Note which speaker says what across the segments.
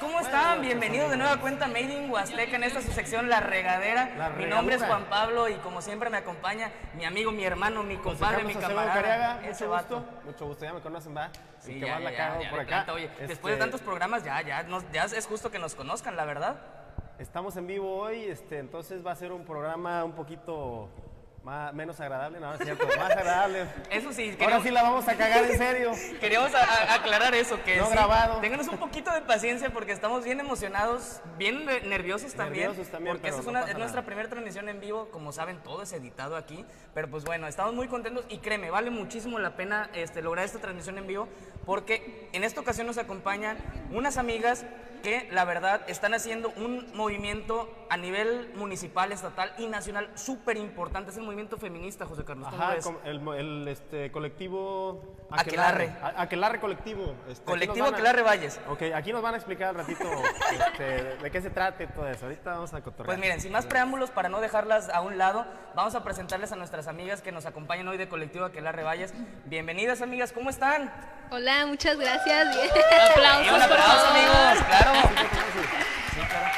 Speaker 1: ¿cómo están? Bienvenidos de nueva cuenta Made in Huasteca en esta su sección La Regadera.
Speaker 2: La
Speaker 1: mi nombre es
Speaker 2: regadura.
Speaker 1: Juan Pablo y como siempre me acompaña mi amigo, mi hermano, mi compadre, mi
Speaker 2: Carlos Acevedo Careaga,
Speaker 1: camarada.
Speaker 2: mucho
Speaker 1: vato.
Speaker 2: gusto, mucho gusto, ya me conocen, va. El
Speaker 1: Sí,
Speaker 2: que
Speaker 1: ya,
Speaker 2: más la
Speaker 1: ya,
Speaker 2: cago
Speaker 1: ya,
Speaker 2: por
Speaker 1: de
Speaker 2: acá.
Speaker 1: planta, oye, después de
Speaker 2: Este,
Speaker 1: tantos programas ya, ya, nos- ya es justo que nos conozcan, la verdad.
Speaker 2: Estamos en vivo hoy, este, entonces va a ser un programa un poquito más, menos agradable, no, no es cierto, más agradable.
Speaker 1: Eso sí,
Speaker 2: Ahora
Speaker 1: queremos-
Speaker 2: sí la vamos a cagar en serio.
Speaker 1: Queríamos a- a- aclarar eso, que
Speaker 2: No
Speaker 1: sí,
Speaker 2: grabado.
Speaker 1: ténganos un poquito de paciencia porque estamos bien emocionados, bien ne- nerviosos también.
Speaker 2: Nerviosos también,
Speaker 1: porque
Speaker 2: pero
Speaker 1: esta es,
Speaker 2: no
Speaker 1: una-
Speaker 2: pasa
Speaker 1: es nuestra
Speaker 2: nada.
Speaker 1: primera transmisión en vivo, como saben, todo es editado aquí. Pero pues bueno, estamos muy contentos y créeme, vale muchísimo la pena este, lograr esta transmisión en vivo porque en esta ocasión nos acompañan unas amigas que la verdad están haciendo un movimiento a nivel municipal, estatal y nacional súper importante. Es el movimiento feminista, José Carlos. ¿cómo
Speaker 2: Ajá,
Speaker 1: ves?
Speaker 2: com- el, mo- el, este, colectivo
Speaker 1: Aquelarre.
Speaker 2: A- Aquelarre colectivo. este, aquí
Speaker 1: Colectivo
Speaker 2: nos van a-
Speaker 1: Aquelarre Valles.
Speaker 2: Ok, aquí nos van a explicar al ratito este, de, de qué se trata y todo eso. Ahorita vamos a cotorrear.
Speaker 1: Pues miren, sin más preámbulos, para no dejarlas a un lado, vamos a presentarles a nuestras amigas que nos acompañan hoy de Colectivo Aquelarre Valles. Bienvenidas, amigas, ¿cómo están?
Speaker 3: Hola, muchas gracias. Bien.
Speaker 1: Eh,
Speaker 3: Aplausos,
Speaker 1: un
Speaker 3: por
Speaker 1: aplauso,
Speaker 3: favor.
Speaker 1: amigos, claro. Sí, claro.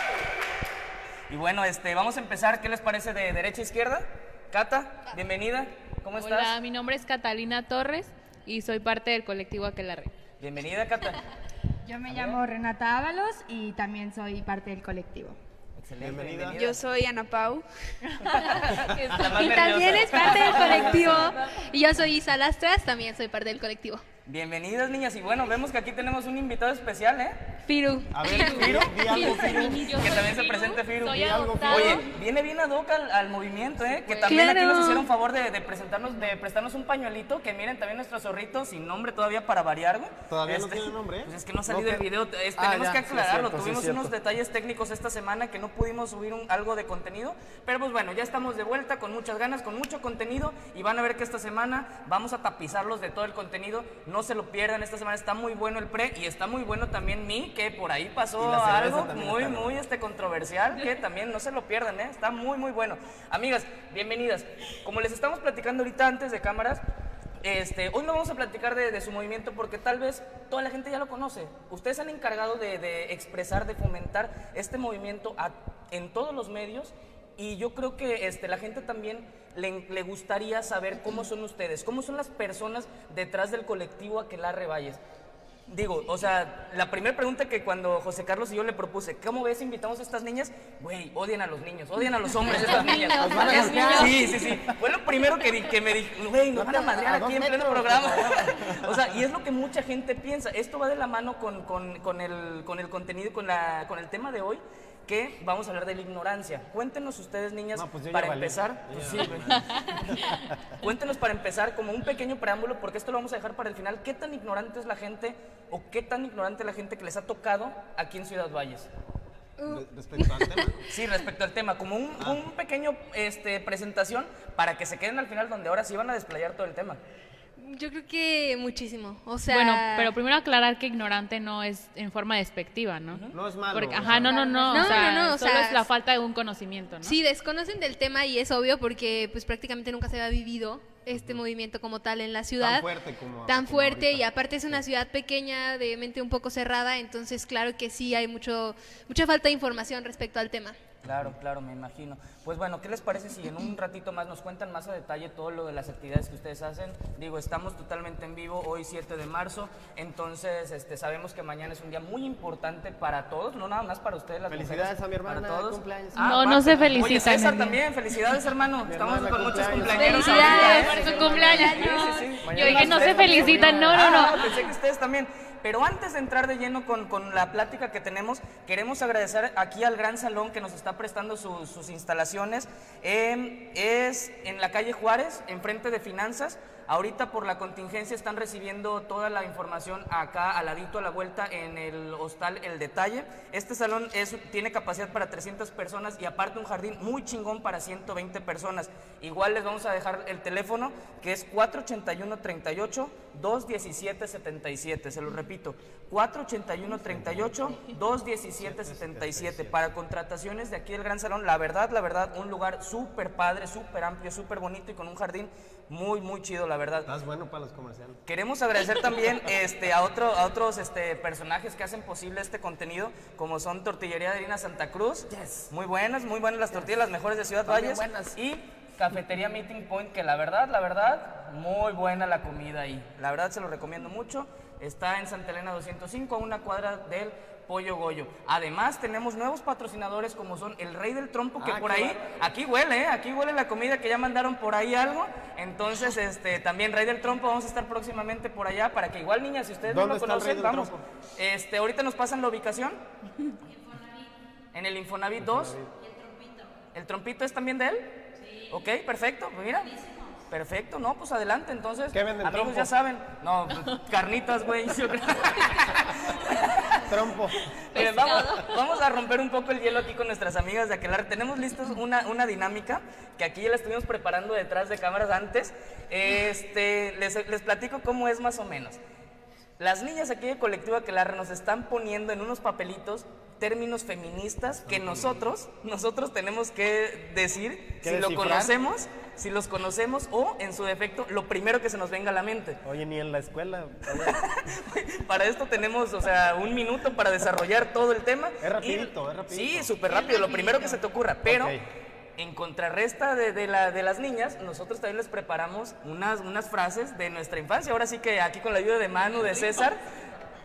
Speaker 1: Y bueno, este, vamos a empezar. ¿Qué les parece de derecha a izquierda? Cata, bienvenida. ¿Cómo estás?
Speaker 4: Hola, mi nombre es Catalina Torres y soy parte del colectivo Aquelarre.
Speaker 1: Bienvenida, Cata.
Speaker 5: Yo me llamo Renata Ábalos y también soy parte del colectivo.
Speaker 1: Excelente.
Speaker 2: Bienvenida.
Speaker 3: Yo soy Ana Pau.
Speaker 1: La más
Speaker 3: y también
Speaker 1: nerviosa.
Speaker 3: es parte del colectivo. Y yo soy Isa Lastras, también soy parte del colectivo.
Speaker 1: Bienvenidas, niñas. Y bueno, vemos que aquí tenemos un invitado especial, ¿eh?
Speaker 3: Firu.
Speaker 2: A ver, Firo, di algo, Firo.
Speaker 1: Que también se presente Firu.
Speaker 4: Soy
Speaker 2: Di algo,
Speaker 4: adoptado.
Speaker 1: Oye, viene bien ad hoc al, al movimiento, ¿eh? Que también aquí
Speaker 3: Claro.
Speaker 1: nos hicieron favor de, de presentarnos, de prestarnos un pañuelito, que miren también nuestro zorrito sin nombre todavía para variar, güey.
Speaker 2: Todavía no tiene nombre, ¿eh?
Speaker 1: Pues es que no ha salido
Speaker 2: No,
Speaker 1: el
Speaker 2: pero-
Speaker 1: video, es-
Speaker 2: Ah,
Speaker 1: tenemos
Speaker 2: ya,
Speaker 1: que
Speaker 2: sí es
Speaker 1: aclararlo.
Speaker 2: cierto, sí es
Speaker 1: Tuvimos
Speaker 2: cierto.
Speaker 1: unos detalles técnicos esta semana que no pudimos subir un- algo de contenido, pero pues bueno, ya estamos de vuelta con muchas ganas, con mucho contenido y van a ver que esta semana vamos a tapizarlos de todo el contenido. No se lo pierdan, esta semana está muy bueno el pre y está muy bueno también mi, que por ahí
Speaker 2: Y
Speaker 1: pasó
Speaker 2: la cerveza
Speaker 1: algo
Speaker 2: también
Speaker 1: muy,
Speaker 2: está buena.
Speaker 1: muy este controversial que también no se lo pierdan, ¿eh? está muy muy bueno. Amigas, bienvenidas. Como les estamos platicando ahorita antes de cámaras, este, hoy no vamos a platicar de, de su movimiento porque tal vez toda la gente ya lo conoce. Ustedes se han encargado de, de expresar, de fomentar este movimiento a- en todos los medios y yo creo que este, la gente también le, le gustaría saber cómo son ustedes, cómo son las personas detrás del colectivo Aquelarre Valles. Digo, o sea, la primera pregunta que cuando José Carlos y yo le propuse, ¿cómo ves invitamos a estas niñas? Güey, odian a los niños, odian a los hombres estas niñas.
Speaker 2: Los van a
Speaker 1: Es-
Speaker 2: golpear.
Speaker 1: sí, sí, sí. Fue lo primero que, di- que me dijo, güey, nos van a
Speaker 2: A
Speaker 1: madrear
Speaker 2: dos
Speaker 1: aquí en pleno
Speaker 2: metros,
Speaker 1: programa.
Speaker 2: por
Speaker 1: o sea, y es lo que mucha gente piensa. Esto va de la mano con, con- con el, con el contenido, y con, la, con el tema de hoy, que vamos a hablar de la ignorancia. Cuéntenos ustedes, niñas,
Speaker 2: No, pues yo ya
Speaker 1: para
Speaker 2: valí.
Speaker 1: empezar.
Speaker 2: Yo
Speaker 1: Pues
Speaker 2: ya
Speaker 1: sí,
Speaker 2: valí.
Speaker 1: güey. Cuéntenos para empezar, como un pequeño preámbulo, porque esto lo vamos a dejar para el final, ¿qué tan ignorante es la gente o qué tan ignorante es la gente que les ha tocado aquí en Ciudad Valles?
Speaker 3: Uh,
Speaker 2: Respecto al tema.
Speaker 1: Sí, respecto al tema, como un,
Speaker 2: Ah.
Speaker 1: un pequeño este, presentación para que se queden al final donde ahora sí van a desplayar todo el tema.
Speaker 3: Yo creo que muchísimo. O sea,
Speaker 4: Bueno, pero primero aclarar que ignorante no es en forma despectiva, ¿no?
Speaker 2: No es malo.
Speaker 4: Porque,
Speaker 2: o
Speaker 4: ajá,
Speaker 2: sea,
Speaker 4: no, no, no,
Speaker 3: No,
Speaker 4: o sea,
Speaker 3: no, no, o
Speaker 4: solo
Speaker 3: sea,
Speaker 4: es la falta de un conocimiento, ¿no?
Speaker 3: sí, desconocen del tema y es obvio porque pues prácticamente nunca se había vivido este movimiento como tal en la ciudad.
Speaker 2: Tan fuerte como-
Speaker 3: Tan
Speaker 2: como
Speaker 3: fuerte
Speaker 2: ahorita.
Speaker 3: y aparte es una ciudad pequeña, de mente un poco cerrada, entonces claro que sí hay mucho mucha falta de información respecto al tema.
Speaker 1: Claro, claro, me imagino. Pues bueno, ¿qué les parece si en un ratito más nos cuentan más a detalle todo lo de las actividades que ustedes hacen? Digo, estamos totalmente en vivo hoy 7 de marzo, entonces este, sabemos que mañana es un día muy importante para todos, no nada más para ustedes las
Speaker 2: Felicidades
Speaker 1: mujeres,
Speaker 2: a mi hermana,
Speaker 1: para todos. Ah,
Speaker 2: cumpleaños.
Speaker 4: No, no se
Speaker 1: Oye,
Speaker 4: felicitan,
Speaker 1: César
Speaker 4: ¿eh?
Speaker 1: también, felicidades hermano, estamos
Speaker 2: hermana,
Speaker 1: con muchos cumpleaños.
Speaker 2: cumpleaños.
Speaker 3: Felicidades
Speaker 4: por su cumpleaños.
Speaker 1: Mañana
Speaker 4: Yo dije, no se
Speaker 1: ustedes,
Speaker 4: felicitan, no, no,
Speaker 1: Ah,
Speaker 4: no.
Speaker 1: pensé que ustedes también. Pero antes de entrar de lleno con, con la plática que tenemos, queremos agradecer aquí al gran salón que nos está prestando su- sus instalaciones. Eh, es en la calle Juárez, enfrente de Finanzas. Ahorita por la contingencia están recibiendo toda la información acá al ladito a la vuelta en el hostal El Detalle. Este salón es, tiene capacidad para 300 personas y aparte un jardín muy chingón para 120 personas. Igual les vamos a dejar el teléfono que es 481 38 217 77. Se lo repito, 481 38 217 77 para contrataciones de aquí del Gran Salón. La verdad, la verdad, un lugar súper padre, súper amplio, súper bonito y con un jardín muy, muy chido, la verdad.
Speaker 2: Estás bueno para los comerciales.
Speaker 1: Queremos agradecer también este, a, otro, a otros este, personajes que hacen posible este contenido, como son Tortillería de Harina Santa Cruz. Muy buenas, muy buenas las tortillas, las mejores de Ciudad Valles. Y Cafetería Meeting Point, que la verdad, la verdad, muy buena la comida ahí. La verdad se lo recomiendo mucho. Está en Santa Elena 205, a una cuadra del Pollo Goyo. Además, tenemos nuevos patrocinadores como son el Rey del Trompo, que
Speaker 2: Ah,
Speaker 1: por
Speaker 2: qué
Speaker 1: ahí,
Speaker 2: bárbaro.
Speaker 1: aquí huele, ¿eh? aquí huele la comida que ya mandaron por ahí algo. Entonces, este, también Rey del Trompo, vamos a estar próximamente por allá para que igual, niñas, si ustedes no
Speaker 2: ¿Dónde
Speaker 1: lo
Speaker 2: está el
Speaker 1: conocen,
Speaker 2: Rey del
Speaker 1: vamos.
Speaker 2: Trompo?
Speaker 1: Este, ahorita nos pasan la ubicación. En el Infonavit 2. ¿El trompito es también de él? Sí. Ok, perfecto, pues mira. Perfecto, no, pues adelante, entonces.
Speaker 2: ¿Qué venden,
Speaker 1: Amigos,
Speaker 2: trompo?
Speaker 1: ya saben. No, pues, carnitas, güey. yo creo.
Speaker 2: Trompo.
Speaker 1: Miren, vamos, vamos a romper un poco el hielo aquí con nuestras amigas de Aquelar. Tenemos listos una, una dinámica que aquí ya la estuvimos preparando detrás de cámaras antes. Este, les, les platico cómo es más o menos. Las niñas aquí de Colectivo Aquelarre nos están poniendo en unos papelitos términos feministas que nosotros, nosotros tenemos que decir
Speaker 2: ¿Que
Speaker 1: si lo
Speaker 2: descifrar?
Speaker 1: conocemos, si los conocemos o, en su defecto, lo primero que se nos venga a la mente.
Speaker 2: Oye, ni en la escuela.
Speaker 1: Para esto tenemos, o sea, un minuto para desarrollar todo el tema.
Speaker 2: Es rapidito,
Speaker 1: Y-
Speaker 2: es rapidito.
Speaker 1: Sí, súper rápido, lo primero que se te ocurra. Pero
Speaker 2: Ok.
Speaker 1: en contrarresta de, de la- de las niñas, nosotros también les preparamos unas, unas frases de nuestra infancia. Ahora sí que aquí con la ayuda de Manu, de César,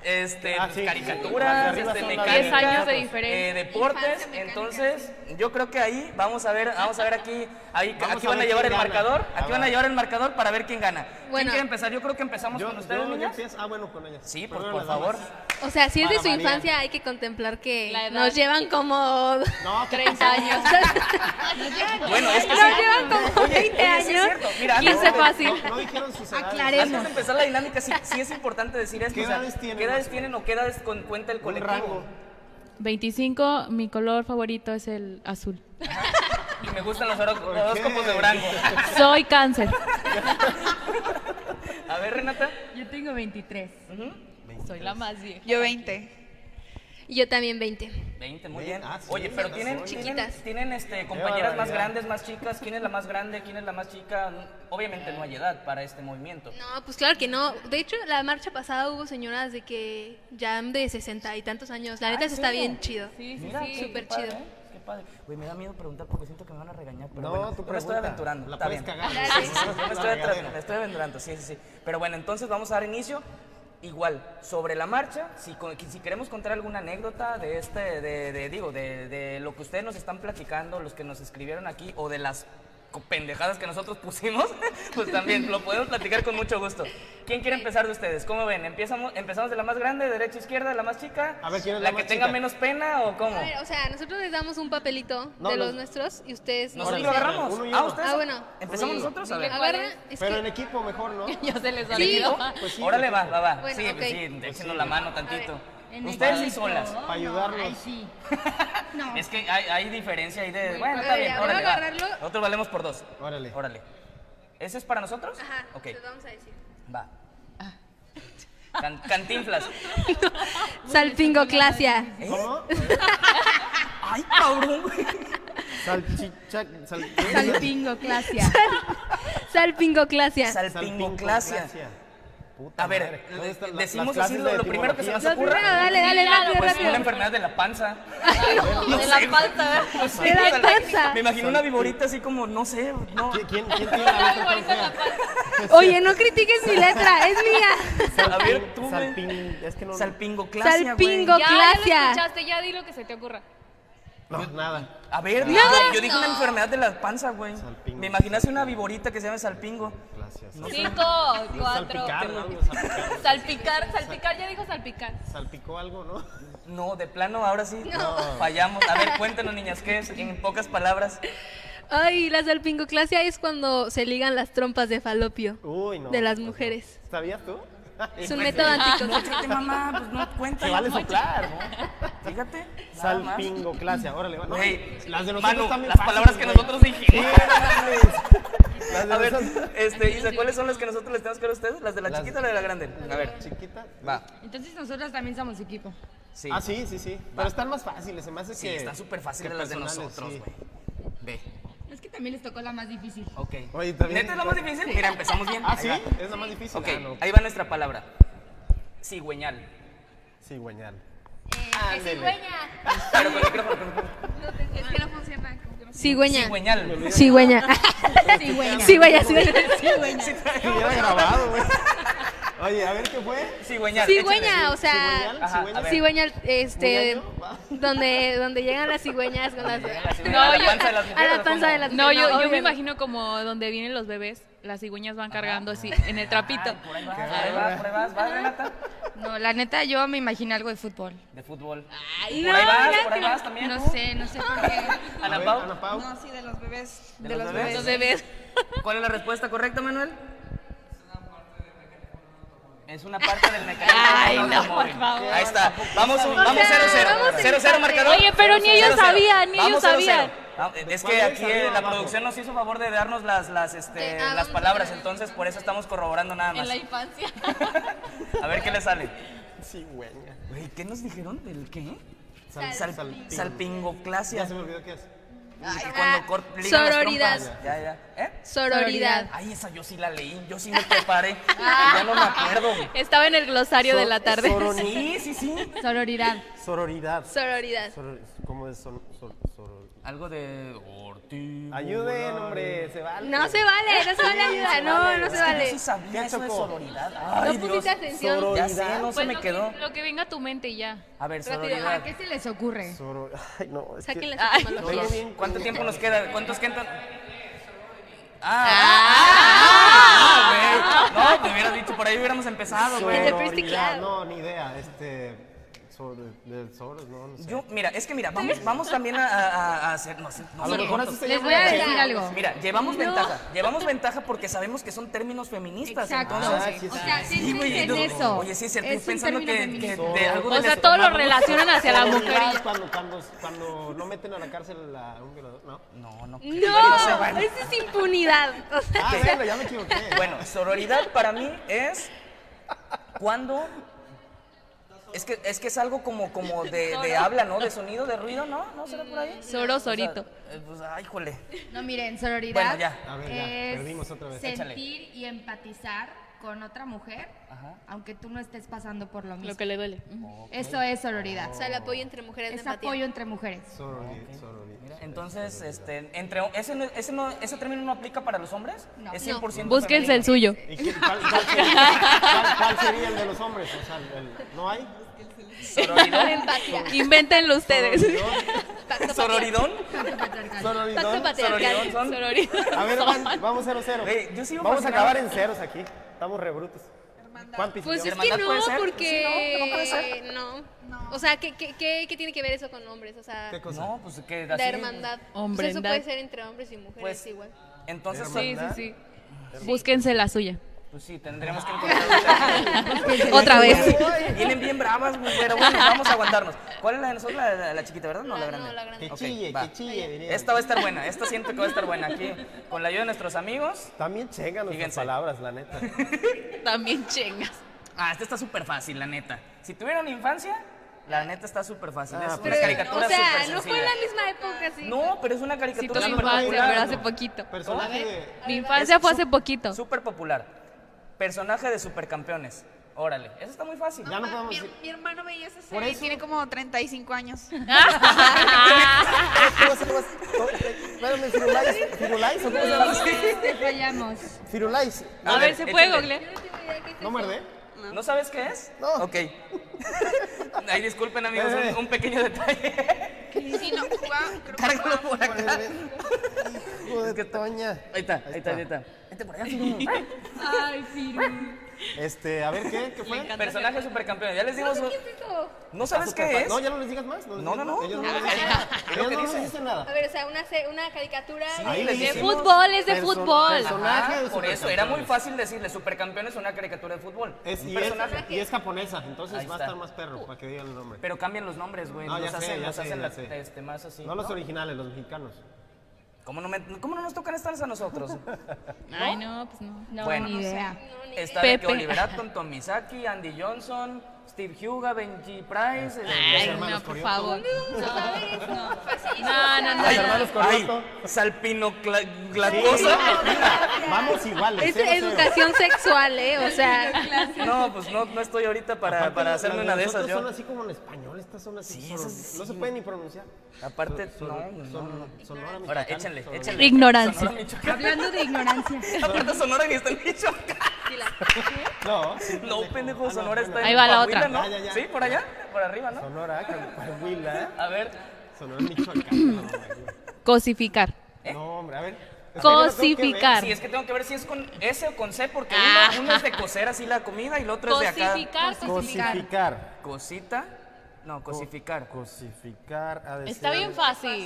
Speaker 1: este,
Speaker 2: Ah, sí. Las
Speaker 1: caricaturas,
Speaker 2: de arriba
Speaker 1: este,
Speaker 2: son las
Speaker 4: de
Speaker 1: mecánicas,
Speaker 4: 10 años de
Speaker 1: eh,
Speaker 4: diferencia.
Speaker 1: deportes.
Speaker 3: Infancia, mecánica,
Speaker 1: Entonces, yo creo que ahí vamos a ver, vamos a ver aquí, ahí,
Speaker 2: Vamos
Speaker 1: aquí
Speaker 2: a
Speaker 1: van a
Speaker 2: ver
Speaker 1: llevar el
Speaker 2: quién gana.
Speaker 1: marcador,
Speaker 2: Ah,
Speaker 1: aquí
Speaker 2: va.
Speaker 1: van a llevar el marcador para ver quién gana. ¿Quién
Speaker 3: Bueno.
Speaker 1: quiere empezar? Yo creo que empezamos
Speaker 2: Yo,
Speaker 1: con ustedes,
Speaker 2: yo, yo
Speaker 1: niñas.
Speaker 2: empiezo. Ah, bueno, con ella.
Speaker 1: Sí, por,
Speaker 2: Perdón,
Speaker 1: por
Speaker 2: las
Speaker 1: favor.
Speaker 2: damas.
Speaker 3: O sea, si es de
Speaker 2: Ana
Speaker 3: su
Speaker 2: María.
Speaker 3: infancia, hay que contemplar que
Speaker 4: La edad.
Speaker 3: nos llevan como
Speaker 2: No,
Speaker 3: 30 años.
Speaker 1: Bueno, es que
Speaker 3: nos
Speaker 1: sí.
Speaker 3: llevan como 20
Speaker 1: oye, sí es
Speaker 3: años.
Speaker 1: cierto. Mira, antes
Speaker 3: 15
Speaker 1: de-
Speaker 3: fácil.
Speaker 2: No, no dijeron sus edades.
Speaker 5: Aclaremos.
Speaker 1: Antes de empezar la dinámica, sí, sí es importante decir esto.
Speaker 2: ¿Qué
Speaker 1: o sea,
Speaker 2: edades tienen,
Speaker 1: ¿Qué edades
Speaker 2: más o
Speaker 1: tienen o qué edades con- cuenta el
Speaker 2: Un
Speaker 1: colectivo?
Speaker 2: rango.
Speaker 4: 25, mi color favorito es el azul.
Speaker 1: Y me gustan los horó-
Speaker 2: ¿Por
Speaker 1: horóscopos
Speaker 2: qué?
Speaker 1: de Durango.
Speaker 4: Soy cáncer.
Speaker 1: A ver, Renata.
Speaker 5: Yo tengo 23.
Speaker 4: Soy la más vieja.
Speaker 6: Yo 20.
Speaker 3: Y yo también 20.
Speaker 1: 20, muy
Speaker 2: Bien,
Speaker 1: bien.
Speaker 2: ah, sí,
Speaker 1: Oye, pero
Speaker 2: razón.
Speaker 1: tienen, tienen,
Speaker 3: Chiquitas.
Speaker 1: tienen, este, compañeras más
Speaker 2: barbaridad.
Speaker 1: grandes, más chicas. ¿Quién es la más grande? ¿Quién es la más chica? Obviamente no hay edad para este movimiento.
Speaker 3: No, pues claro que no. De hecho, la marcha pasada hubo señoras de que ya de 60 y tantos años. La neta,
Speaker 1: Ah,
Speaker 3: eso está
Speaker 1: ¿en serio?
Speaker 3: bien chido.
Speaker 4: Sí, sí,
Speaker 1: Mira,
Speaker 4: sí.
Speaker 1: qué
Speaker 3: Súper
Speaker 1: padre,
Speaker 3: chido.
Speaker 1: ¿eh? Qué padre. Güey, me da miedo preguntar porque siento que me van a regañar. Pero
Speaker 2: No,
Speaker 1: bueno,
Speaker 2: tú
Speaker 1: yo me estoy
Speaker 2: pregunta.
Speaker 1: aventurando.
Speaker 2: La
Speaker 1: está
Speaker 2: puedes
Speaker 1: bien.
Speaker 2: cagar.
Speaker 1: Sí, sí, sí, yo me estoy,
Speaker 2: La
Speaker 1: atra-
Speaker 2: regadera.
Speaker 1: me estoy aventurando, sí, sí, sí. Pero bueno, entonces vamos a dar inicio. Igual, sobre la marcha, si, con- si queremos contar alguna anécdota de este, de, de- digo, de, de lo que ustedes nos están platicando, los que nos escribieron aquí, o de las co- pendejadas que nosotros pusimos, pues también lo podemos platicar con mucho gusto. ¿Quién quiere empezar de ustedes? ¿Cómo ven? ¿Empezamos, empezamos de la más grande, derecha, izquierda, la más chica?
Speaker 2: A ver, ¿quién es la
Speaker 1: que
Speaker 2: más
Speaker 1: tenga
Speaker 2: chica?
Speaker 1: menos pena o cómo?
Speaker 3: A ver, o sea, nosotros les damos un papelito
Speaker 2: No,
Speaker 3: de
Speaker 2: los-
Speaker 3: los nuestros y ustedes nos
Speaker 1: Nosotros lo
Speaker 3: dicen.
Speaker 1: agarramos.
Speaker 2: Uno y
Speaker 1: Ah,
Speaker 2: uno.
Speaker 1: ustedes.
Speaker 3: Ah, bueno.
Speaker 1: Empezamos
Speaker 4: Uno y uno.
Speaker 1: nosotros a ver.
Speaker 4: Dile
Speaker 3: Agarra,
Speaker 4: ¿Cuál
Speaker 3: es
Speaker 2: Pero
Speaker 3: que-
Speaker 2: en equipo mejor, ¿no?
Speaker 4: Ya se les
Speaker 1: ¿El
Speaker 3: Sí,
Speaker 1: equipo?
Speaker 3: ajá.
Speaker 2: Pues sí,
Speaker 1: Órale,
Speaker 2: el
Speaker 1: va, va, va.
Speaker 3: Bueno,
Speaker 1: sí,
Speaker 3: ok.
Speaker 1: pues sí, échenos la mano tantito.
Speaker 5: En
Speaker 1: Ustedes sí
Speaker 5: equipo,
Speaker 1: solas.
Speaker 5: ¿no?
Speaker 2: Pa' ayudarnos.
Speaker 5: Ay, sí. No.
Speaker 1: Es que hay, hay diferencia ahí de. Bueno,
Speaker 3: a
Speaker 1: está
Speaker 3: ver,
Speaker 1: bien,
Speaker 3: ya,
Speaker 1: órale.
Speaker 3: voy a
Speaker 1: va.
Speaker 3: agarrarlo.
Speaker 1: Nosotros valemos por dos.
Speaker 2: Órale.
Speaker 1: Órale. ¿Ese es para nosotros?
Speaker 3: Ajá,
Speaker 1: Ok,
Speaker 3: se lo Ah. vamos a decir.
Speaker 1: va. Can- cantinflas.
Speaker 3: Salpingoclasia.
Speaker 1: ¿eh?
Speaker 2: ¿Cómo?
Speaker 1: ¡Ay, cabrón! güey.
Speaker 2: Salchicha. sal-
Speaker 5: Salpingo, clasia.
Speaker 3: Salpingoclasia.
Speaker 1: Salpingoclasia.
Speaker 2: Puta
Speaker 1: A ver, eh,
Speaker 2: madre, ¿dónde están la-
Speaker 1: decimos
Speaker 2: las
Speaker 1: así
Speaker 2: clases
Speaker 1: lo,
Speaker 2: de
Speaker 1: lo primero que se nos
Speaker 2: etimología?
Speaker 1: ocurra.
Speaker 3: Primero, dale, dale,
Speaker 4: Sí, claro,
Speaker 3: rápido,
Speaker 1: Pues una
Speaker 3: rápido.
Speaker 1: enfermedad de la panza.
Speaker 4: De la panza.
Speaker 1: No sé,
Speaker 3: De la
Speaker 1: o sea,
Speaker 3: panza.
Speaker 1: Me imagino una viborita así como, no sé, no.
Speaker 2: ¿Qui- ¿Quién, quién tiene la letra tan fea?
Speaker 3: Oye, no critiques mi letra, es mía.
Speaker 1: A ver, tú, güey.
Speaker 2: Salpin- Es que no.
Speaker 1: Salpingoclasia, güey.
Speaker 3: Salpingo.
Speaker 4: Ya, ya
Speaker 3: Clasia.
Speaker 4: lo escuchaste, ya di lo que se te ocurra.
Speaker 2: No, nada.
Speaker 1: A ver,
Speaker 3: Nada.
Speaker 1: dije- yo dije una enfermedad de la panza, güey.
Speaker 2: Salpingo.
Speaker 1: Me imaginaste una viborita que se llama salpingo.
Speaker 2: Gracias.
Speaker 4: Cinco, cuatro.
Speaker 2: Salpicar,
Speaker 4: tres.
Speaker 2: algo, salpicar.
Speaker 4: Salpicar, salpicar, ya dijo salpicar.
Speaker 2: Salpicó algo, ¿no?
Speaker 1: No, de plano, ahora sí. Fallamos. A ver, cuéntanos, niñas, ¿qué es? En pocas palabras.
Speaker 3: Ay, la salpingoclasia es cuando se ligan las trompas de falopio
Speaker 2: Uy, no.
Speaker 3: de las
Speaker 2: pues no.
Speaker 3: mujeres.
Speaker 2: ¿Sabías tú?
Speaker 3: Es
Speaker 1: pues
Speaker 3: un método anticonceptivo.
Speaker 1: Fíjate, Ah, mamá, pues no cuenta.
Speaker 2: Se vale soplar, ¿no?
Speaker 1: Fíjate. nada más.
Speaker 2: Salpingoclasia. Órale, va. No,
Speaker 1: Güey,
Speaker 2: las de nosotros
Speaker 1: Manu,
Speaker 2: están bien
Speaker 1: las
Speaker 2: fáciles,
Speaker 1: palabras que
Speaker 2: güey.
Speaker 1: nosotros dijimos.
Speaker 2: Sí, no mames. Las de
Speaker 1: A ver,
Speaker 2: nosotros-
Speaker 1: este, Isa, ¿cuáles son las que nosotros les tenemos que dar a ustedes? ¿Las de la
Speaker 2: Las-
Speaker 1: chiquita o la de la grande? A ver,
Speaker 2: Chiquita.
Speaker 1: va.
Speaker 5: Entonces nosotras también somos equipo.
Speaker 1: Sí.
Speaker 2: Ah, sí, sí, sí. Pero están más fáciles, se me hace
Speaker 1: Sí,
Speaker 2: que.
Speaker 1: están súper
Speaker 2: que
Speaker 1: fáciles las de
Speaker 2: personales,
Speaker 1: nosotros,
Speaker 2: sí.
Speaker 1: güey. Ve.
Speaker 5: Es que También les tocó la más difícil.
Speaker 1: Ok.
Speaker 2: Oye, también-
Speaker 1: ¿Neta es lo más difícil? Mira, empezamos bien.
Speaker 2: Ah,
Speaker 1: Ahí
Speaker 2: sí,
Speaker 1: va.
Speaker 2: es la más difícil.
Speaker 1: Ok,
Speaker 2: Ah, no.
Speaker 1: ahí va nuestra palabra. Cigüeñal.
Speaker 2: Cigüeñal.
Speaker 1: Ah,
Speaker 6: que cigüeña.
Speaker 1: Pero con el micrófono, con el micrófono.
Speaker 5: Es que no funciona.
Speaker 3: Cigüeña.
Speaker 1: Cigüeñal.
Speaker 3: Cigüeña.
Speaker 5: Cigüeña.
Speaker 3: Cigüeña, cigüeña.
Speaker 2: Que hubiera grabado, güey. Oye, a ver qué fue.
Speaker 1: Cigüeñal.
Speaker 3: Cigüeña,
Speaker 1: échale.
Speaker 3: o sea,
Speaker 1: Ajá, a ver.
Speaker 3: cigüeña, este,
Speaker 2: ¿Cigüeña yo? Va.
Speaker 3: donde, donde llegan las cigüeñas con las,
Speaker 1: Llega la
Speaker 4: No,
Speaker 1: cigüeña a la panza de las
Speaker 3: a
Speaker 4: yo-
Speaker 1: mujeres,
Speaker 3: la panza
Speaker 1: ¿cómo?
Speaker 3: de las
Speaker 4: No, yo, yo me
Speaker 3: obviamente.
Speaker 4: imagino como donde vienen los bebés, las cigüeñas van cargando así en el trapito.
Speaker 1: Ay, por ahí vas, por ahí vas, por ahí vas, vas, Renata.
Speaker 6: No, la neta, yo me imaginé algo de fútbol.
Speaker 1: De fútbol.
Speaker 6: Ay,
Speaker 1: Por ahí vas, por ahí vas también.
Speaker 6: No
Speaker 1: tú.
Speaker 6: sé, no sé por qué.
Speaker 2: A
Speaker 1: Ana
Speaker 2: ver,
Speaker 1: Pau.
Speaker 2: Ana Pau.
Speaker 6: No, sí, de los bebés.
Speaker 1: ¿De los bebés?
Speaker 6: Los bebés.
Speaker 1: ¿Cuál es la respuesta correcta, Manuel? Es una parte del mecanismo.
Speaker 6: Ay,
Speaker 1: del
Speaker 6: no,
Speaker 1: automóvil.
Speaker 6: por favor.
Speaker 1: Ahí está. Vamos 0-0.
Speaker 4: O sea, vamos en
Speaker 1: 0-0
Speaker 4: empate.
Speaker 1: marcador.
Speaker 4: Oye, pero ni ellos
Speaker 1: 0-0.
Speaker 4: sabían, ni ellos
Speaker 1: Vamos 0-0.
Speaker 4: sabían.
Speaker 1: Ah, Es que
Speaker 2: ¿Cuál es?
Speaker 1: aquí
Speaker 2: ¿Arriba
Speaker 1: eh,
Speaker 2: o
Speaker 1: la
Speaker 2: abajo?
Speaker 1: producción nos hizo favor de darnos las, las, este,
Speaker 3: Ah, vamos
Speaker 1: las
Speaker 3: a
Speaker 1: palabras,
Speaker 3: ver.
Speaker 1: entonces por eso estamos corroborando nada más.
Speaker 3: infancia.
Speaker 1: A ver qué le sale.
Speaker 2: Cigüeña.
Speaker 1: Güey, ¿qué nos dijeron del qué?
Speaker 2: Sal- salpingo.
Speaker 1: salpingoclasia.
Speaker 2: Ya se me olvidó qué es.
Speaker 4: ah,
Speaker 1: Cuando cort- ligan las
Speaker 3: sororidad.
Speaker 1: trompas. Ya, ya. ¿Eh?
Speaker 3: Sororidad.
Speaker 1: Ay, esa yo sí la leí, yo sí me preparé. ya no me acuerdo.
Speaker 4: Estaba en el glosario de la tarde.
Speaker 2: Soroni-
Speaker 1: Sí, sí, sí.
Speaker 5: Sororidad.
Speaker 2: Sororidad.
Speaker 3: Sororidad.
Speaker 2: Soror- ¿Cómo es? Sor- sor- soror-
Speaker 1: Algo de Ortiz.
Speaker 2: Ayuden, hombre, se vale.
Speaker 3: No se vale, no se vale ayuda, no, no se
Speaker 1: Yo
Speaker 3: vale.
Speaker 1: sí sabía
Speaker 2: ¿Qué
Speaker 1: eso de
Speaker 2: chocó?
Speaker 1: sororidad.
Speaker 3: No
Speaker 1: Ay, Dios.
Speaker 3: pusiste atención.
Speaker 2: Soro-
Speaker 1: Ya sé, no se
Speaker 4: Pues
Speaker 1: me
Speaker 4: lo que-
Speaker 1: quedó.
Speaker 4: Lo que venga a tu mente y ya.
Speaker 1: A ver,
Speaker 5: ¿A
Speaker 1: sororidad.
Speaker 5: ah, qué se les ocurre?
Speaker 2: Soro- Ay, no. es que-
Speaker 3: Saquen las
Speaker 4: Ay,
Speaker 2: Todo
Speaker 3: etimologías.
Speaker 2: bien con-
Speaker 1: ¿Cuánto tiempo nos queda? ¿Cuántos quedan? Ah, ah, ah, güey. No, te hubieras dicho, por ahí hubiéramos empezado, güey.
Speaker 3: Desde el fuiste
Speaker 2: Sororidad,
Speaker 3: claro.
Speaker 2: No, ni idea. Este. Sor, de, soros, no, no sé.
Speaker 1: Yo, mira, es que mira, vamos, vamos también a, a, a hacer. No, sé, no
Speaker 2: a
Speaker 1: sé,
Speaker 2: lo mejor así se
Speaker 5: Les
Speaker 2: llama
Speaker 5: voy a
Speaker 2: la-
Speaker 5: decir algo.
Speaker 1: Mira, llevamos ventaja. Llevamos ventaja porque sabemos que son términos feministas.
Speaker 5: Exacto.
Speaker 1: Entonces,
Speaker 2: Ah, sí,
Speaker 5: o
Speaker 2: sí,
Speaker 5: sea,
Speaker 2: sí.
Speaker 1: Sí, güey,
Speaker 5: céntrense en
Speaker 1: entonces-
Speaker 5: eso.
Speaker 1: Oye, sí, es cierto.
Speaker 5: Es
Speaker 1: yo
Speaker 5: un
Speaker 1: pensando que,
Speaker 5: término
Speaker 1: que
Speaker 5: feminista.
Speaker 1: de algo
Speaker 4: O
Speaker 1: de
Speaker 4: sea,
Speaker 1: les-
Speaker 4: todo lo relacionan hacia la
Speaker 2: Sororidad,
Speaker 4: mujer. y ya.
Speaker 2: Cuando, cuando, cuando no meten a la cárcel a un violador, ¿no?
Speaker 1: No, no.
Speaker 3: No, eso es impunidad. O sea,
Speaker 2: Ah, bueno, ya me equivoqué.
Speaker 1: Bueno, sororidad para mí es cuando. Es que, es que es algo como, como de, de habla, ¿no? De sonido, de ruido, ¿no? ¿No será por ahí?
Speaker 4: Soro, sorito.
Speaker 1: O sea, eh, pues, ay, jole.
Speaker 5: No, miren, sororidad
Speaker 1: Bueno, ya.
Speaker 2: A ver, ya,
Speaker 5: es
Speaker 2: perdimos otra vez,
Speaker 5: sentir
Speaker 1: échale.
Speaker 5: y empatizar con otra mujer,
Speaker 1: Ajá.
Speaker 5: aunque tú no estés pasando por lo mismo.
Speaker 4: Lo que le duele.
Speaker 5: Eso es sororidad.
Speaker 3: o sea, el apoyo entre mujeres de
Speaker 5: Es
Speaker 3: empatía.
Speaker 5: apoyo entre mujeres.
Speaker 2: Sororidad, sororidad.
Speaker 1: Mira, Entonces, este, entre, ese, no- ese, no- ese término no aplica para los hombres.
Speaker 5: No.
Speaker 1: Es
Speaker 5: No.
Speaker 1: 100%
Speaker 4: Búsquense el
Speaker 1: femenino.
Speaker 4: suyo.
Speaker 2: ¿Y qué- cuál, cuál sería, cuál- cuál sería el de los hombres? O sea, el- el- ¿no hay?
Speaker 1: ¿Sororidón?
Speaker 3: Empatía.
Speaker 4: Invéntenlo ustedes.
Speaker 1: ¿Sororidón?
Speaker 3: Pacto
Speaker 2: Sororidón.
Speaker 3: patriarcal.
Speaker 1: Sororidón.
Speaker 4: Sororidad.
Speaker 2: A ver, van- vamos 0-0.
Speaker 1: Güey, yo sigo
Speaker 2: Vamos a
Speaker 1: fascinado.
Speaker 2: acabar en ceros aquí. Estamos re brutos. Juanpi,
Speaker 3: Pues
Speaker 2: yo-
Speaker 3: es
Speaker 1: hermandad
Speaker 3: que no,
Speaker 1: puede ser?
Speaker 3: porque
Speaker 1: Sí, no, no puede ser.
Speaker 3: no. O sea, ¿qué, qué, qué, qué tiene que ver eso con hombres? O sea,
Speaker 2: ¿Qué cosa?
Speaker 1: No, pues que así-
Speaker 3: la hermandad.
Speaker 4: Hombrendad.
Speaker 3: O sea, eso puede ser entre hombres y mujeres
Speaker 1: Pues,
Speaker 3: igual.
Speaker 1: Entonces,
Speaker 4: Sí, sí, sí. Búsquense la suya.
Speaker 1: pues sí, tendremos que encontrar.
Speaker 4: Otra vez.
Speaker 1: un- Vienen bien bravas, güey, pero bueno, vamos a aguantarnos. ¿Cuál es la de nosotros? La, la- la chiquita, ¿verdad? No, la
Speaker 3: La-
Speaker 1: grande.
Speaker 3: no, la grande.
Speaker 2: Que
Speaker 1: Ok,
Speaker 2: chille,
Speaker 1: va.
Speaker 2: que chille. diría.
Speaker 1: Esta va a estar buena, esta siento que va a estar buena. Aquí, con la ayuda de nuestros amigos.
Speaker 2: También chéganos nuestras
Speaker 1: Fíjense.
Speaker 2: palabras, la neta.
Speaker 4: También chengas.
Speaker 1: Ah, esta está súper fácil, la neta. Si tuvieron infancia, la neta está súper fácil.
Speaker 2: Ah,
Speaker 1: es
Speaker 2: pues
Speaker 1: una
Speaker 2: sí.
Speaker 1: caricatura
Speaker 3: o sea,
Speaker 1: súper
Speaker 3: no fue
Speaker 1: sencilla.
Speaker 3: en la misma época, sí.
Speaker 1: No, pero es una
Speaker 4: Si
Speaker 1: caricatura
Speaker 4: tuve
Speaker 1: súper
Speaker 4: infancia, pero
Speaker 1: popular.
Speaker 4: hace poquito.
Speaker 2: Personaje de...
Speaker 4: Mi infancia
Speaker 1: Es
Speaker 4: fue
Speaker 1: su-
Speaker 4: hace poquito.
Speaker 1: Súper popular. Personaje de supercampeones. Órale, eso está muy fácil.
Speaker 2: Ya no podemos
Speaker 6: Mi,
Speaker 2: decir.
Speaker 6: mi hermano veía esa
Speaker 2: Por
Speaker 6: serie.
Speaker 2: eso-
Speaker 6: Tiene como 35 años.
Speaker 2: ¿Cómo se llama? Espérame, Firulais. ¿Firulais o cómo se llama?
Speaker 5: Te fallamos.
Speaker 2: Firulais.
Speaker 4: A ver, ¿se puede
Speaker 1: échale.
Speaker 4: googlear?
Speaker 2: ¿No muerde?
Speaker 1: ¿No sabes qué es?
Speaker 2: No.
Speaker 1: Ok. Ahí disculpen, amigos,
Speaker 2: Eh, eh.
Speaker 1: un, un pequeño detalle.
Speaker 6: Sí, no, jugaba, creo que
Speaker 1: Cárgalo por acá.
Speaker 2: Hijo de Toña.
Speaker 1: Ahí está, ahí está, ahí está. Vete por allá, Firu.
Speaker 5: Ay, Firu.
Speaker 2: Este, a ver, ¿qué? ¿Qué fue?
Speaker 1: Personaje supercampeón. Ya les dimos. un-
Speaker 3: Esto.
Speaker 1: ¿No sabes
Speaker 2: Superpa-
Speaker 1: qué es?
Speaker 2: No, ya no les digas más. les
Speaker 1: No,
Speaker 2: digas
Speaker 1: no, no.
Speaker 2: más. Ellos
Speaker 1: Ah,
Speaker 2: no les dicen nada. Ellos no les dicen
Speaker 3: A
Speaker 2: nada.
Speaker 3: ver, o sea, una, se- una caricatura de-
Speaker 2: Ahí les
Speaker 1: de
Speaker 4: De
Speaker 2: dicen.
Speaker 4: fútbol, es de
Speaker 2: Perso-
Speaker 4: fútbol.
Speaker 1: Ajá,
Speaker 2: Personaje de
Speaker 1: Ah, por eso, era muy
Speaker 2: supercampeones.
Speaker 1: fácil decirle supercampeón es una caricatura de fútbol.
Speaker 2: Es,
Speaker 1: un
Speaker 2: y, es,
Speaker 1: personaje.
Speaker 2: y es japonesa, entonces
Speaker 1: Ahí
Speaker 2: va a
Speaker 1: está.
Speaker 2: estar más perro para que digan el nombre.
Speaker 1: Pero cambian los nombres, güey.
Speaker 2: No,
Speaker 1: los
Speaker 2: ya sé,
Speaker 1: hacen,
Speaker 2: ya
Speaker 1: los
Speaker 2: sé,
Speaker 1: hacen
Speaker 2: ya
Speaker 1: la-
Speaker 2: sé.
Speaker 1: este, más así.
Speaker 2: no los originales, los mexicanos.
Speaker 1: ¿Cómo no, me- cómo no nos tocan estas a nosotros?
Speaker 4: Ay, no, pues no.
Speaker 5: No,
Speaker 1: Bueno.
Speaker 5: ni idea.
Speaker 1: Está de que
Speaker 4: Pepe.
Speaker 1: Oliveraton, Tom Misaki, Andy Johnson, Steve Huga, Benji Price. eh,
Speaker 4: Ay,
Speaker 2: hermanos
Speaker 4: no, por
Speaker 2: Corioto.
Speaker 4: favor.
Speaker 3: No,
Speaker 4: No, no,
Speaker 2: Los
Speaker 4: no.
Speaker 2: hermanos Corioto.
Speaker 1: Salpino
Speaker 2: Sí. Vamos iguales.
Speaker 3: Es
Speaker 2: ¿eh? No sé.
Speaker 3: educación sexual, ¿eh? O sea,
Speaker 1: No, pues no, no estoy ahorita para,
Speaker 2: Aparte,
Speaker 1: para
Speaker 2: las-
Speaker 1: hacerme
Speaker 2: las
Speaker 1: una de esas
Speaker 2: nosotros
Speaker 1: yo.
Speaker 2: Son así como en español, estas son así.
Speaker 1: Sí,
Speaker 2: son-
Speaker 1: esas sí.
Speaker 2: No se pueden ni pronunciar.
Speaker 1: Aparte,
Speaker 2: Son-
Speaker 1: no,
Speaker 2: son-
Speaker 1: no,
Speaker 2: son-
Speaker 1: no.
Speaker 2: Sonora,
Speaker 1: Ahora,
Speaker 2: Michoacán,
Speaker 1: échenle,
Speaker 2: Sonora.
Speaker 1: échenle.
Speaker 4: Ignorancia.
Speaker 1: Sonora, Michoacán.
Speaker 5: Hablando de ignorancia.
Speaker 1: Aparte, Sonora ni está en Michoacán.
Speaker 2: No, sí,
Speaker 1: No, pendejo,
Speaker 2: Ah,
Speaker 1: Sonora
Speaker 2: bueno.
Speaker 1: está en
Speaker 4: Ahí va la
Speaker 1: Coahuila,
Speaker 4: otra.
Speaker 1: ¿no?
Speaker 2: Ya, ya, ya.
Speaker 1: Sí, por allá, por arriba, ¿no?
Speaker 2: Sonora, Can- Coahuila,
Speaker 1: A ver,
Speaker 2: Sonora, Michoacán. no, güey.
Speaker 4: Cosificar.
Speaker 1: ¿Eh?
Speaker 2: No, hombre, a ver. Es que yo tengo que ver.
Speaker 4: Cosificar.
Speaker 1: sí, es que tengo que ver si es con S o con C, porque
Speaker 4: Ah.
Speaker 1: uno, uno es de cocer así la comida y el otro es de acá.
Speaker 4: Cosificar, cosificar.
Speaker 2: Cosificar.
Speaker 1: Cosita. No, cosificar.
Speaker 2: Cosificar. ha de
Speaker 4: Está
Speaker 2: ser-
Speaker 4: bien fácil.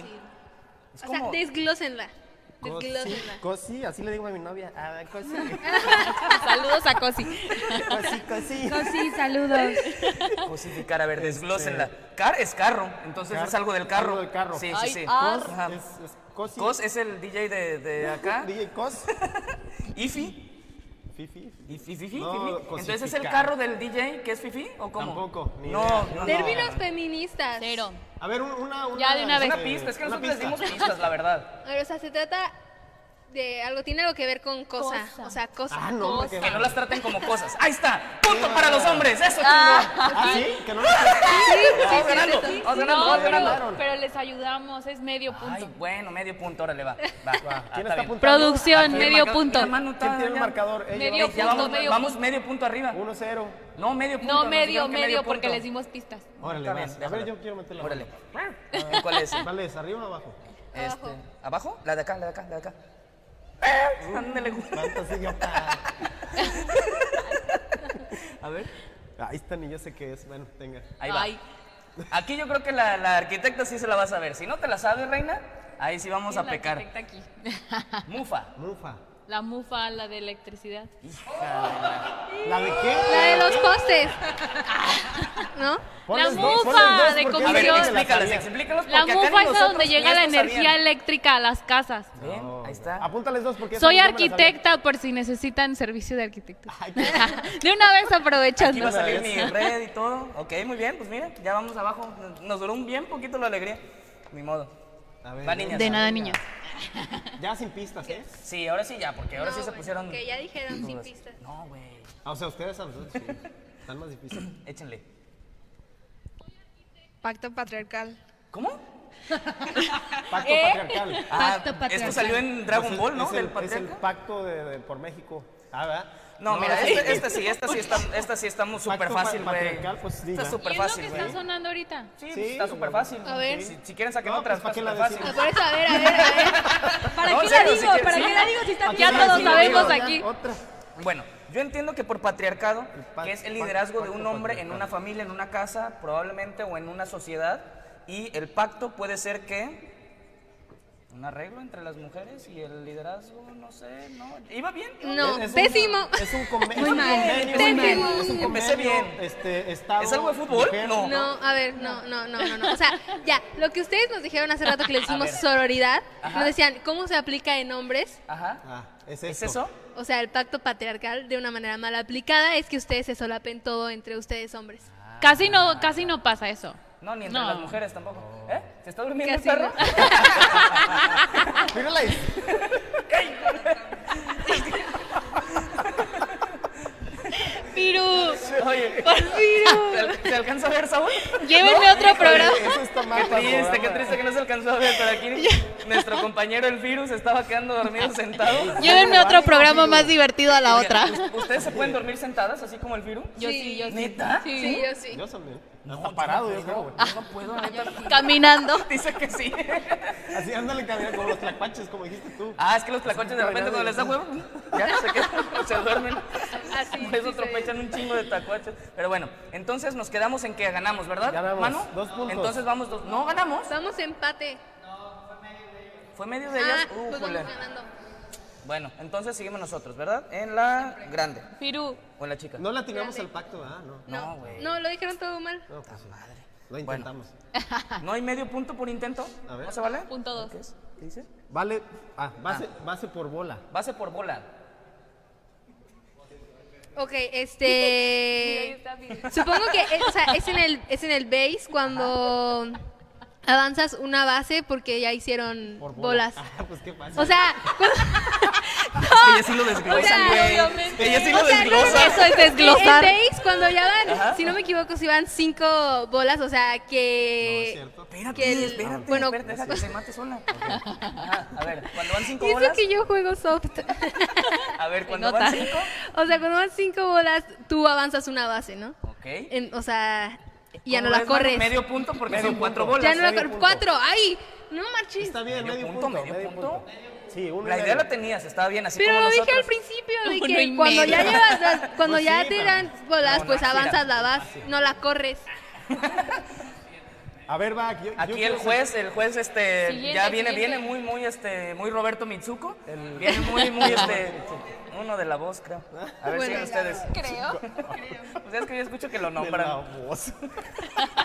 Speaker 1: Es
Speaker 3: o sea,
Speaker 1: como-
Speaker 3: desglósenla.
Speaker 2: Cosi,
Speaker 3: Desglósenla.
Speaker 2: cosi, así le digo a mi novia. A ver, cosi,
Speaker 4: Saludos a Cosi.
Speaker 2: cosi, cosi.
Speaker 5: No, sí, saludos.
Speaker 1: Cosificar, a ver, desglósenla. Car es carro, entonces
Speaker 2: Car-
Speaker 1: es algo del carro.
Speaker 2: algo del carro.
Speaker 1: Sí, sí,
Speaker 4: Ay,
Speaker 1: sí.
Speaker 4: ar.
Speaker 1: Ajá.
Speaker 2: Es, es cosi.
Speaker 1: Cos es el DJ de, de acá.
Speaker 2: DJ Cos.
Speaker 1: Ifi.
Speaker 2: Fifi.
Speaker 1: Ifi, Fifi,
Speaker 2: No,
Speaker 1: Fifi.
Speaker 2: cosificar.
Speaker 1: Entonces es el carro del DJ que es Fifi o cómo?
Speaker 2: Tampoco, ni
Speaker 1: No,
Speaker 2: idea.
Speaker 1: no, no.
Speaker 3: Términos feministas.
Speaker 4: Cero.
Speaker 2: A ver, un- una, una.
Speaker 4: Ya, de una vez.
Speaker 1: Una
Speaker 2: eh,
Speaker 1: pista, es que
Speaker 2: una
Speaker 1: nosotros les
Speaker 2: pista.
Speaker 1: dimos pistas, la verdad.
Speaker 3: A ver, o sea, se trata de algo, tiene algo que ver con cosa.
Speaker 4: Cosa.
Speaker 3: O sea, cosa.
Speaker 2: Ah, no, hombre,
Speaker 3: cosa.
Speaker 1: Que no las traten como cosas. Ahí está. Punto para los hombres. Eso, chingón.
Speaker 2: ¿Ah, sí? Que no Ah,
Speaker 1: Vamos ganando. Vamos ganando.
Speaker 4: No,
Speaker 1: Vamos ganando.
Speaker 4: pero, pero les ayudamos, es medio
Speaker 1: Ay,
Speaker 4: punto.
Speaker 1: bueno, medio punto, órale, va. va, va.
Speaker 2: ¿Quién
Speaker 1: Ah,
Speaker 2: está
Speaker 1: bien.
Speaker 2: apuntando?
Speaker 4: Producción,
Speaker 1: Tiene
Speaker 4: medio
Speaker 1: marcado-
Speaker 4: punto.
Speaker 1: la mano está
Speaker 2: ¿Quién tiene el
Speaker 1: ya-
Speaker 2: marcador? Ella
Speaker 4: Medio
Speaker 2: va-
Speaker 1: Ya
Speaker 4: punto,
Speaker 1: vamos,
Speaker 4: medio
Speaker 1: vamos medio punto arriba.
Speaker 2: 1-0.
Speaker 1: No, medio punto.
Speaker 4: No,
Speaker 1: nos
Speaker 4: medio,
Speaker 1: dijeron que
Speaker 4: medio, porque
Speaker 1: punto.
Speaker 4: les dimos pistas.
Speaker 2: Órale,
Speaker 1: Está
Speaker 2: vas.
Speaker 1: bien,
Speaker 2: A ver,
Speaker 1: déjalo.
Speaker 2: yo quiero meter la
Speaker 1: Órale.
Speaker 2: mano.
Speaker 1: ¿En cuál es?
Speaker 2: ¿Cuál es? ¿Arriba o abajo?
Speaker 1: Este, ¿Abajo? La de acá, la de acá, la de acá.
Speaker 2: Uh.
Speaker 1: Ándale, güey.
Speaker 2: ¿Cuántos idiota?
Speaker 1: A ver,
Speaker 2: Ahí está, ni yo sé qué es. Bueno, tenga.
Speaker 1: ahí va.
Speaker 4: Ay.
Speaker 1: Aquí yo creo que la, la arquitecta sí se la va a saber. Si no te la sabes, reina, ahí sí vamos a
Speaker 4: La
Speaker 1: pecar.
Speaker 4: arquitecta aquí.
Speaker 1: Mufa.
Speaker 2: Mufa.
Speaker 4: La mufa, la de electricidad.
Speaker 2: ¿La de qué?
Speaker 3: La de los postes. ¿No?
Speaker 2: Ponles
Speaker 4: La
Speaker 2: dos,
Speaker 4: mufa
Speaker 2: ponles dos,
Speaker 4: de
Speaker 2: porque
Speaker 1: A
Speaker 4: comisión.
Speaker 1: ver,
Speaker 2: yo
Speaker 4: Dios.
Speaker 2: sé que la
Speaker 1: explícalas,
Speaker 2: sabía.
Speaker 1: explícalas porque
Speaker 4: La
Speaker 1: acá
Speaker 4: mufa
Speaker 1: ni
Speaker 4: es a
Speaker 1: nosotros
Speaker 4: donde
Speaker 1: ni
Speaker 4: llega la
Speaker 1: estos sabían.
Speaker 4: energía eléctrica a las casas.
Speaker 1: Bien,
Speaker 2: No,
Speaker 1: ahí está.
Speaker 2: Apúntales dos porque.
Speaker 4: Soy
Speaker 2: esas no me las
Speaker 4: arquitecta por si necesitan servicio de arquitecto.
Speaker 2: Ay,
Speaker 4: De una vez
Speaker 1: Aquí
Speaker 4: aprovechando.
Speaker 1: va a salir mi
Speaker 2: Una vez.
Speaker 1: red y todo. Ok, muy bien, pues mira, ya vamos abajo. Nos duró un bien poquito la alegría. Ni modo.
Speaker 2: A ver,
Speaker 1: Va,
Speaker 2: venga.
Speaker 1: niñas.
Speaker 4: De nada,
Speaker 2: Venga.
Speaker 4: niñas.
Speaker 2: Ya sin pistas, ¿eh?
Speaker 1: Sí, ahora sí ya, porque ahora
Speaker 3: No,
Speaker 1: sí se
Speaker 3: güey,
Speaker 1: pusieron.
Speaker 3: Que ya dijeron sin
Speaker 1: dudas.
Speaker 3: pistas.
Speaker 1: No, güey.
Speaker 2: Ah, O sea, ustedes a nosotros sí. Están más difíciles.
Speaker 1: Échenle.
Speaker 6: Pacto patriarcal.
Speaker 1: ¿Cómo? Ah,
Speaker 2: Pacto patriarcal.
Speaker 5: Pacto
Speaker 1: esto
Speaker 5: patriarcal.
Speaker 1: salió en Eh. Dragon
Speaker 2: Es el-
Speaker 1: Ball, ¿no?
Speaker 2: es
Speaker 1: Del
Speaker 2: el- Es el
Speaker 1: patriarca.
Speaker 2: pacto de, de- por México. Ah, ¿verdad?
Speaker 1: No, mira,
Speaker 2: es-
Speaker 1: esta, esta sí, esta sí está, esta sí está muy súper
Speaker 2: Pacto pa-
Speaker 1: fácil, güey.
Speaker 2: patriarcal, pues, sí,
Speaker 1: está
Speaker 2: ya.
Speaker 1: súper
Speaker 4: Y es lo
Speaker 1: fácil,
Speaker 4: que
Speaker 1: güey.
Speaker 4: está sonando ahorita.
Speaker 1: Sí,
Speaker 2: Sí,
Speaker 1: está súper fácil.
Speaker 3: A ver.
Speaker 1: Si, si quieren sacar
Speaker 2: No,
Speaker 1: otra,
Speaker 2: pues, ¿para qué
Speaker 1: está
Speaker 2: la
Speaker 1: súper fácil.
Speaker 3: Ah, Por eso, a ver, a ver, a ver.
Speaker 5: ¿Para
Speaker 1: No,
Speaker 5: qué
Speaker 1: en
Speaker 5: la
Speaker 1: serio,
Speaker 5: digo?
Speaker 1: si quieres,
Speaker 5: ¿Para
Speaker 1: sí.
Speaker 5: qué la digo si está
Speaker 4: Ya
Speaker 5: bien?
Speaker 4: todos
Speaker 1: sí,
Speaker 4: sabemos
Speaker 1: sí,
Speaker 4: aquí.
Speaker 2: Otra.
Speaker 1: Bueno, yo entiendo que por patriarcado,
Speaker 2: pac-
Speaker 1: que es el
Speaker 2: pac-
Speaker 1: liderazgo de
Speaker 2: pacto
Speaker 1: un hombre en
Speaker 2: patriarcal.
Speaker 1: una familia, en una casa, probablemente, o en una sociedad, y el pacto puede ser que... Un arreglo entre las mujeres y el liderazgo, no sé, no. ¿Iba bien?
Speaker 4: Mm.
Speaker 3: No,
Speaker 2: Es- es un-
Speaker 3: pésimo.
Speaker 2: Es un convenio.
Speaker 5: Muy
Speaker 2: es un
Speaker 5: mal,
Speaker 2: convenio,
Speaker 5: muy
Speaker 2: es
Speaker 5: mal.
Speaker 2: un
Speaker 1: Empecé
Speaker 2: convenio,
Speaker 1: bien.
Speaker 2: Este, estado,
Speaker 1: ¿Es algo de fútbol?
Speaker 2: mujer.
Speaker 1: No.
Speaker 3: No, a ver, no, no, no, no, no. O sea, ya, lo que ustedes nos dijeron hace rato que le decimos
Speaker 1: ver.
Speaker 3: sororidad,
Speaker 1: Ajá.
Speaker 3: nos decían cómo se aplica en hombres,
Speaker 1: Ajá.
Speaker 2: Ah, es
Speaker 1: ¿Es
Speaker 2: esto.
Speaker 1: eso?
Speaker 3: o sea, el pacto patriarcal de una manera mal aplicada es que ustedes se solapen todo entre ustedes hombres.
Speaker 4: Casi no, casi no pasa eso.
Speaker 1: No, ni entre
Speaker 4: No.
Speaker 1: las mujeres tampoco. ¿Eh? ¿Se está durmiendo el
Speaker 3: Casi
Speaker 1: perro?
Speaker 2: Mírala ahí.
Speaker 4: Piru,
Speaker 1: Oye,
Speaker 4: por Piru.
Speaker 1: ¿se al- ¿se alcanza a ver, Saúl?
Speaker 4: Llévenme a otro programa.
Speaker 2: Eso está mal.
Speaker 1: Qué
Speaker 2: para el
Speaker 1: triste, qué
Speaker 2: programa.
Speaker 1: triste que no se alcanzó a ver, pero aquí nuestro compañero el virus estaba quedando dormido sentado.
Speaker 4: Llévenme a otro programa más divertido a la otra.
Speaker 1: Mira, ¿Ustedes se pueden dormir sentadas así como el virus?
Speaker 4: Yo sí, yo sí.
Speaker 1: ¿Neta?
Speaker 4: Sí. Ah.
Speaker 3: Sí, yo sí.
Speaker 2: Yo también. No, está parado, yo creo, güey.
Speaker 1: No puedo, neta.
Speaker 4: Caminando.
Speaker 1: Dice que sí.
Speaker 2: Así ándale caminando como los tlacuaches, como dijiste tú.
Speaker 1: Ah, es que los tlacoches de repente cuando les da huevo, ya se quedan, se duermen.
Speaker 4: Ah,
Speaker 3: Así,
Speaker 1: Por eso
Speaker 3: sí,
Speaker 1: tropechan un chingo de tlacuaches. Pero bueno, entonces nos quedamos en que ganamos, ¿verdad?
Speaker 2: Ganamos,
Speaker 1: Manu?
Speaker 2: dos puntos.
Speaker 1: Entonces vamos dos. No ganamos.
Speaker 3: Vamos empate.
Speaker 1: Fue medio de ellas.
Speaker 3: Ah,
Speaker 1: Uh,
Speaker 3: pues
Speaker 1: jule.
Speaker 3: vamos ganando.
Speaker 1: Bueno, entonces seguimos nosotros, ¿verdad? En la grande.
Speaker 4: Piru,
Speaker 1: O en la chica.
Speaker 2: No la tiramos al pacto, ¿ah? No.
Speaker 1: No,
Speaker 3: No,
Speaker 1: güey.
Speaker 3: no, lo dijeron todo mal.
Speaker 2: No,
Speaker 1: Ah,
Speaker 2: pues sí. Lo intentamos.
Speaker 1: ¿No hay medio punto por intento?
Speaker 2: A ver.
Speaker 1: ¿No se vale?
Speaker 4: punto dos.
Speaker 1: ¿Qué es? ¿Qué dice?
Speaker 2: Vale, ah, base, base por bola.
Speaker 1: Base por bola.
Speaker 3: Ok,
Speaker 1: Eh,
Speaker 3: este. Supongo que es, o sea, es en el, es en el base cuando avanzas una base porque ya hicieron
Speaker 2: Por bola.
Speaker 3: bolas.
Speaker 2: Ah, pues qué pasa.
Speaker 3: O sea, cuando-
Speaker 1: Ella sí lo desglosa,
Speaker 3: o sea,
Speaker 1: güey.
Speaker 4: obviamente.
Speaker 1: Ella sí
Speaker 3: o
Speaker 1: lo
Speaker 3: sea, no,
Speaker 1: desglosa.
Speaker 4: eso es desglosar.
Speaker 3: En base cuando ya van,
Speaker 1: Ajá.
Speaker 3: si no me equivoco, si van cinco bolas, o sea
Speaker 2: es
Speaker 3: que.
Speaker 2: cierto.
Speaker 1: Espérate,
Speaker 3: que el-
Speaker 1: espérate,
Speaker 3: bueno,
Speaker 1: espérate, deja que se mate sola. Ajá, a ver, cuando van cinco
Speaker 3: Y eso
Speaker 1: bolas,
Speaker 3: que yo juego soft.
Speaker 1: a ver, cuando
Speaker 4: nota.
Speaker 1: van cinco,
Speaker 3: O sea, cuando van cinco bolas, tú avanzas una base, ¿no?
Speaker 1: ok.
Speaker 3: En- o sea, y ya no
Speaker 1: ¿Cómo
Speaker 3: la
Speaker 1: ves, mano?
Speaker 3: corres.
Speaker 1: Medio punto porque
Speaker 2: Medio
Speaker 1: son cuatro
Speaker 2: punto.
Speaker 1: bolas.
Speaker 3: ya no la
Speaker 2: medio
Speaker 3: corres.
Speaker 2: punto.
Speaker 3: Cuatro, ay, no marches.
Speaker 2: Está bien,
Speaker 1: Medio
Speaker 2: medio
Speaker 1: punto,
Speaker 2: punto.
Speaker 1: medio punto.
Speaker 2: Sí, uno y
Speaker 1: La idea
Speaker 2: medio.
Speaker 1: la tenías, estaba bien, así
Speaker 3: Pero
Speaker 1: como
Speaker 3: lo dije
Speaker 1: nosotros.
Speaker 3: al principio de
Speaker 4: Uno
Speaker 3: que
Speaker 4: y
Speaker 3: cuando
Speaker 4: medio.
Speaker 3: ya llevas las, cuando
Speaker 2: Pues
Speaker 3: ya
Speaker 2: sí,
Speaker 3: te
Speaker 2: pero-
Speaker 3: dan bolas,
Speaker 1: No,
Speaker 3: pues
Speaker 1: no, sí,
Speaker 3: avanzas
Speaker 1: era-
Speaker 3: la base, no la corres.
Speaker 2: A ver, va. Yo, yo
Speaker 1: Aquí
Speaker 2: quiero
Speaker 1: el
Speaker 2: ser-
Speaker 1: juez, el juez este
Speaker 4: Siguiente,
Speaker 1: ya viene,
Speaker 4: siguiente.
Speaker 1: viene muy, muy, este, muy Roberto Mitsuko.
Speaker 2: El-
Speaker 1: Viene muy, muy este. Uno de la voz, creo. A ver si
Speaker 3: Bueno.
Speaker 1: ustedes.
Speaker 6: Creo.
Speaker 1: Ustedes que yo escucho que lo
Speaker 2: de la
Speaker 1: nombran.
Speaker 2: voz.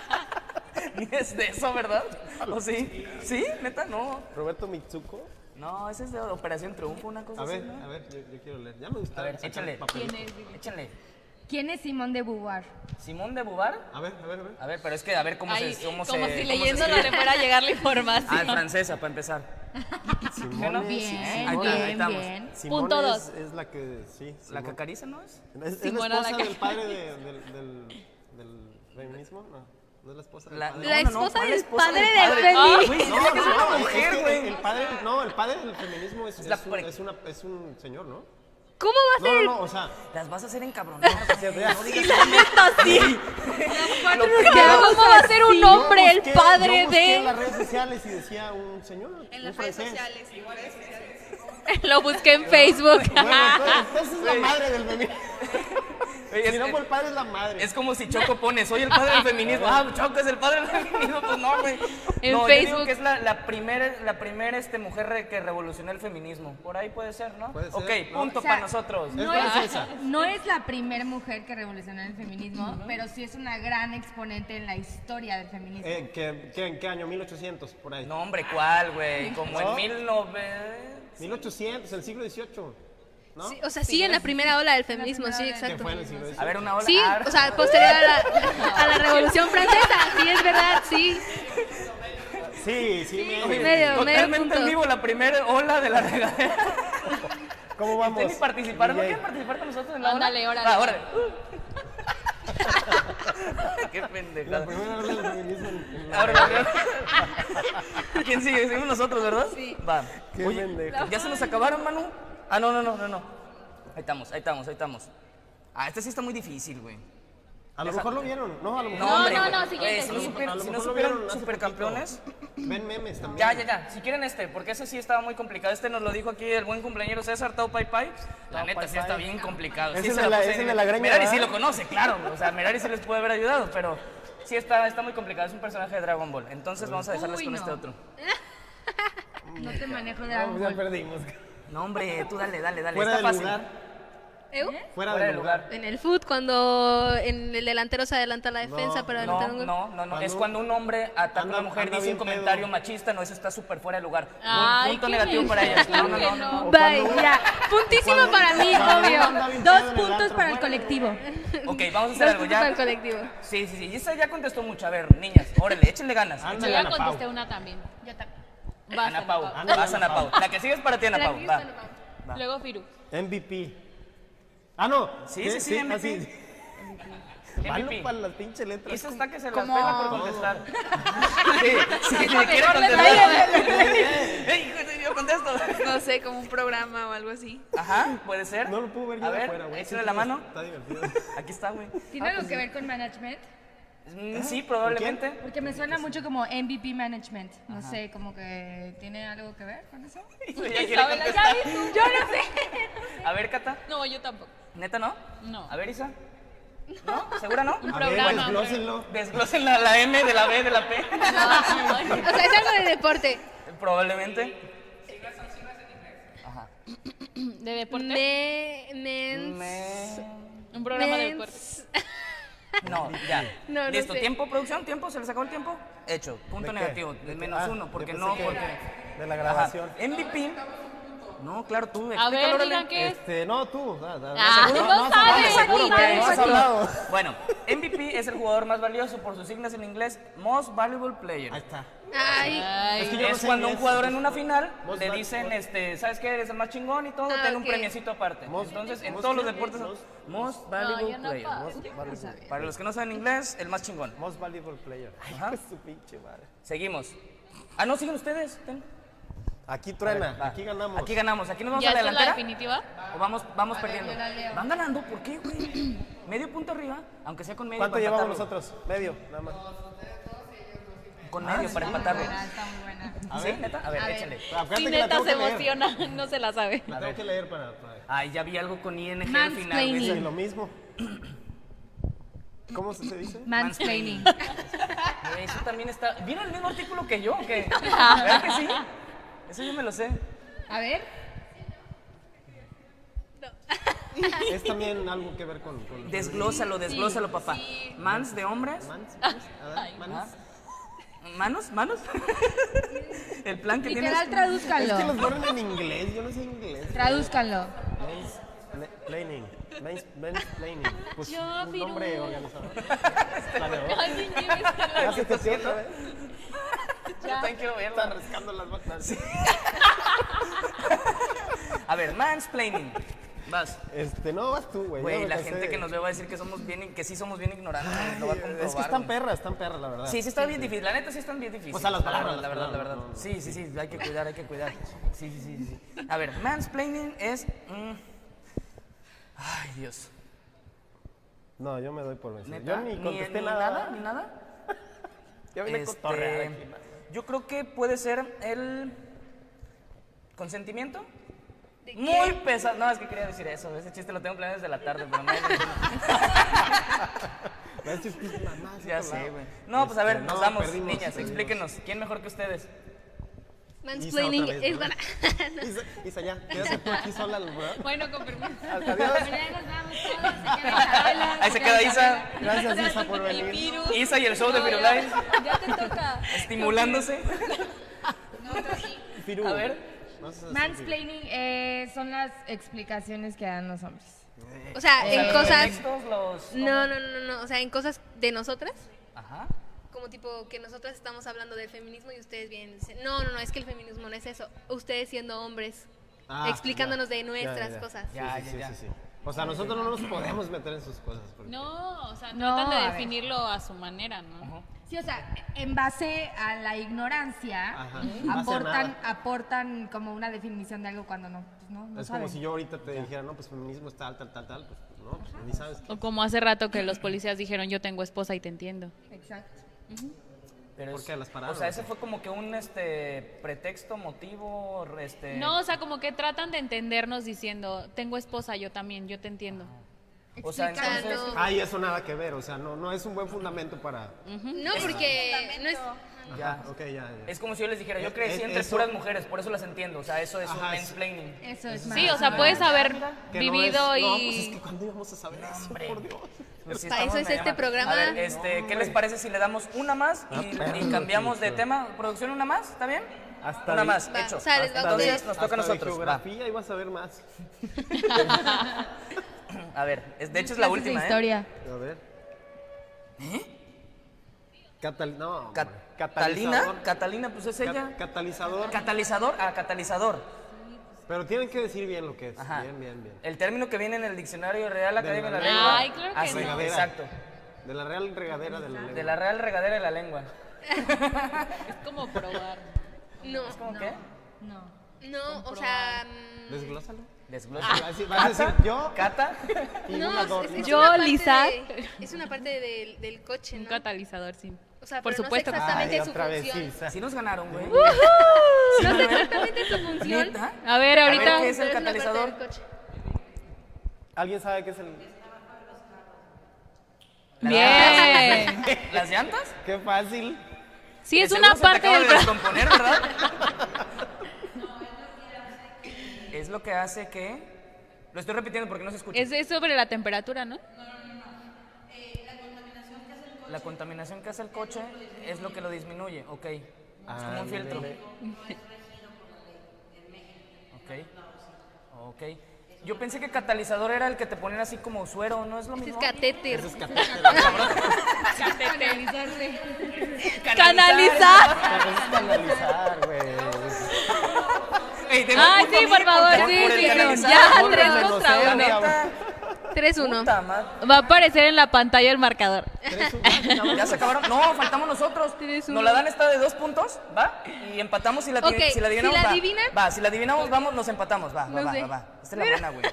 Speaker 1: Ni es de eso, ¿verdad? ¿O sí? ¿Sí? ¿Neta? No.
Speaker 2: Roberto Mitsuko.
Speaker 1: No, ese es de Operación Triunfo, una cosa
Speaker 2: A ver,
Speaker 1: así. ¿no?
Speaker 2: a ver, yo, yo quiero leer. Ya me gusta.
Speaker 1: A ver,
Speaker 2: sacar
Speaker 1: échale.
Speaker 2: papelito.
Speaker 1: Échale.
Speaker 5: ¿Quién es Simón de Beauvoir?
Speaker 1: ¿Simón de Bubar?
Speaker 2: A ver, a ver, a ver.
Speaker 1: A ver, pero es que a ver cómo
Speaker 4: Ay,
Speaker 1: se. Cómo
Speaker 4: como
Speaker 1: se,
Speaker 4: si
Speaker 1: cómo se
Speaker 4: leyéndolo
Speaker 1: escribe.
Speaker 4: le fuera a llegar la
Speaker 1: Ah, en
Speaker 4: información.
Speaker 1: francesa, para empezar.
Speaker 2: Simone,
Speaker 1: Bien,
Speaker 2: sí,
Speaker 5: bien,
Speaker 2: Simone.
Speaker 1: Ahí está, ahí
Speaker 5: bien,
Speaker 1: estamos.
Speaker 5: bien.
Speaker 2: Simone
Speaker 4: Punto
Speaker 2: es-
Speaker 4: dos.
Speaker 2: Es, la que, sí.
Speaker 1: La
Speaker 2: Simone.
Speaker 1: cacariza, ¿no es?
Speaker 2: ¿Es, es la
Speaker 4: Simona la
Speaker 2: esposa
Speaker 4: que-
Speaker 2: del padre de- del, del, del feminismo? No, no es la esposa del padre.
Speaker 3: la
Speaker 1: no, no, no,
Speaker 3: esposa
Speaker 1: ¿cuál
Speaker 3: del
Speaker 1: esposa
Speaker 3: padre
Speaker 1: del
Speaker 3: del
Speaker 1: Ah,
Speaker 3: feliz.
Speaker 1: güey, sí,
Speaker 2: No,
Speaker 1: tiene que ser
Speaker 2: no,
Speaker 1: una
Speaker 2: es
Speaker 1: mujer,
Speaker 2: que
Speaker 1: güey.
Speaker 2: El padre, no, el padre del feminismo es, es,
Speaker 1: la
Speaker 2: un,
Speaker 1: pre-
Speaker 2: es, una, es un señor, ¿no?
Speaker 1: Ah,
Speaker 3: ¿Cómo va a
Speaker 2: No,
Speaker 3: ser
Speaker 2: no,
Speaker 3: el
Speaker 2: no, o sea,
Speaker 1: Las vas a hacer encabronadas.
Speaker 2: se ve así.
Speaker 1: Lo
Speaker 3: ¿Qué
Speaker 1: peor-
Speaker 3: vamos a hacer un
Speaker 2: Yo
Speaker 3: hombre, el
Speaker 2: busqué-
Speaker 3: padre
Speaker 2: yo busqué en las
Speaker 3: de.
Speaker 2: redes sociales y decía un señor.
Speaker 6: En
Speaker 2: un
Speaker 6: las redes
Speaker 2: francés.
Speaker 6: sociales, en redes sociales.
Speaker 4: Lo busqué en Facebook.
Speaker 2: Bueno, entonces, entonces es la madre del feminismo.
Speaker 1: Oye,
Speaker 2: Si
Speaker 1: es-
Speaker 2: no, por el padre es la madre.
Speaker 1: Es como si Choco pone, soy el padre del feminismo. Ah, Choco es el padre del feminismo. Pues no, güey.
Speaker 4: En
Speaker 1: no, yo digo
Speaker 4: Facebook.
Speaker 1: que es la, la primera la primer, este, mujer re- que revolucionó el feminismo. Por ahí puede ser, ¿no?
Speaker 2: Puede ser,
Speaker 1: ok,
Speaker 2: ¿no?
Speaker 1: punto
Speaker 5: O sea,
Speaker 1: para nosotros.
Speaker 2: Es
Speaker 5: No
Speaker 2: francesa.
Speaker 5: es, no es la primera mujer que revolucionó el feminismo, pero sí es una gran exponente en la historia del feminismo.
Speaker 2: Eh, ¿qué- qué- ¿En qué año? 1800, por ahí.
Speaker 1: No, hombre, ¿cuál, güey? Como
Speaker 2: ¿No?
Speaker 1: en 1900.
Speaker 2: 1800, el siglo XVIII. ¿No?
Speaker 3: Sí, O sea, sigue en la primera ola del feminismo, sí,
Speaker 2: que
Speaker 3: exacto.
Speaker 2: fue en el siglo XVIII.
Speaker 1: A ver, una ola.
Speaker 3: Sí,
Speaker 1: Ah,
Speaker 3: o sea, pues, posterior a la, a la Revolución Francesa, sí, es verdad, sí.
Speaker 2: Sí, sí, medio.
Speaker 1: oye,
Speaker 3: medio, medio
Speaker 1: Totalmente
Speaker 3: punto.
Speaker 1: en vivo la primera ola de la regadera.
Speaker 2: ¿Cómo vamos?
Speaker 1: Ustedes ni participaron, ¿no
Speaker 2: DJ?
Speaker 1: quieren participar con nosotros en la
Speaker 4: Ándale,
Speaker 1: ola?
Speaker 4: órale.
Speaker 1: Ah, órale. Qué pendejada.
Speaker 2: La primera vez del feminismo. en- en la-
Speaker 1: Ahora, ¿Quién sigue? Seguimos nosotros, ¿verdad? Sí. Va.
Speaker 2: Qué
Speaker 1: Oye,
Speaker 2: pendejo.
Speaker 1: ¿Ya se nos acabaron, Manu? Ah, no, no, no, no, no. Ahí estamos, ahí estamos, ahí estamos. Ah, este sí está muy difícil, güey.
Speaker 2: A lo mejor lo vieron, ¿no? A lo mejor.
Speaker 4: No,
Speaker 1: hombre,
Speaker 4: no,
Speaker 1: güey.
Speaker 4: no,
Speaker 1: Oye,
Speaker 4: siguiente,
Speaker 1: si no,
Speaker 4: siguiente.
Speaker 1: super-
Speaker 2: A lo
Speaker 1: si no
Speaker 2: mejor lo
Speaker 1: superan
Speaker 2: vieron hace
Speaker 1: supercampeones.
Speaker 2: Ven memes también.
Speaker 1: Ya, ya, ya. Si quieren este, porque ese sí estaba muy complicado. Este nos lo dijo aquí el buen cumpleañero César Tau Pai Pai. La
Speaker 2: Tau
Speaker 1: neta,
Speaker 2: Pai
Speaker 1: sí está
Speaker 2: Pai.
Speaker 1: bien complicado.
Speaker 2: Ese
Speaker 1: Sí
Speaker 2: es
Speaker 1: se
Speaker 2: de la-
Speaker 1: puse
Speaker 2: ese
Speaker 1: bien-
Speaker 2: es de la greña,
Speaker 1: Merari sí
Speaker 2: ¿verdad?
Speaker 1: lo conoce, claro. O sea, Merari sí les puede haber ayudado, pero sí está, está muy complicado. Es un personaje de Dragon Ball. Entonces vamos a dejarles
Speaker 5: Uy,
Speaker 1: con
Speaker 5: no.
Speaker 1: este otro.
Speaker 5: no te manejo de
Speaker 2: No,
Speaker 5: Dragon
Speaker 2: ya
Speaker 5: Ball.
Speaker 2: perdimos.
Speaker 1: No, hombre, tú dale, dale, dale.
Speaker 2: Fuera
Speaker 1: está
Speaker 2: del
Speaker 1: fácil.
Speaker 2: lugar.
Speaker 3: ¿Eu?
Speaker 2: Fuera
Speaker 1: Fuera
Speaker 2: del
Speaker 1: del
Speaker 2: lugar.
Speaker 3: En el foot, cuando en el delantero se adelanta la defensa
Speaker 2: No,
Speaker 3: para
Speaker 1: No,
Speaker 3: adelantar un gol.
Speaker 1: no, no, no. Es cuando
Speaker 2: Cuando-
Speaker 1: un hombre ataca a
Speaker 2: anda-
Speaker 1: una mujer,
Speaker 2: anda
Speaker 1: dice un
Speaker 2: bien
Speaker 1: comentario
Speaker 2: pedo.
Speaker 1: machista, no, eso está súper fuera de lugar. Un
Speaker 4: Ay,
Speaker 1: punto
Speaker 4: qué
Speaker 1: negativo para ellas. No, no, no.
Speaker 4: bien,
Speaker 1: no.
Speaker 4: no.
Speaker 5: Vaya, puntísimo
Speaker 2: cuando-
Speaker 5: para mí,
Speaker 2: cuando anda
Speaker 5: obvio.
Speaker 2: bien
Speaker 5: Dos
Speaker 2: pedo en el
Speaker 5: puntos
Speaker 2: antro,
Speaker 5: para el
Speaker 2: fuera.
Speaker 5: colectivo.
Speaker 1: Ok, vamos a hacer
Speaker 3: Dos
Speaker 1: algo
Speaker 3: puntos para el
Speaker 1: ya.
Speaker 3: colectivo.
Speaker 1: Sí, sí, sí. Y esa ya contestó mucho. A ver, niñas, órale, échenle ganas.
Speaker 4: Yo
Speaker 2: Ándale,
Speaker 4: ya
Speaker 2: Ana Pau.
Speaker 4: contesté una también.
Speaker 5: Yo también.
Speaker 4: Vas,
Speaker 1: Ana Pau,
Speaker 2: Ana
Speaker 1: vas Ana Pau. La que sigue es para ti, Ana
Speaker 3: La
Speaker 1: Pau.
Speaker 3: que sigue
Speaker 1: va.
Speaker 3: es Ana Pau.
Speaker 1: Va.
Speaker 4: Luego Firu.
Speaker 2: MVP. Ah, no.
Speaker 1: Sí, sí, sí, MVP.
Speaker 2: ah, Malo
Speaker 1: MVP.
Speaker 2: para las pinches letras.
Speaker 1: Y esa está que se las
Speaker 6: Como-
Speaker 1: pela por contestar. Sí, sí, le quiere contestar.
Speaker 2: detalle.
Speaker 1: Ey, hijo de- yo contesto.
Speaker 6: No sé, como un programa o algo así.
Speaker 1: Ajá, puede ser.
Speaker 2: No lo puedo ver yo
Speaker 1: A
Speaker 2: de
Speaker 1: ver,
Speaker 2: afuera, güey.
Speaker 1: échale
Speaker 2: Sí,
Speaker 1: la
Speaker 2: sí,
Speaker 1: mano.
Speaker 2: Está divertido.
Speaker 1: Aquí está, güey.
Speaker 5: ¿Tiene algo que ver con management?
Speaker 1: Mm,
Speaker 2: ¿Eh?
Speaker 1: Sí, probablemente.
Speaker 5: Porque me suena mucho como MVP management. No sé, como que tiene algo que ver con eso.
Speaker 1: Hijo, ya quiere
Speaker 4: Isabela,
Speaker 1: contestar.
Speaker 4: ya vi tú.
Speaker 5: Yo no sé.
Speaker 1: A ver, Cata.
Speaker 4: No, yo tampoco.
Speaker 1: ¿Neta no?
Speaker 4: No.
Speaker 1: A ver, Isa. ¿No? ¿Segura no?
Speaker 2: A ver,
Speaker 4: programa,
Speaker 2: desglósenlo.
Speaker 1: Desglosen la, la M de la B de la P.
Speaker 3: O sea, es algo de deporte.
Speaker 1: Probablemente. Ajá.
Speaker 4: ¿De deporte?
Speaker 3: Me, mens-
Speaker 1: Me-
Speaker 4: Un programa de deporte.
Speaker 3: mens-
Speaker 1: No, ya.
Speaker 3: No, no
Speaker 1: Listo,
Speaker 3: sé.
Speaker 1: tiempo, producción, tiempo, se les acabó el tiempo. Hecho. Punto
Speaker 2: ¿De qué?
Speaker 1: negativo.
Speaker 2: ¿De qué?
Speaker 1: menos
Speaker 2: Ah,
Speaker 1: uno, porque
Speaker 2: yo
Speaker 1: no,
Speaker 2: pensé que-
Speaker 1: porque.
Speaker 2: de la
Speaker 1: Ajá.
Speaker 2: grabación.
Speaker 1: MVP. No, claro, tú.
Speaker 4: A
Speaker 1: explícalo,
Speaker 4: ver,
Speaker 1: órale.
Speaker 4: digan qué es.
Speaker 2: Este, no, tú. da- da-
Speaker 4: Ah,
Speaker 2: seguro,
Speaker 4: no
Speaker 2: has hablado,
Speaker 4: sabes,
Speaker 2: seguro
Speaker 4: ni
Speaker 2: que
Speaker 4: sabes,
Speaker 2: no has
Speaker 4: Joaquín.
Speaker 2: hablado.
Speaker 1: Bueno, MVP es el jugador más valioso por sus siglas en inglés, Most Valuable Player.
Speaker 2: Ahí está.
Speaker 3: Ay,
Speaker 2: Es que yo
Speaker 1: Es
Speaker 2: no sé
Speaker 1: pues, cuando un
Speaker 2: inglés,
Speaker 1: jugador en
Speaker 2: entonces,
Speaker 1: una final
Speaker 2: Most
Speaker 1: le
Speaker 2: Val-
Speaker 1: dicen, este, ¿sabes qué? Eres el más chingón y todo,
Speaker 3: Ah,
Speaker 1: ten un
Speaker 3: ok.
Speaker 1: premiecito aparte.
Speaker 2: Most-
Speaker 1: Entonces, en
Speaker 2: Most
Speaker 1: todos los
Speaker 2: Valuable-
Speaker 1: deportes,
Speaker 2: Most-
Speaker 1: Most Valuable Player.
Speaker 2: Most valuable-
Speaker 1: Para los que no saben inglés, el más chingón.
Speaker 2: Most valuable player.
Speaker 1: Ajá.
Speaker 2: Ay, su pinche madre.
Speaker 1: Seguimos. Ah, no, siguen ustedes. ten.
Speaker 2: Aquí
Speaker 1: A ver,
Speaker 2: truena,
Speaker 1: va.
Speaker 2: aquí ganamos.
Speaker 1: Aquí ganamos. Aquí nos vamos
Speaker 4: ¿Ya
Speaker 1: a la
Speaker 4: esta es la
Speaker 1: delantera.
Speaker 4: definitiva?
Speaker 1: o vamos, vamos
Speaker 5: A ver,
Speaker 1: perdiendo.
Speaker 5: yo la leo.
Speaker 1: Van ganando, ¿por qué, güey? medio punto arriba, aunque sea con medio.
Speaker 2: ¿Cuánto
Speaker 1: para
Speaker 2: llevamos
Speaker 1: empatarlo.
Speaker 2: nosotros? Medio, nada más.
Speaker 1: Con medio para
Speaker 5: Está muy
Speaker 1: empatarlo.
Speaker 5: buena, está muy buena.
Speaker 2: A
Speaker 1: ¿Sí,
Speaker 2: ver.
Speaker 1: neta? A ver,
Speaker 5: A ver.
Speaker 1: échale.
Speaker 2: Acuérdate
Speaker 4: Si
Speaker 2: que la
Speaker 4: neta
Speaker 2: tengo
Speaker 4: se
Speaker 2: que leer.
Speaker 4: emociona, no se la sabe.
Speaker 2: La tengo que leer para... para-
Speaker 1: Ay, ya vi algo con ING al final. güey.
Speaker 2: Sí,
Speaker 5: Mansplaining.
Speaker 2: lo mismo. ¿Cómo se se dice?
Speaker 5: Mansplaining.
Speaker 1: Güey, Eh, Eso también está. ¿Vieron el mismo artículo que yo? o qué? ¿Verdad que sí? Eso yo me lo sé.
Speaker 5: A ver,
Speaker 2: Es también algo que ver con... con
Speaker 1: Desglósalo, desglósalo, papá. ¿Mans de hombres?
Speaker 2: Mans, mans, a ver, mans.
Speaker 1: ¿Manos? ¿Manos? El plan que tienes.
Speaker 5: literal,
Speaker 2: Es que
Speaker 5: tradúzcanlo.
Speaker 2: los ponen en inglés, yo no sé inglés.
Speaker 5: Tradúzcanlo.
Speaker 2: Mans- pla- Planning. Mans- mans planning. Pues
Speaker 4: Ya,
Speaker 2: un
Speaker 4: Firu.
Speaker 2: nombre organizador. Planeador. Ya se te hacía otra vez.
Speaker 1: Yo también quiero verlo.
Speaker 2: Están rascando las botas.
Speaker 1: A ver, mansplaining. Vas.
Speaker 2: Este, no, vas tú, güey. ya
Speaker 1: Güey,
Speaker 2: me
Speaker 1: la
Speaker 2: cansé.
Speaker 1: gente que nos ve va a decir que somos bien, que sí somos bien ignorantes.
Speaker 2: Ay,
Speaker 1: lo va a comprobar.
Speaker 2: Es que están
Speaker 1: güey.
Speaker 2: perras, están perras, la verdad.
Speaker 1: Sí, sí está bien difícil. La neta sí están bien difíciles.
Speaker 2: O sea, las palabras,
Speaker 1: La verdad, la verdad. la
Speaker 2: las palabras,
Speaker 1: verdad.
Speaker 2: no,
Speaker 1: Sí, sí, sí. Hay que cuidar, hay que cuidar. Sí, sí, sí. sí, sí. A ver, mansplaining es. mm, Ay, Dios.
Speaker 2: No, yo me doy por vencido.
Speaker 1: ¿Neta?
Speaker 2: Yo ni contesté
Speaker 1: ni
Speaker 2: nada.
Speaker 1: Ni nada.
Speaker 2: Yo vine a
Speaker 1: Este,
Speaker 2: cotorrear aquí.
Speaker 1: yo creo que puede ser el consentimiento. Muy pesado. No, es que quería decir eso. Ese chiste lo tengo planeado desde la tarde, pero no.
Speaker 2: Me has hecho tus mamás,
Speaker 1: ya
Speaker 2: otro
Speaker 1: sé,
Speaker 2: lado.
Speaker 1: güey. No, pues a ver,
Speaker 2: Este,
Speaker 1: nos
Speaker 2: no,
Speaker 1: vamos,
Speaker 2: perdimos,
Speaker 1: niñas,
Speaker 2: perdimos.
Speaker 1: explíquenos. ¿Quién mejor que ustedes?
Speaker 3: mansplaining
Speaker 2: Isa otra vez,
Speaker 3: es
Speaker 2: ¿verdad?
Speaker 3: gonna...
Speaker 2: Isa, Isa, ya, quédate tú aquí sola, ¿verdad?
Speaker 4: Bueno, con permiso.
Speaker 2: Hasta adiós.
Speaker 5: Ya nos vamos todos, se queda Isabela.
Speaker 1: Ahí se queda Isa.
Speaker 2: Gracias, Isa, por venir.
Speaker 4: Piru.
Speaker 1: Isa y el show de
Speaker 4: No,
Speaker 1: Firulais
Speaker 4: ya- Ya te toca.
Speaker 1: estimulándose.
Speaker 2: Firu.
Speaker 1: A ver.
Speaker 2: No seas así,
Speaker 5: Mansplaining eh, son las explicaciones que dan los hombres.
Speaker 3: O sea, Ah, en cosas...
Speaker 1: Textos, los.
Speaker 3: No, no, no, no, o sea, en cosas de nosotras.
Speaker 1: Ajá.
Speaker 3: Como tipo que nosotras estamos hablando del feminismo y ustedes vienen, y dicen, no, no, no, es que el feminismo no es eso. Ustedes siendo hombres,
Speaker 2: Firu. Ah,
Speaker 3: explicándonos
Speaker 2: ya,
Speaker 3: de
Speaker 2: ya,
Speaker 3: nuestras
Speaker 2: ya.
Speaker 3: cosas.
Speaker 2: Sí,
Speaker 1: Ya,
Speaker 2: sí,
Speaker 1: ya,
Speaker 2: sí,
Speaker 1: ya.
Speaker 2: sí, sí. O sea, nosotros no nos podemos meter en sus cosas. porque-
Speaker 4: No, o sea,
Speaker 5: No,
Speaker 4: tratan
Speaker 5: a
Speaker 4: de
Speaker 5: ver.
Speaker 4: definirlo a su manera, ¿no?
Speaker 5: Sí, o sea, en base a la ignorancia,
Speaker 2: Ajá.
Speaker 5: Ujú.
Speaker 2: No hace
Speaker 5: aportan,
Speaker 2: nada.
Speaker 5: aportan como una definición de algo cuando no, pues no, no
Speaker 2: Es
Speaker 5: saben.
Speaker 2: como si yo ahorita te dijera, no, pues feminismo es tal, tal, tal, tal. Pues no, pues ni sabes.
Speaker 4: O como hace rato que los policías dijeron, yo tengo esposa y te entiendo.
Speaker 5: Exacto.
Speaker 1: Pero
Speaker 2: ¿Por
Speaker 1: es-
Speaker 2: qué las pararon?
Speaker 1: O sea, ese fue como que un este pretexto, motivo, este.
Speaker 4: No, o sea, como que tratan de entendernos diciendo, tengo esposa, yo también, yo te entiendo.
Speaker 1: o sea,
Speaker 3: sea,
Speaker 1: entonces.
Speaker 3: no-
Speaker 2: Ay, eso nada que ver, o sea, no, no es un buen fundamento para.
Speaker 3: No, porque no es...
Speaker 2: Ajá, ok, ya, ya.
Speaker 1: Es como si yo les dijera, yo
Speaker 2: Eh,
Speaker 1: crecí
Speaker 2: eh,
Speaker 1: entre
Speaker 2: eso-
Speaker 1: puras mujeres, por eso las entiendo. O sea, eso es un
Speaker 2: Ajá, es-
Speaker 1: mansplaining.
Speaker 5: Eso es más.
Speaker 4: Sí, o sea, puedes haber vivido
Speaker 2: no es-
Speaker 4: y...
Speaker 2: No, pues es que cuándo íbamos a saber eso, por Dios.
Speaker 1: Pues sí,
Speaker 3: Para
Speaker 1: estamos
Speaker 3: eso es
Speaker 1: medio
Speaker 3: este
Speaker 1: mal.
Speaker 3: programa.
Speaker 1: A ver, este, ¿qué les parece si le damos una más y-
Speaker 2: Ah,
Speaker 1: y,
Speaker 2: perro,
Speaker 1: cambiamos de
Speaker 2: chico.
Speaker 1: tema? ¿Producción una más? ¿Está bien?
Speaker 2: Hasta
Speaker 1: una
Speaker 2: de-
Speaker 1: más,
Speaker 3: Va,
Speaker 1: hecho.
Speaker 3: o sea, les va a
Speaker 1: Entonces
Speaker 3: gustar.
Speaker 1: nos toca a
Speaker 2: Hasta de
Speaker 1: nosotros. va.
Speaker 2: geografía ibas a ver más.
Speaker 1: A ver, es- de hecho es la última, ¿eh?
Speaker 5: historia.
Speaker 2: A ver. Catal no, hombre.
Speaker 1: Ca- ¿Eh? Catalina, Catalina, pues es
Speaker 2: Ca-
Speaker 1: ella.
Speaker 2: catalizador.
Speaker 1: Catalizador, ah, catalizador.
Speaker 2: Pero tienen que decir bien lo que es.
Speaker 1: Ajá.
Speaker 2: Bien, bien, bien.
Speaker 1: El término que viene en el diccionario Real Academia de la
Speaker 2: la-
Speaker 1: Lengua.
Speaker 4: Ay, claro que
Speaker 1: Así,
Speaker 2: no.
Speaker 1: Exacto.
Speaker 2: De la real regadera de la lengua.
Speaker 1: De la Real Regadera de la Lengua.
Speaker 4: Es como probar.
Speaker 3: No,
Speaker 1: ¿Cómo qué?
Speaker 5: No.
Speaker 3: no, o sea... mm,
Speaker 2: Desglósalo.
Speaker 1: Desglosa.
Speaker 2: Vas a decir- vas a decir yo
Speaker 1: Cata.
Speaker 2: y
Speaker 3: mm, No,
Speaker 2: una dos.
Speaker 3: es, es
Speaker 4: Yo,
Speaker 3: una parte
Speaker 4: Lisa.
Speaker 3: de- es una parte del, del coche,
Speaker 4: Un
Speaker 3: ¿no?
Speaker 4: catalizador, sí.
Speaker 3: O sea,
Speaker 4: Por
Speaker 3: pero
Speaker 4: supuesto.
Speaker 3: no sé exactamente
Speaker 2: Ay,
Speaker 3: su
Speaker 2: otra vez,
Speaker 3: función.
Speaker 2: Isa.
Speaker 1: Sí nos ganaron, güey.
Speaker 3: No sé exactamente su función.
Speaker 1: ¿Neta?
Speaker 4: A ver,
Speaker 1: A ver,
Speaker 4: ahorita...
Speaker 1: ¿qué es el
Speaker 3: pero una parte
Speaker 1: catalizador?
Speaker 3: del coche.
Speaker 2: ¿Alguien sabe qué es el.?
Speaker 4: Bien.
Speaker 1: ¿Las llantas?
Speaker 2: ¡Qué fácil!
Speaker 4: Sí, es
Speaker 1: Que
Speaker 4: una
Speaker 1: seguro se te
Speaker 4: parte
Speaker 1: acaba
Speaker 4: del...
Speaker 1: de
Speaker 4: pro-
Speaker 1: descomponer, ¿verdad? Es lo que hace que... Lo estoy repitiendo porque no se escucha.
Speaker 4: Es, es sobre la temperatura, ¿no?
Speaker 1: La contaminación que hace el coche es lo que lo disminuye, ok. Es como
Speaker 2: Ah,
Speaker 1: un filtro.
Speaker 2: ándale.
Speaker 1: Ok. Ok. Yo pensé que catalizador era el que te ponían así como suero, ¿no es lo
Speaker 3: Ese es
Speaker 1: mismo?
Speaker 3: catéter.
Speaker 7: Eso es catete.
Speaker 4: Canalizar.
Speaker 7: canalizar, güey.
Speaker 1: Ey, tengo
Speaker 4: Ay,
Speaker 1: un
Speaker 4: Ah, sí, por
Speaker 1: amigo
Speaker 4: favor,
Speaker 1: por-
Speaker 4: sí,
Speaker 1: por el
Speaker 4: sí,
Speaker 1: canalizar,
Speaker 4: ya,
Speaker 1: por
Speaker 4: tres
Speaker 1: la
Speaker 4: contra
Speaker 1: neta,
Speaker 4: uno.
Speaker 1: neta,
Speaker 3: 3-1.
Speaker 1: puta madre.
Speaker 4: Va a aparecer en la pantalla el marcador.
Speaker 1: Ya se acabaron. No, faltamos nosotros.
Speaker 3: Tres, uno.
Speaker 1: Nos la dan esta de dos puntos, ¿va? Y empatamos si la, adivi-
Speaker 3: Ok,
Speaker 1: si la
Speaker 3: si
Speaker 1: adivinamos.
Speaker 3: la
Speaker 1: va.
Speaker 3: adivinan-
Speaker 1: Va, si la adivinamos, vamos, nos empatamos. Va, va,
Speaker 3: No
Speaker 1: va,
Speaker 3: sé.
Speaker 1: va, va. Esta es la buena, güey.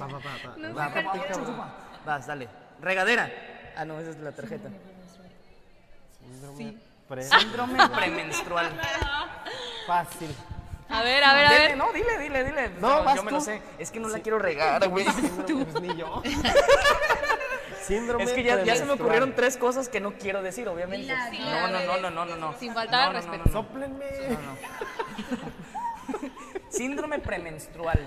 Speaker 7: Va, va, va, va.
Speaker 3: No
Speaker 7: va,
Speaker 3: sé,
Speaker 7: va, pica, va.
Speaker 1: Vas, dale. Regadera. Ah, no, esa es la tarjeta.
Speaker 2: Pre-
Speaker 1: Síndrome premenstrual.
Speaker 2: Fácil.
Speaker 4: A ver, a ver, a
Speaker 1: Dile,
Speaker 4: ver.
Speaker 1: no, dile, dile, dile.
Speaker 2: No,
Speaker 1: Pero
Speaker 2: vas
Speaker 1: yo me lo
Speaker 2: tú.
Speaker 1: sé. Es que no la quiero regar, güey.
Speaker 2: Pues ni yo. Síndrome
Speaker 1: Es que ya, ya se me
Speaker 2: premenstrual.
Speaker 1: ocurrieron tres cosas que no quiero decir, obviamente. No,
Speaker 5: Dila,
Speaker 1: no, no, no, no, no, no.
Speaker 4: Sin faltar al
Speaker 1: No, no, no,
Speaker 4: respeto.
Speaker 1: no, no.
Speaker 2: Sóplenme.
Speaker 1: Síndrome premenstrual.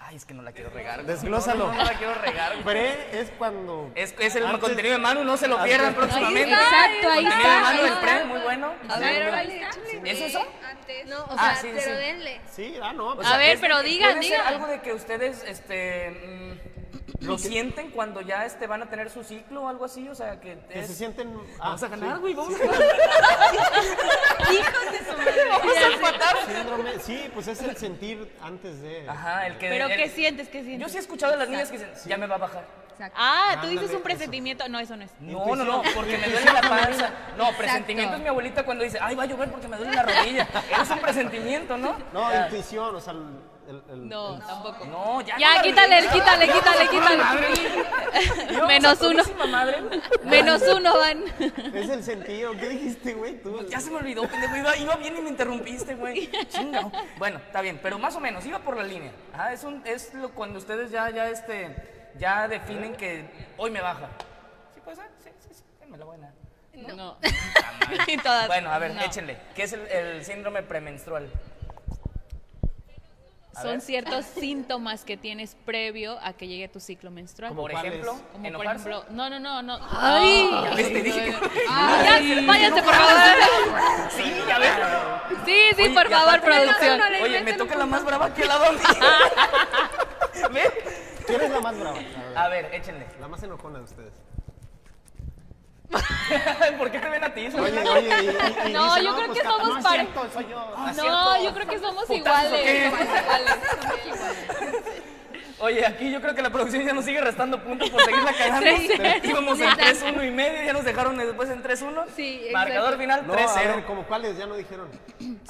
Speaker 1: Ay, es que no la quiero regar. güey.
Speaker 2: Desglósalo.
Speaker 1: No, no, no la quiero regar. güey.
Speaker 2: Pre es cuando.
Speaker 1: Es, es el
Speaker 2: Antes-
Speaker 1: contenido de Manu, no se lo pierdan
Speaker 2: Antes-
Speaker 1: próximamente.
Speaker 3: Exacto, ahí
Speaker 1: Contenido de
Speaker 3: está.
Speaker 1: Manu
Speaker 3: ahí
Speaker 1: del
Speaker 3: está.
Speaker 1: Pre, muy bueno.
Speaker 4: A ver, órale.
Speaker 1: ¿Es eso?
Speaker 3: No, o
Speaker 1: Ah,
Speaker 3: sea,
Speaker 1: sí,
Speaker 3: pero
Speaker 1: sí.
Speaker 3: denle.
Speaker 2: Sí, ah, no.
Speaker 1: O
Speaker 2: pues,
Speaker 4: A ver,
Speaker 1: es de
Speaker 4: pero
Speaker 1: que
Speaker 4: digan,
Speaker 1: puede ser
Speaker 4: digan.
Speaker 1: algo de que ustedes este mm, lo sienten cuando ya este van a tener su ciclo o algo así, o sea, que
Speaker 2: que
Speaker 1: es-
Speaker 2: se sienten. ah,
Speaker 1: vamos a ganar,
Speaker 2: sí.
Speaker 1: güey, vamos a ganar. Vamos a empatar.
Speaker 2: Síndrome. Sí, pues es el sentir antes de.
Speaker 1: Ajá, el que
Speaker 4: Pero
Speaker 1: el-
Speaker 4: ¿qué sientes? ¿Qué
Speaker 1: Yo
Speaker 4: sientes?
Speaker 1: sí he escuchado de las niñas que dicen, "Ya me va a bajar."
Speaker 4: Ah, tú
Speaker 2: Ándale,
Speaker 4: dices un
Speaker 2: eso.
Speaker 4: presentimiento. No, eso no es.
Speaker 1: No, no, no, porque me duele la panza. No, presentimiento es mi abuelita cuando dice, ay, va a llover porque me duele la rodilla. Es un presentimiento, ¿no?
Speaker 2: No,
Speaker 1: Ya.
Speaker 2: intuición, o sea, el. el- el-
Speaker 4: No,
Speaker 2: el-
Speaker 4: tampoco.
Speaker 1: No, ya.
Speaker 4: Ya,
Speaker 1: no la
Speaker 4: quítale,
Speaker 1: regué.
Speaker 4: quítale,
Speaker 1: Ya,
Speaker 4: quítale,
Speaker 1: no,
Speaker 4: quítale.
Speaker 1: madre. Dios,
Speaker 4: Menos
Speaker 1: a tu
Speaker 4: uno.
Speaker 1: putísima madre.
Speaker 4: Menos uno van.
Speaker 2: Es el sentido. ¿Qué dijiste, güey? Tú.
Speaker 1: Pues Ya se me olvidó, pendejo. Iba, iba bien y me interrumpiste, güey. Chinga. Bueno, está bien, pero más o menos, iba por la línea. Ah, es, un, es lo, cuando ustedes ya, ya, este, ya definen que hoy me baja. ¿Sí puede ser? Sí, sí, sí. Me la voy a dar.
Speaker 4: No. Y todas.
Speaker 1: Bueno, a ver,
Speaker 4: Ah, No.
Speaker 1: échenle. ¿Qué es el, el síndrome premenstrual? A ver.
Speaker 4: Son ciertos síntomas que tienes previo a que llegue tu ciclo menstrual.
Speaker 1: Como por
Speaker 2: cuál es?
Speaker 1: ejemplo,
Speaker 4: Como por
Speaker 1: enojarse.
Speaker 4: ejemplo, no, no, no, no.
Speaker 3: Ay.
Speaker 4: No. Ah,
Speaker 1: Ya ves, te dije que-
Speaker 4: Ya, váyanse, por favor.
Speaker 1: Sí, ya ves.
Speaker 4: Sí, sí,
Speaker 1: Oye,
Speaker 4: por
Speaker 1: y
Speaker 4: favor,
Speaker 1: aparte me toca-
Speaker 4: producción.
Speaker 1: Oye, me toca la más brava que la doble. ¿Ven?
Speaker 2: ¿Quién es la más brava? La verdad.
Speaker 1: A ver, échenle.
Speaker 2: La más enojona de ustedes.
Speaker 1: ¿Por qué te ven a ti?
Speaker 2: Oye, oye, y- y- y
Speaker 4: No,
Speaker 2: dice,
Speaker 4: yo creo
Speaker 2: pues,
Speaker 4: que
Speaker 2: capaz-
Speaker 4: somos
Speaker 2: no, es
Speaker 4: pare-
Speaker 2: cierto, soy yo. Ah,
Speaker 4: No, yo creo que somos
Speaker 1: ¿Putazos o qué?
Speaker 4: iguales. Somos iguales.
Speaker 1: Oye, aquí yo creo que la producción ya nos sigue restando puntos por seguirla cagando.
Speaker 4: Sí, sí.
Speaker 1: Íbamos en
Speaker 3: Neta.
Speaker 1: 3-1 y medio, ya nos dejaron después en 3-1.
Speaker 3: Sí, exacto.
Speaker 1: Marcador final
Speaker 2: No, a ver,
Speaker 1: 3-0.
Speaker 2: como cuáles ya no dijeron.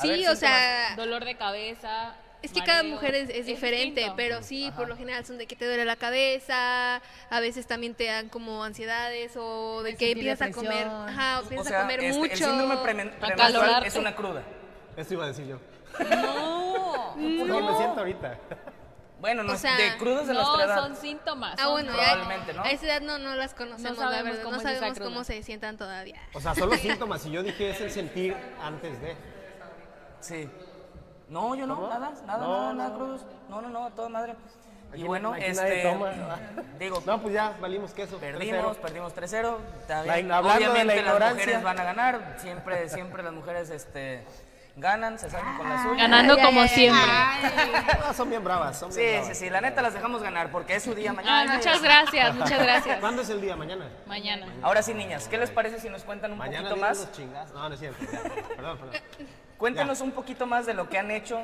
Speaker 3: Sí,
Speaker 1: ver,
Speaker 3: o sea,
Speaker 4: Dolor de cabeza.
Speaker 3: es que cada
Speaker 4: mareo.
Speaker 3: mujer es, es diferente,
Speaker 4: distinto.
Speaker 3: pero sí, por lo general son de que te duele la cabeza, a veces también te dan como ansiedades o de que
Speaker 5: sentir
Speaker 3: empiezas a comer,
Speaker 5: depresión.
Speaker 3: ajá, o
Speaker 1: O
Speaker 3: empiezas
Speaker 1: sea,
Speaker 3: a comer
Speaker 1: este,
Speaker 3: mucho.
Speaker 1: el síndrome premen- premenstrual
Speaker 4: Acalorarte.
Speaker 1: es una cruda.
Speaker 2: Esto iba a decir yo.
Speaker 4: No.
Speaker 2: ¿Cómo me siento ahorita?
Speaker 1: Bueno, no,
Speaker 3: O sea,
Speaker 1: de crudas de nuestra
Speaker 4: No,
Speaker 1: edad.
Speaker 4: son síntomas.
Speaker 3: Ah,
Speaker 4: son
Speaker 3: bueno, ya
Speaker 1: Probablemente, ¿no?
Speaker 3: a esa edad no, no las conocemos,
Speaker 4: No
Speaker 3: la
Speaker 4: sabemos
Speaker 3: verdad,
Speaker 4: cómo
Speaker 3: no
Speaker 4: es esa
Speaker 3: sabemos
Speaker 4: cruda.
Speaker 3: cómo se sientan todavía.
Speaker 2: O sea, son los síntomas. Y yo dije es el sentir antes de.
Speaker 1: Sí. No, yo no, nada, nada,
Speaker 2: No,
Speaker 1: nada,
Speaker 2: no,
Speaker 1: nada,
Speaker 2: no.
Speaker 1: crudos. No, no, no, a toda madre.
Speaker 2: Aquí
Speaker 1: Y
Speaker 2: no-
Speaker 1: bueno,
Speaker 2: aquí nadie
Speaker 1: este.
Speaker 2: toma.
Speaker 1: Digo,
Speaker 2: No, pues ya, valimos queso.
Speaker 1: Perdimos,
Speaker 2: 3-0.
Speaker 1: perdimos 3-0. está
Speaker 2: La-
Speaker 1: bien.
Speaker 2: hablando de la
Speaker 1: Obviamente las
Speaker 2: ignorancia.
Speaker 1: mujeres van a ganar. Siempre, siempre las mujeres este, ganan, se salen
Speaker 4: Ah,
Speaker 1: con la suya.
Speaker 4: Ganando
Speaker 3: Ay,
Speaker 4: como
Speaker 3: ay, ay,
Speaker 4: siempre.
Speaker 2: No, son bien bravas, son bien
Speaker 1: Sí, sí,
Speaker 2: bravas.
Speaker 1: sí. La neta las dejamos ganar porque es su día
Speaker 4: Ay,
Speaker 3: Ah,
Speaker 1: mañana.
Speaker 4: Ah, muchas gracias, muchas gracias.
Speaker 2: ¿Cuándo es el día? ¿Mañana?
Speaker 4: Mañana.
Speaker 1: Ahora sí, niñas, ¿qué les parece si nos cuentan un
Speaker 2: Mañana
Speaker 1: poquito
Speaker 2: vienen
Speaker 1: más?
Speaker 2: los chingas. No, no es cierto. ya, Perdón, perdón.
Speaker 1: Cuéntenos un poquito más de lo que han hecho,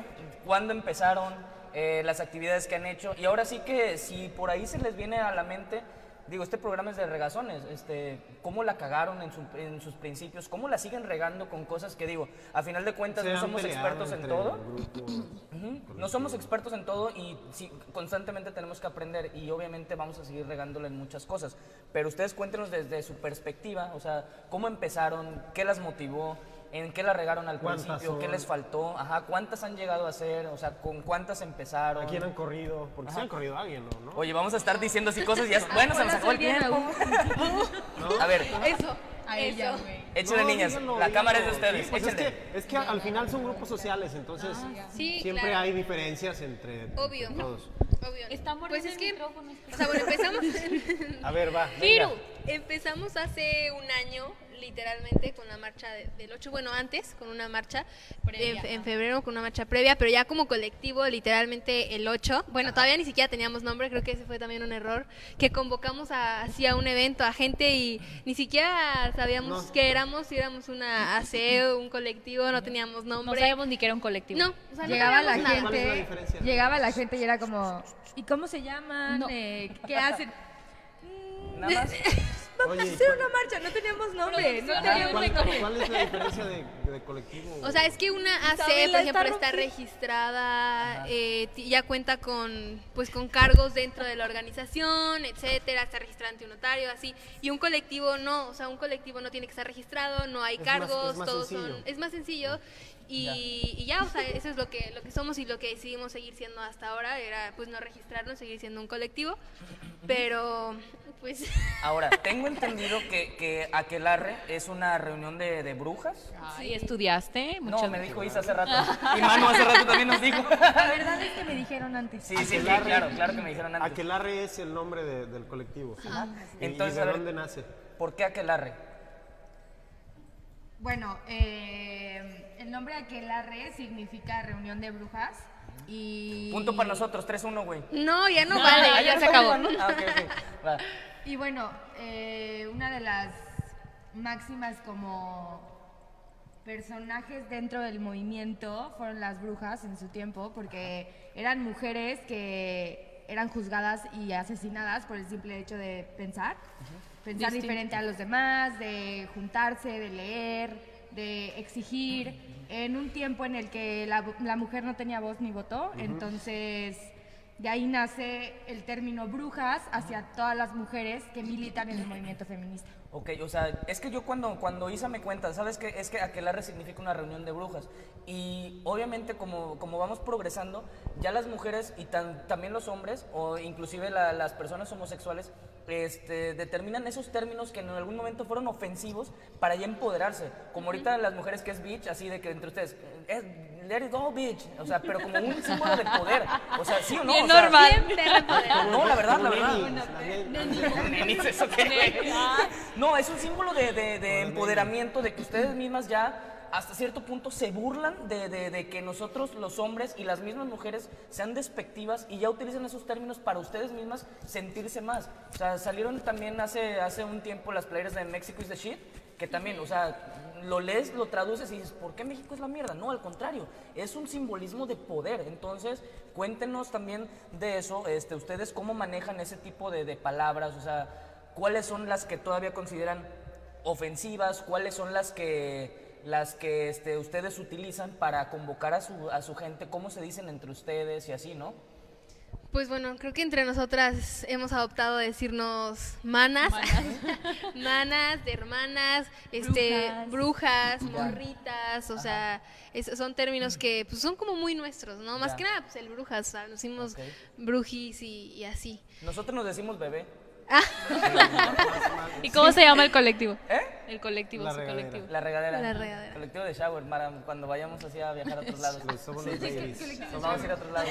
Speaker 1: cuándo empezaron, eh, las actividades que han hecho. Y ahora sí que si por ahí se les viene a la mente, digo, este programa es de regazones, este, cómo la cagaron en, su- en sus principios, cómo la siguen regando con cosas que digo, a final de cuentas
Speaker 2: Se
Speaker 1: no
Speaker 2: han
Speaker 1: somos
Speaker 2: peleado
Speaker 1: expertos en
Speaker 2: entre
Speaker 1: todo.
Speaker 2: grupos.
Speaker 1: Ujú, No somos expertos en todo y sí, constantemente tenemos que aprender y obviamente vamos a seguir regándola en muchas cosas. Pero ustedes cuéntenos desde su perspectiva, o sea, cómo empezaron, qué las motivó, en qué la regaron al
Speaker 2: ¿Cuántas
Speaker 1: principio, qué
Speaker 2: son?
Speaker 1: les faltó, ajá, cuántas han llegado a hacer, o sea, con cuántas empezaron.
Speaker 2: ¿A quién han corrido? Porque se han corrido a alguien, ¿o ¿no?
Speaker 1: Oye, vamos a estar diciendo así cosas y ya, bueno, se nos acabó el tiempo. A ver,
Speaker 3: Eso,
Speaker 5: A ella,
Speaker 3: eso.
Speaker 5: güey.
Speaker 1: échenle
Speaker 2: No,
Speaker 1: niñas,
Speaker 2: díganlo,
Speaker 1: la
Speaker 2: díganlo.
Speaker 1: cámara es de
Speaker 2: Sí,
Speaker 1: ustedes,
Speaker 2: pues es,
Speaker 1: échenle.
Speaker 2: que, es que al final son grupos sociales, entonces
Speaker 3: Ah, Sí,
Speaker 2: siempre
Speaker 3: claro.
Speaker 2: hay diferencias entre, entre
Speaker 3: Obvio.
Speaker 2: todos.
Speaker 3: Obvio.
Speaker 4: Está muriendo
Speaker 3: pues es
Speaker 4: el
Speaker 3: que,
Speaker 4: micrófono.
Speaker 3: o sea, bueno, empezamos.
Speaker 2: A ver, va. venga.
Speaker 3: Firu, empezamos hace un año literalmente con la marcha de- del 8, bueno, antes con una marcha de- en febrero con una marcha previa, pero ya como colectivo literalmente el 8, bueno, todavía ni siquiera teníamos nombre, creo que ese fue también un error, que convocamos a, así a un evento a gente y ni siquiera sabíamos
Speaker 7: No.
Speaker 3: qué éramos, si éramos una ACE, un colectivo, no teníamos
Speaker 4: No
Speaker 3: nombre.
Speaker 4: sabíamos ni que era un colectivo.
Speaker 3: No, o sea, no
Speaker 5: Llegaba la
Speaker 3: sabíamos nada.
Speaker 7: ¿Cuál es la
Speaker 5: gente,
Speaker 7: diferencia?
Speaker 5: llegaba la gente y era como, ¿y cómo se llaman?
Speaker 4: No.
Speaker 5: Eh, ¿Qué hacen?
Speaker 1: Nada más.
Speaker 7: Oye,
Speaker 5: Vamos a hacer una marcha, no teníamos nombre, no
Speaker 7: Ah, ¿cuál,
Speaker 5: teníamos
Speaker 7: cuál- cuál es la diferencia de, de colectivo?
Speaker 3: O sea, es que una AC,
Speaker 5: Isabela
Speaker 3: por
Speaker 5: está
Speaker 3: ejemplo, está
Speaker 5: rompida.
Speaker 3: registrada, eh, ti- ya cuenta con pues con cargos dentro de la organización, etcétera, está registrada ante un notario, así. Y un colectivo no, o sea, un colectivo no tiene que estar registrado, no hay
Speaker 7: Es más-
Speaker 3: cargos,
Speaker 7: es más
Speaker 3: todos
Speaker 7: sencillo.
Speaker 3: son, es más sencillo. Y ya. y ya, o sea, eso es lo que lo que somos y lo que decidimos seguir siendo hasta ahora era pues no registrarnos, seguir siendo un colectivo, pero pues
Speaker 1: Ahora, tengo entendido que, que Aquelarre es una reunión de, de brujas.
Speaker 4: Ay, estudiaste muchas
Speaker 1: No, me dijo Isa hace rato. Y Manu hace rato también nos dijo.
Speaker 5: La verdad es que me dijeron antes.
Speaker 1: Sí, sí, sí, claro, claro que me dijeron antes.
Speaker 7: Aquelarre es el nombre de- del colectivo. ¿Y,
Speaker 1: Ah, Entonces,
Speaker 7: ¿y
Speaker 1: a
Speaker 7: de
Speaker 1: ver-
Speaker 7: dónde nace?
Speaker 1: ¿Por qué Aquelarre?
Speaker 5: Bueno, eh, el nombre Aquelarre significa reunión de brujas y...
Speaker 1: Punto para nosotros, 3-1, güey.
Speaker 3: no, ya no vale.
Speaker 4: Ah, ya se acabó.
Speaker 1: Ah, ok, ok. Va.
Speaker 5: Y bueno, eh, una de las máximas como personajes dentro del movimiento fueron las brujas en su tiempo, porque eran mujeres que eran juzgadas y asesinadas por el simple hecho de pensar, pensar
Speaker 4: Distinto.
Speaker 5: diferente a los demás, de juntarse, de leer, de exigir, en un tiempo en el que la, la mujer no tenía voz ni voto, entonces de ahí nace el término brujas hacia todas las mujeres que militan en el movimiento feminista.
Speaker 1: Ok, o sea, es que yo cuando, cuando Isa me cuenta, ¿sabes qué? Es que aquelarre significa una reunión de brujas. Y obviamente como, como vamos progresando, ya las mujeres y tan- también los hombres, o inclusive la- las personas homosexuales, este, determinan esos términos que en algún momento fueron ofensivos para ya empoderarse. Como ahorita las mujeres que es bitch, así de que entre ustedes, es, let it go, bitch. O sea, pero como un símbolo de poder. O sea, sí o no.
Speaker 4: Bien
Speaker 1: o sea,
Speaker 4: normal.
Speaker 1: No, la verdad, la verdad.
Speaker 7: verdad.
Speaker 1: Nenis, ¿eso qué, güey? No, es un símbolo de, de- de empoderamiento, de que ustedes mismas ya hasta cierto punto se burlan de, de- de que nosotros los hombres y las mismas mujeres sean despectivas y ya utilizan esos términos para ustedes mismas sentirse más. O sea, salieron también hace, hace un tiempo las players de México is the shit, que también, o sea, lo lees, lo traduces y dices, ¿por qué México es la mierda? No, al contrario, es un simbolismo de poder. Entonces, cuéntenos también de eso, este, ustedes cómo manejan ese tipo de, de palabras, o sea, cuáles son las que todavía consideran ofensivas, cuáles son las que, las que este, ustedes utilizan para convocar a su, a su gente, cómo se dicen entre ustedes y así, ¿no?
Speaker 3: Pues bueno, creo que entre nosotras hemos adoptado decirnos manas, manas, de hermanas, este, brujas, morritas, o sea, es- son términos que pues, son como muy nuestros, ¿no? Más
Speaker 1: Ya.
Speaker 3: que nada, pues el brujas, o sea, nos hicimos
Speaker 1: Ok.
Speaker 3: brujis y, y así.
Speaker 1: Nosotros nos decimos bebé.
Speaker 4: ¿Y cómo se llama el colectivo?
Speaker 1: ¿Eh?
Speaker 4: El colectivo,
Speaker 7: La
Speaker 4: su
Speaker 7: regadera.
Speaker 4: colectivo.
Speaker 1: La regadera.
Speaker 3: La regadera.
Speaker 1: Colectivo de Shower, Mara, cuando vayamos así a viajar a otros lados.
Speaker 7: pues, Somos los reyes.
Speaker 1: Nos vamos a ir a otros lados.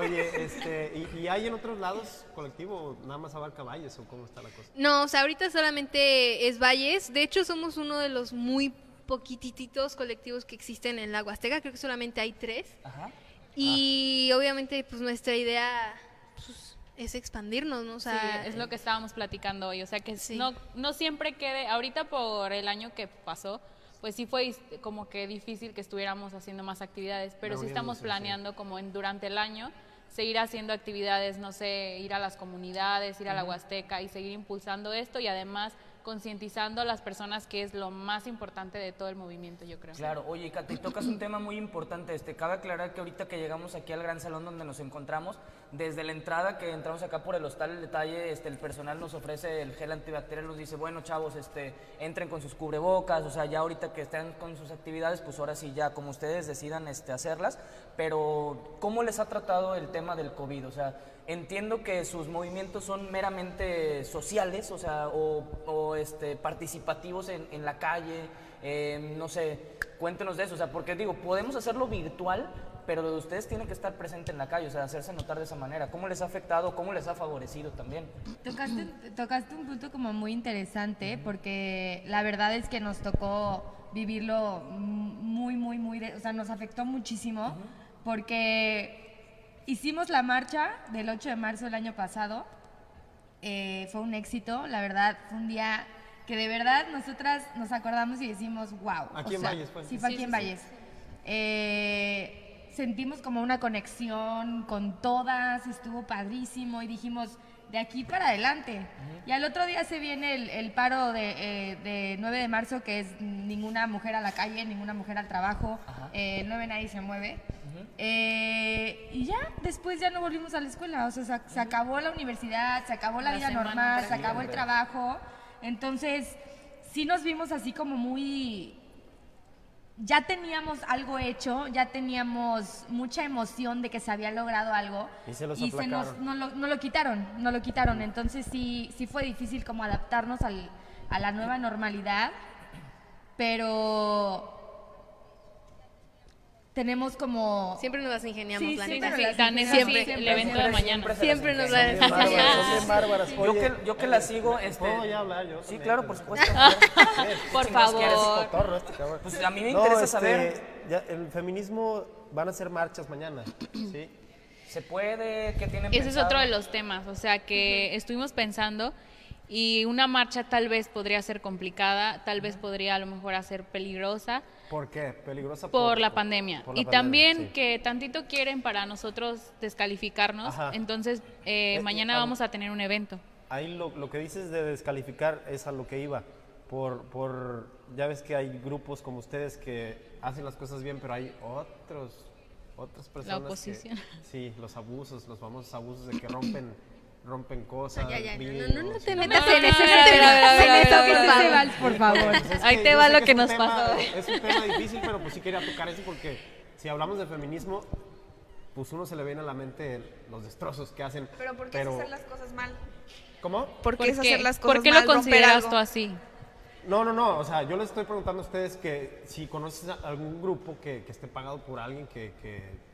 Speaker 7: Oye, este, ¿y, y hay en otros lados colectivo? ¿Nada más abarca valles o cómo está la cosa?
Speaker 3: No, o sea, ahorita solamente es Valles. De hecho, somos uno de los muy poquititos colectivos que existen en la Huasteca. Creo que solamente hay tres.
Speaker 1: Ajá.
Speaker 3: Y obviamente, pues nuestra idea pues, es expandirnos, ¿no? O sea,
Speaker 4: Sí, es lo que estábamos platicando hoy. O sea que
Speaker 3: Sí.
Speaker 4: no, no siempre quede, ahorita por el año que pasó, pues sí fue dis- como que difícil que estuviéramos haciendo más actividades, pero sí
Speaker 7: Reuniéndose,
Speaker 4: estamos
Speaker 7: sí.
Speaker 4: planeando como en, durante el año seguir haciendo actividades, no sé, ir a las comunidades, ir a la Huasteca y seguir impulsando esto y además concientizando a las personas que es lo más importante de todo el movimiento, yo creo.
Speaker 1: Claro, oye, Katy, tocas un tema muy importante. Este, cabe aclarar que ahorita que llegamos aquí al gran salón donde nos encontramos, desde la entrada que entramos acá por el hostal, el detalle, este, el personal nos ofrece el gel antibacterial, nos dice, bueno, chavos, este, entren con sus cubrebocas, o sea, ya ahorita que están con sus actividades, pues ahora sí ya, como ustedes decidan, este, hacerlas. Pero, ¿cómo les ha tratado el tema del COVID? O sea, entiendo que sus movimientos son meramente sociales, o sea, o, o, este, participativos en, en em, la calle, eh, no sé, cuéntenos de eso, o sea, porque digo, podemos hacerlo virtual, pero lo de ustedes tiene que estar presente en la calle, o sea, hacerse notar de esa manera. ¿Cómo les ha afectado? ¿Cómo les ha favorecido también?
Speaker 5: Tocaste, tocaste un punto como muy interesante porque la verdad es que nos tocó vivirlo muy, muy, muy, de- o sea, nos afectó muchísimo porque hicimos la marcha del 8 de marzo del año pasado, eh, fue un éxito, la verdad, fue un día que de verdad nosotras nos acordamos y decimos, wow.
Speaker 2: Aquí en Valles fue.
Speaker 5: Sí, fue aquí en Valles. Eh, sentimos como una conexión con todas, estuvo padrísimo y dijimos, de aquí para adelante. Y al otro día se viene el, el paro de, eh, de 9 de marzo, que es ninguna mujer a la calle, ninguna mujer al trabajo, eh, el 9 nadie se mueve. Eh, y ya, después ya no volvimos a la escuela, o sea, se, se acabó la universidad, se acabó la,
Speaker 4: La
Speaker 5: vida
Speaker 4: semana
Speaker 5: normal, se
Speaker 4: previa.
Speaker 5: acabó el trabajo. Entonces, sí nos vimos así como muy ya teníamos algo hecho, ya teníamos mucha emoción de que se había logrado algo.
Speaker 8: Y se los
Speaker 5: nos,
Speaker 8: aplacaron.
Speaker 5: no, lo, no lo quitaron, no lo quitaron. Entonces sí, sí fue difícil como adaptarnos al- a la nueva normalidad, pero tenemos como...
Speaker 3: Siempre nos las ingeniamos,
Speaker 5: Sí,
Speaker 3: la
Speaker 5: sí,
Speaker 3: neta.
Speaker 5: pero las
Speaker 4: Tan es así,
Speaker 3: siempre,
Speaker 4: el
Speaker 3: siempre,
Speaker 4: evento de
Speaker 1: siempre,
Speaker 4: mañana.
Speaker 1: se las
Speaker 3: Siempre nos
Speaker 1: ingenian.
Speaker 3: las
Speaker 2: bárbaras,
Speaker 3: ingeniamos.
Speaker 2: bien bárbaras.
Speaker 1: Yo
Speaker 2: Oye,
Speaker 1: que, yo que la sigo, este...
Speaker 2: ¿puedo ya hablar yo
Speaker 1: Sí,
Speaker 2: también?
Speaker 1: claro, por supuesto.
Speaker 4: Por
Speaker 1: Si nos quieres,
Speaker 4: favor.
Speaker 2: Cotorro este cabrón.
Speaker 1: Pues a mí me
Speaker 2: No,
Speaker 1: interesa
Speaker 2: este,
Speaker 1: saber,
Speaker 2: ya, el feminismo van a hacer marchas mañana. Sí.
Speaker 1: ¿se puede? ¿Qué tienen
Speaker 4: Ese es
Speaker 1: pensado?
Speaker 4: otro de los temas, o sea que estuvimos pensando y una marcha tal vez podría ser complicada, tal vez podría a lo mejor hacer peligrosa
Speaker 2: ¿Por qué? Peligrosa
Speaker 4: por la pandemia.
Speaker 2: por la
Speaker 4: y
Speaker 2: pandemia,
Speaker 4: también
Speaker 2: sí.
Speaker 4: que tantito quieren para nosotros descalificarnos,
Speaker 2: Ajá.
Speaker 4: entonces eh,
Speaker 2: Eh,
Speaker 4: mañana
Speaker 2: eh, ah,
Speaker 4: vamos a tener un evento.
Speaker 2: Ahí lo, lo que dices de descalificar es a lo que iba. Por, por, ya ves que hay grupos como ustedes que hacen las cosas bien, pero hay otros, otras personas. que-
Speaker 4: oposición.
Speaker 2: sí, los abusos, los famosos abusos de que rompen, rompen cosas.
Speaker 3: Ya, ya, no,
Speaker 2: vidrios,
Speaker 3: no, no te
Speaker 2: y-
Speaker 3: metas
Speaker 4: No,
Speaker 3: en
Speaker 4: no,
Speaker 3: eso,
Speaker 4: no,
Speaker 3: no te
Speaker 4: no, no,
Speaker 3: metas
Speaker 4: no,
Speaker 3: en
Speaker 4: no,
Speaker 3: eso,
Speaker 4: no,
Speaker 3: por
Speaker 4: no, no.
Speaker 3: favor.
Speaker 5: por favor.
Speaker 2: Pues es
Speaker 4: Ahí te
Speaker 2: yo
Speaker 4: va
Speaker 2: sé
Speaker 4: lo que
Speaker 2: es un
Speaker 4: nos
Speaker 2: tema-
Speaker 4: pasó.
Speaker 2: Es un tema difícil, pero pues sí quería tocar eso porque si hablamos de feminismo, pues uno se le viene a la mente los destrozos que hacen.
Speaker 9: Pero ¿por qué es hacer las cosas mal?
Speaker 2: ¿Cómo?
Speaker 9: ¿Por qué es hacer las
Speaker 4: ¿Por
Speaker 9: cosas
Speaker 4: qué
Speaker 9: mal?
Speaker 4: lo
Speaker 9: romper
Speaker 4: consideras
Speaker 9: algo?
Speaker 4: tú así?
Speaker 2: No, no, no. O sea, yo les estoy preguntando a ustedes que si conoces a algún grupo que, que esté pagado por alguien que, que-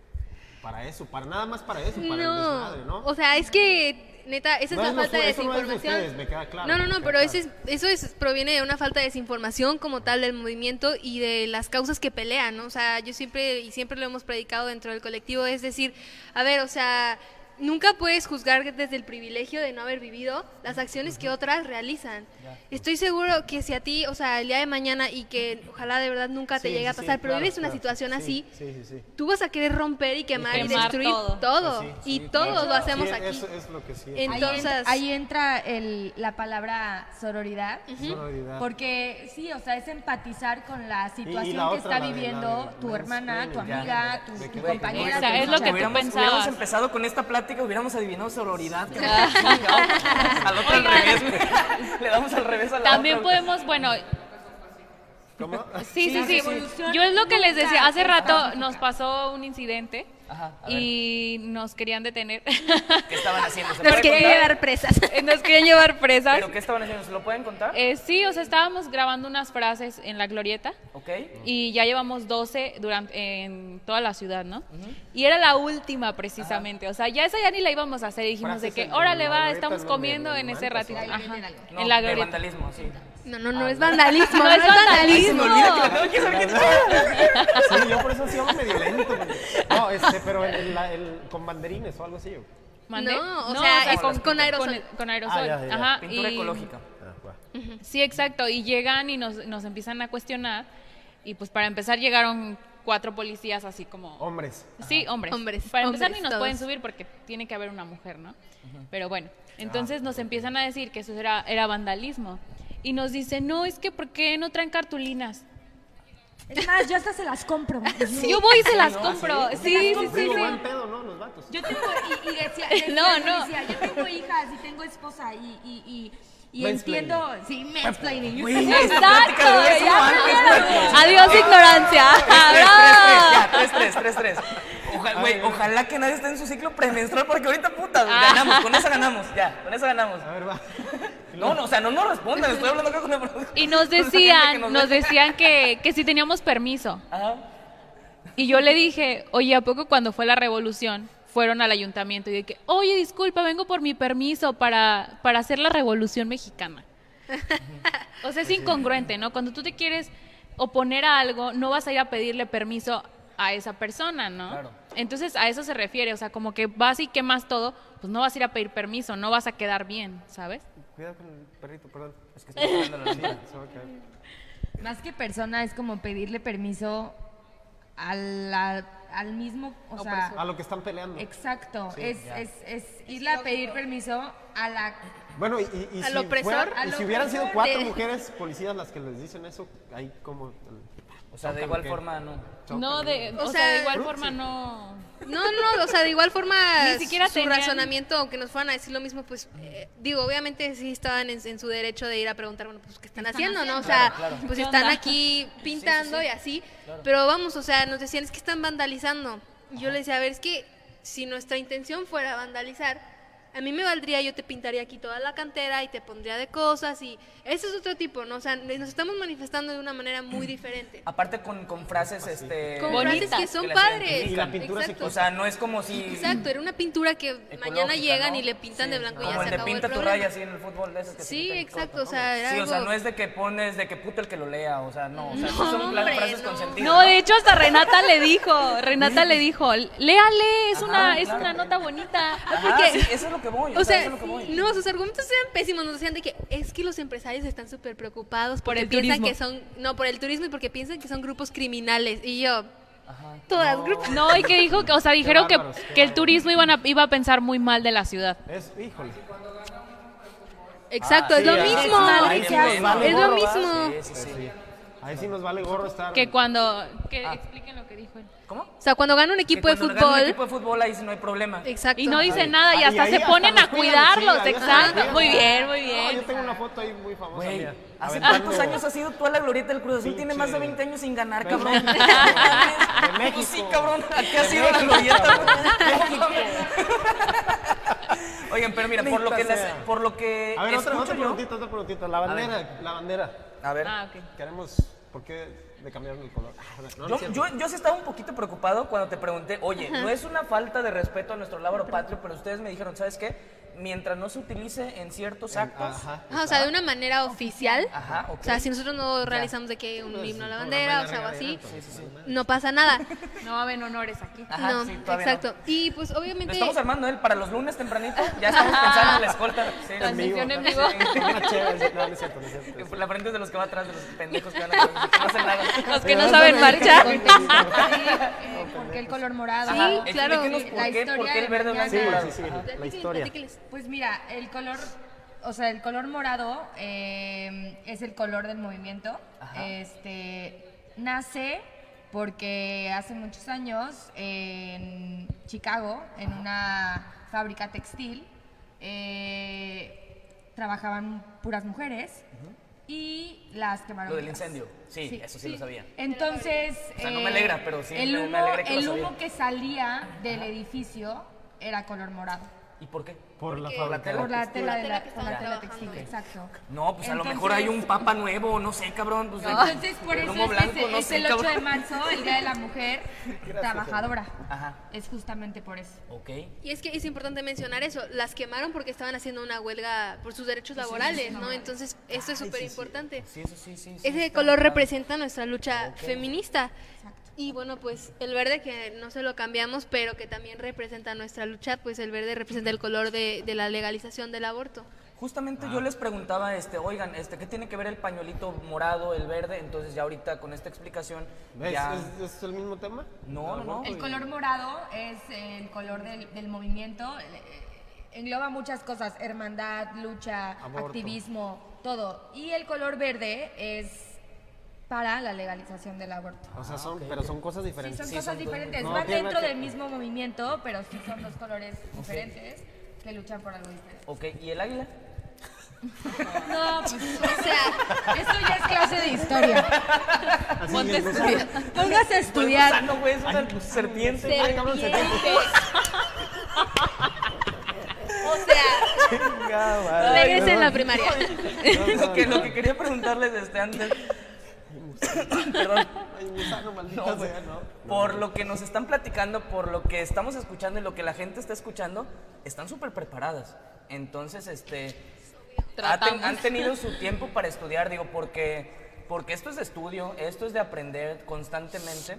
Speaker 2: para eso, para nada más para eso, para el desmadre, ¿no?
Speaker 3: No, o sea, es que neta, esa
Speaker 2: No
Speaker 3: es
Speaker 2: es
Speaker 3: la
Speaker 2: lo
Speaker 3: falta
Speaker 2: su-
Speaker 3: de
Speaker 2: eso no es de
Speaker 3: desinformación.
Speaker 2: ustedes, me queda claro,
Speaker 3: no, no,
Speaker 2: me
Speaker 3: no,
Speaker 2: queda
Speaker 3: pero
Speaker 2: claro.
Speaker 3: eso es, eso es proviene de una falta de desinformación como tal del movimiento y de las causas que pelean, ¿no? O sea, yo siempre y siempre lo hemos predicado dentro del colectivo, es decir, a ver, o sea, nunca puedes juzgar desde el privilegio de no haber vivido las acciones que otras realizan. Estoy seguro que si a ti, o sea, el día de mañana y que ojalá de verdad nunca te
Speaker 2: Sí,
Speaker 3: llegue a
Speaker 2: sí, sí,
Speaker 3: pasar, pero
Speaker 2: claro,
Speaker 3: vives una
Speaker 2: claro.
Speaker 3: situación
Speaker 2: Sí,
Speaker 3: así,
Speaker 2: Sí, sí, sí.
Speaker 3: tú vas a querer romper y quemar y,
Speaker 4: quemar
Speaker 3: destruir
Speaker 4: todo.
Speaker 3: todo.
Speaker 2: Pues sí,
Speaker 3: y
Speaker 2: sí,
Speaker 3: todos
Speaker 2: claro.
Speaker 3: lo hacemos
Speaker 2: Sí,
Speaker 3: aquí.
Speaker 2: Eso es lo que sí. es
Speaker 3: En-
Speaker 5: Ahí
Speaker 3: Entonces-
Speaker 5: entra, ahí entra el- la palabra sororidad.
Speaker 2: Sororidad.
Speaker 5: Porque sí, o sea, es empatizar con la situación
Speaker 2: y la otra,
Speaker 5: que está
Speaker 2: la de-
Speaker 5: viviendo
Speaker 2: la de
Speaker 5: tu
Speaker 2: men's
Speaker 5: hermana, tu
Speaker 2: planning,
Speaker 5: amiga,
Speaker 2: ya.
Speaker 5: tu,
Speaker 2: De
Speaker 5: tu
Speaker 2: que-
Speaker 5: compañera.
Speaker 4: Esa, es lo que tú
Speaker 5: muchacha.
Speaker 1: hubiéramos,
Speaker 4: pensabas. Ah.
Speaker 1: hubiéramos empezado con esta plática, hubiéramos adivinado sororidad. que- al otro al revés. Le damos al revés a la
Speaker 4: También
Speaker 1: otra.
Speaker 4: podemos, bueno,
Speaker 2: ¿Cómo?
Speaker 4: sí, sí, sí. Yo es lo que les decía, hace rato nos pasó un incidente
Speaker 1: Ajá, a ver,
Speaker 4: y nos querían detener.
Speaker 1: ¿Qué estaban haciendo? ¿Se
Speaker 3: Nos
Speaker 1: puede
Speaker 3: querían
Speaker 1: contar?
Speaker 3: llevar presas.
Speaker 4: Nos querían llevar presas.
Speaker 1: ¿Pero qué estaban haciendo? ¿Se lo pueden contar?
Speaker 4: Eh, sí, o sea, estábamos grabando unas frases en la glorieta
Speaker 1: ok.
Speaker 4: y ya llevamos 12 durante, en toda la ciudad, ¿no? Y era la última precisamente, o sea, ya esa ya ni la íbamos a hacer y dijimos de
Speaker 2: Frases
Speaker 4: que,
Speaker 2: en
Speaker 4: órale
Speaker 2: la
Speaker 4: va,
Speaker 2: glorieta,
Speaker 4: estamos
Speaker 2: ¿no?
Speaker 4: comiendo
Speaker 2: De-
Speaker 4: en
Speaker 2: de
Speaker 4: ese
Speaker 2: mantas,
Speaker 4: ratito,
Speaker 5: ¿no?
Speaker 4: ajá,
Speaker 1: No,
Speaker 4: en la
Speaker 1: de
Speaker 4: glorieta.
Speaker 1: vandalismo, sí.
Speaker 3: No, no,
Speaker 4: Ah,
Speaker 3: no es vandalismo, no
Speaker 1: Ay,
Speaker 3: es
Speaker 1: se me
Speaker 3: vandalismo.
Speaker 1: olvida que le tengo que saber quién-
Speaker 2: Sí, yo por eso sí hablo medio lento. porque- No, este, pero el- el- la- el- con banderines o algo así. ¿o?
Speaker 4: ¿Mandé?
Speaker 3: No, o sea, es con aerosol.
Speaker 4: Con, con aerosol,
Speaker 2: Ah, ya, ya.
Speaker 4: ajá.
Speaker 1: Pintura
Speaker 4: y-
Speaker 1: ecológica.
Speaker 2: Ah, va.
Speaker 4: Sí, exacto, y llegan y nos, nos empiezan a cuestionar y pues para empezar llegaron cuatro policías así como...
Speaker 2: Hombres.
Speaker 4: Sí, hombres.
Speaker 3: Hombres,
Speaker 4: Para empezar,
Speaker 3: hombres,
Speaker 4: ni nos
Speaker 3: todos.
Speaker 4: pueden subir porque tiene que haber una mujer, ¿no? Pero bueno, entonces nos empiezan a decir que eso era, era vandalismo. Y nos dicen, no, es que ¿por qué no traen cartulinas?
Speaker 5: Es más, yo hasta se las compro.
Speaker 4: Yo voy y se las compro. Sí, sí, sí,
Speaker 2: Digo,
Speaker 4: sí.
Speaker 2: buen pedo, ¿no? Los vatos.
Speaker 5: Yo tengo, y, y decía, decía-
Speaker 4: No,
Speaker 5: yo
Speaker 4: no.
Speaker 5: decía, yo tengo hijas y tengo esposa y, y, y, y
Speaker 2: Mansplaining.
Speaker 5: entiendo, sí, mansplaining.
Speaker 1: Güey, esta
Speaker 4: Exacto,
Speaker 1: plática debería ser
Speaker 4: ya
Speaker 1: antes, güey.
Speaker 4: Adiós, ignorancia. Bravo.
Speaker 1: Tres, tres, tres, ya, tres, tres, tres, tres. Ojalá, güey, ojalá que nadie esté en su ciclo premenstrual porque ahorita puta,
Speaker 4: Ah.
Speaker 1: ganamos, con esa ganamos, ya, con esa ganamos.
Speaker 2: A ver, va.
Speaker 1: No, no, o sea, no nos respondan, estoy hablando acá con la
Speaker 4: Y nos
Speaker 1: con la gente que
Speaker 4: decían, nos
Speaker 1: ve.
Speaker 4: decían que, que si teníamos permiso.
Speaker 1: Ajá.
Speaker 4: Y yo le dije, oye, ¿a poco cuando fue la revolución fueron al ayuntamiento? Y de que, oye, disculpa, vengo por mi permiso para, para hacer la revolución mexicana. o sea, es incongruente, ¿no? Cuando tú te quieres oponer a algo, no vas a ir a pedirle permiso a esa persona, ¿no? Entonces a eso se refiere, o sea, como que vas y quemas todo, pues no vas a ir a pedir permiso, no vas a quedar bien, ¿sabes?
Speaker 7: Cuidado con el perrito, perdón. Es que estoy jugando la niña, se va a caer.
Speaker 5: Más que persona es como pedirle permiso a la- al mismo, o
Speaker 4: Ah.
Speaker 5: sea,
Speaker 7: A lo que están peleando.
Speaker 5: exacto,
Speaker 7: Sí,
Speaker 5: es,
Speaker 7: ya.
Speaker 5: es, es irle a pedir permiso a la
Speaker 7: Bueno, y, y- y
Speaker 3: Al
Speaker 7: si,
Speaker 3: opresor.
Speaker 7: fuera- y
Speaker 5: Al
Speaker 7: si hubieran sido
Speaker 5: opresor
Speaker 7: cuatro
Speaker 3: de-
Speaker 7: mujeres policías las que les dicen eso, ahí como...
Speaker 1: O sea, de igual forma, no.
Speaker 4: No, de,
Speaker 3: O
Speaker 4: o, sea, de
Speaker 3: sea,
Speaker 4: igual
Speaker 7: Ups,
Speaker 4: forma
Speaker 7: sí.
Speaker 4: no...
Speaker 3: No, no, o sea, de igual forma
Speaker 4: Ni siquiera
Speaker 3: su
Speaker 4: tenían-
Speaker 3: razonamiento, aunque nos fueran a decir lo mismo, pues eh, digo, obviamente sí estaban en, en su derecho de ir a preguntar, bueno, pues qué están, haciendo, ¿no? O sea, pues
Speaker 4: ¿Qué
Speaker 3: están
Speaker 4: onda?
Speaker 3: aquí pintando y así, pero vamos, o sea, nos decían es que están vandalizando. Y yo les decía, a ver, es que si nuestra intención fuera vandalizar, a mí me valdría, yo te pintaría aquí toda la cantera y te pondría de cosas y ese es otro tipo, ¿no? O sea, nos estamos manifestando de una manera muy diferente.
Speaker 1: Aparte con, con frases, este...
Speaker 3: Con
Speaker 4: Bonitas,
Speaker 3: frases que son
Speaker 1: las
Speaker 3: padres.
Speaker 1: identifican.
Speaker 7: Y la pintura se
Speaker 3: Exacto.
Speaker 1: O sea, no es como si...
Speaker 3: Exacto, era una pintura que mañana
Speaker 1: ecológica,
Speaker 3: llegan
Speaker 1: ¿no?
Speaker 3: y le pintan
Speaker 1: Sí.
Speaker 3: de blanco y
Speaker 1: Como
Speaker 3: ya
Speaker 1: el
Speaker 3: se
Speaker 1: de
Speaker 3: acabó el
Speaker 1: pinta tu
Speaker 3: problema.
Speaker 1: raya así en el fútbol de esos que se
Speaker 3: Sí,
Speaker 1: pintan y
Speaker 3: exacto,
Speaker 1: cortan,
Speaker 3: o sea,
Speaker 1: ¿no?
Speaker 3: era
Speaker 1: Sí, o sea,
Speaker 3: algo-
Speaker 1: no es de que pones, de que puto el que lo lea, o sea, no, o sea, esas son
Speaker 3: hombre,
Speaker 1: las frases
Speaker 3: no.
Speaker 1: con sentido.
Speaker 4: No, de hecho hasta Renata le dijo, Renata le dijo, léale, es una, es
Speaker 1: claro.
Speaker 4: una nota bonita.
Speaker 1: Ajá,
Speaker 3: porque-
Speaker 1: sí, eso es lo que voy,
Speaker 3: O sea,
Speaker 1: eso es lo que voy.
Speaker 3: no, sus argumentos eran pésimos. Nos decían de que es que los empresarios están súper preocupados
Speaker 4: Por
Speaker 3: porque
Speaker 4: el
Speaker 3: piensan
Speaker 4: turismo.
Speaker 3: que son. No, por el turismo y porque piensan que son grupos criminales. Y yo. Todas grupos.
Speaker 4: No, y que dijo, que, o sea, dijeron que,
Speaker 7: bárbaros, qué
Speaker 4: que el turismo iban a- iba a pensar muy mal de la ciudad.
Speaker 7: Es, híjole.
Speaker 3: Exacto, es
Speaker 7: sí,
Speaker 3: lo
Speaker 7: ah,
Speaker 3: mismo.
Speaker 7: ahí sí nos vale
Speaker 3: Es lo
Speaker 7: gorro, ¿va?
Speaker 3: mismo.
Speaker 1: Sí, sí, sí.
Speaker 7: Ahí pues sí nos vale gorro estar...
Speaker 4: Que cuando... Que
Speaker 1: Ah.
Speaker 4: expliquen lo que dijo él.
Speaker 1: ¿Cómo?
Speaker 3: O sea, cuando gana un
Speaker 1: Que
Speaker 3: equipo de
Speaker 1: cuando le ganan un
Speaker 3: fútbol.
Speaker 1: equipo de fútbol ahí sí no hay problema.
Speaker 3: Exacto.
Speaker 4: Y no dice
Speaker 7: Sí.
Speaker 4: nada y
Speaker 7: Ah,
Speaker 4: hasta
Speaker 7: ahí
Speaker 4: se
Speaker 7: hasta
Speaker 4: ponen
Speaker 7: los
Speaker 4: a
Speaker 7: cuidan, sí,
Speaker 4: cuidarlos,
Speaker 7: ahí hasta los
Speaker 4: exacto.
Speaker 7: cuidan.
Speaker 4: Muy bien, muy
Speaker 7: No,
Speaker 4: bien.
Speaker 7: yo tengo una foto ahí muy famosa
Speaker 1: Güey,
Speaker 7: mía.
Speaker 1: ¿hace
Speaker 7: aventando-
Speaker 1: cuántos años has sido tú a la glorieta del Cruz Azul? Tiene más de
Speaker 7: Pinche-
Speaker 1: 20 años sin ganar,
Speaker 7: de
Speaker 1: cabrón.
Speaker 7: México.
Speaker 1: De
Speaker 7: México.
Speaker 1: sí, cabrón, ¿a qué ha sido la glorieta? güey? Oigan, pero mira, por lo que
Speaker 7: Maldita
Speaker 1: les,
Speaker 7: sea.
Speaker 1: por lo que
Speaker 7: A ver, otra, otra
Speaker 1: escucho yo-
Speaker 7: preguntita, otra preguntita. La bandera, la bandera.
Speaker 1: A ver.
Speaker 4: Ah, ok.
Speaker 7: Queremos... ¿Por qué le cambiaron el color? Ah, no, no es
Speaker 1: Yo,
Speaker 7: cierto.
Speaker 1: yo, yo sí estaba un poquito preocupado cuando te pregunté, oye, no es una falta de respeto a nuestro lábaro patrio, pero ustedes me dijeron, ¿sabes qué? Mientras no se utilice en ciertos actos.
Speaker 7: Ajá.
Speaker 3: Ajá, o sea, de una manera oficial.
Speaker 1: Ajá, ok. Pues,
Speaker 3: O sea, si nosotros no realizamos de que un himno a la bandera, o sea, o así,
Speaker 1: sí.
Speaker 3: no pasa nada.
Speaker 4: No va a haber honores aquí.
Speaker 1: Ajá,
Speaker 3: no,
Speaker 1: sí, todavía no.
Speaker 3: exacto. Y pues
Speaker 1: Lo
Speaker 3: obviamente
Speaker 1: estamos armando él para los lunes tempranito. Ya estamos pensando en la escolta. Sí,
Speaker 4: Transmisión en vivo.
Speaker 7: Una chévere, no, no es cierto, no es cierto.
Speaker 1: Sí. La frente es de los que va atrás, de los pendejos que van atrás, que no hacen nada.
Speaker 4: Los que no saben marchar.
Speaker 5: eh, porque el color morado.
Speaker 1: Ajá,
Speaker 3: Sí, claro.
Speaker 1: explíquenos
Speaker 5: La
Speaker 1: por qué, por
Speaker 5: historia
Speaker 1: qué el
Speaker 5: de
Speaker 1: verde, blanco
Speaker 5: mañana.
Speaker 7: Sí,
Speaker 1: y morado.
Speaker 7: sí, sí,
Speaker 1: Ajá.
Speaker 7: la historia.
Speaker 5: Pues mira, el color, o sea, el color morado eh, es el color del movimiento. Este nace porque hace muchos años en Chicago, en una fábrica textil, eh, trabajaban puras mujeres y las quemaron.
Speaker 1: Lo del
Speaker 5: vivas.
Speaker 1: incendio. Sí, eso sí, lo sabía.
Speaker 5: Entonces,
Speaker 1: O sea, no me
Speaker 5: eh,
Speaker 1: alegra, pero sí
Speaker 5: el
Speaker 1: me- me
Speaker 5: humo,
Speaker 1: alegra que lo
Speaker 5: el
Speaker 1: sabía.
Speaker 5: humo que salía del edificio era color morado.
Speaker 1: ¿Y por qué?
Speaker 7: Por la
Speaker 1: la
Speaker 7: fábrica.
Speaker 1: tela.
Speaker 5: Por la tela de la,
Speaker 3: que
Speaker 5: por la
Speaker 3: estaban
Speaker 5: tela
Speaker 3: trabajando.
Speaker 5: textil, exacto.
Speaker 1: No, pues a lo
Speaker 5: Entonces-
Speaker 1: mejor hay un papa nuevo, no sé, cabrón. Pues,
Speaker 5: Entonces, por
Speaker 1: el
Speaker 5: eso
Speaker 1: humo
Speaker 5: es,
Speaker 1: blanco,
Speaker 5: ese-
Speaker 1: no
Speaker 5: es
Speaker 1: sé,
Speaker 5: el 8 de
Speaker 1: cabrón.
Speaker 5: marzo, el Día de la Mujer Trabajadora.
Speaker 1: Ajá.
Speaker 5: Es justamente por eso.
Speaker 1: Ok.
Speaker 3: Y es que es importante mencionar eso, las quemaron porque estaban haciendo una huelga por sus derechos laborales, ¿no? Entonces, esto es súper importante.
Speaker 1: Sí, eso sí, sí. sí,
Speaker 3: Ese
Speaker 1: está
Speaker 3: color
Speaker 1: raro.
Speaker 3: representa nuestra lucha feminista. Y bueno, pues el verde que no se lo cambiamos, pero que también representa nuestra lucha, pues el verde representa el color de, de la legalización del aborto.
Speaker 1: Justamente yo les preguntaba, este, oigan, este, ¿qué tiene que ver el pañuelito morado, el verde? Entonces ya ahorita con esta explicación
Speaker 7: ¿Ves?
Speaker 1: ya...
Speaker 7: ¿Es, es el mismo tema?
Speaker 1: No, no, no.
Speaker 5: El color morado es el color del, del movimiento. eh, Engloba muchas cosas, hermandad, lucha,
Speaker 7: Aborto.
Speaker 5: activismo, todo. Y el color verde es para la legalización del aborto.
Speaker 7: O sea, son, pero son cosas
Speaker 5: Ah, Sí,
Speaker 7: diferentes.
Speaker 5: son cosas diferentes.
Speaker 7: No,
Speaker 5: Van
Speaker 7: tiene
Speaker 5: dentro
Speaker 7: que-
Speaker 5: del mismo movimiento, pero sí son dos colores diferentes que luchan por algo diferente.
Speaker 1: Ok, ¿y el águila?
Speaker 5: No, pues,
Speaker 3: O sea,
Speaker 5: eso ya es clase de historia.
Speaker 7: Así, el gusano.
Speaker 5: Póngase a estudiar.
Speaker 1: No, güey, es una serpiente.
Speaker 7: Ay, cabrón, se
Speaker 3: o sea,
Speaker 7: chinga, madre.
Speaker 3: regresen a la primaria.
Speaker 1: lo, que, lo que quería preguntarles este, antes. Perdón.
Speaker 7: el gusano, maldita
Speaker 1: No, güey.
Speaker 7: sea, ¿no?
Speaker 1: Por lo que nos están platicando, por lo que estamos escuchando y lo que la gente está escuchando, están súper preparadas. Entonces, este, ha ten-
Speaker 4: Tratamos.
Speaker 1: han tenido su tiempo para estudiar, digo, porque, porque esto es de estudio, esto es de aprender constantemente,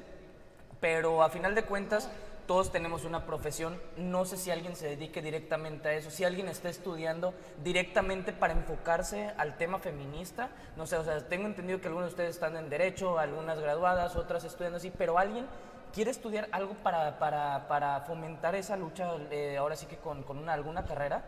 Speaker 1: pero a final de cuentas todos tenemos una profesión, no sé si alguien se dedique directamente a eso, si alguien está estudiando directamente para enfocarse al tema feminista, no sé, o sea, tengo entendido que algunos de ustedes están en derecho, algunas graduadas, otras estudiando así, pero alguien quiere estudiar algo para, para, para fomentar esa lucha, eh, ahora sí que con, con una, alguna carrera.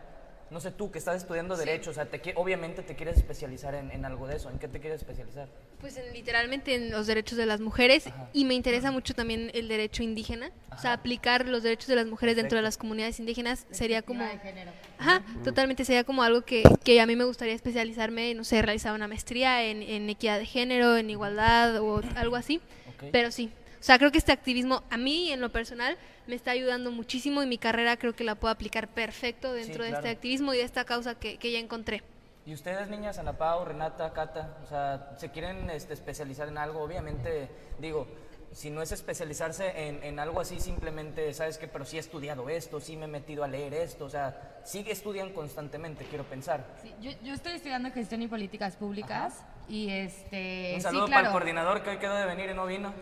Speaker 1: No sé, tú que estás estudiando Derecho, o sea, te qui- obviamente te quieres especializar en, en algo de eso. ¿En qué te quieres especializar?
Speaker 3: Pues en- literalmente en los derechos de las mujeres y me interesa mucho también el derecho indígena, o sea, aplicar los derechos de las mujeres dentro de las comunidades indígenas sería como...
Speaker 5: de género.
Speaker 3: Ajá, totalmente sería como algo que, que a mí me gustaría especializarme, no sé, realizar una maestría en, en equidad de género, en igualdad o algo así,
Speaker 1: Ok.
Speaker 3: pero sí. O sea, creo que este activismo a mí en lo personal me está ayudando muchísimo y mi carrera creo que la puedo aplicar perfecto dentro de
Speaker 1: claro.
Speaker 3: este activismo y de esta causa que, que ya encontré.
Speaker 1: ¿Y ustedes, niñas, Ana Pau, Renata, Cata, o sea, se quieren este, especializar en algo? Obviamente, digo, si no es especializarse en, en algo así, simplemente, ¿sabes qué? Pero sí he estudiado esto, sí me he metido a leer esto, o sea, sí estudian constantemente, quiero pensar.
Speaker 5: Sí, yo, yo estoy estudiando gestión y políticas públicas y este
Speaker 1: Un
Speaker 5: sí,
Speaker 1: saludo para
Speaker 5: claro.
Speaker 1: el coordinador que hoy quedó de venir y no vino.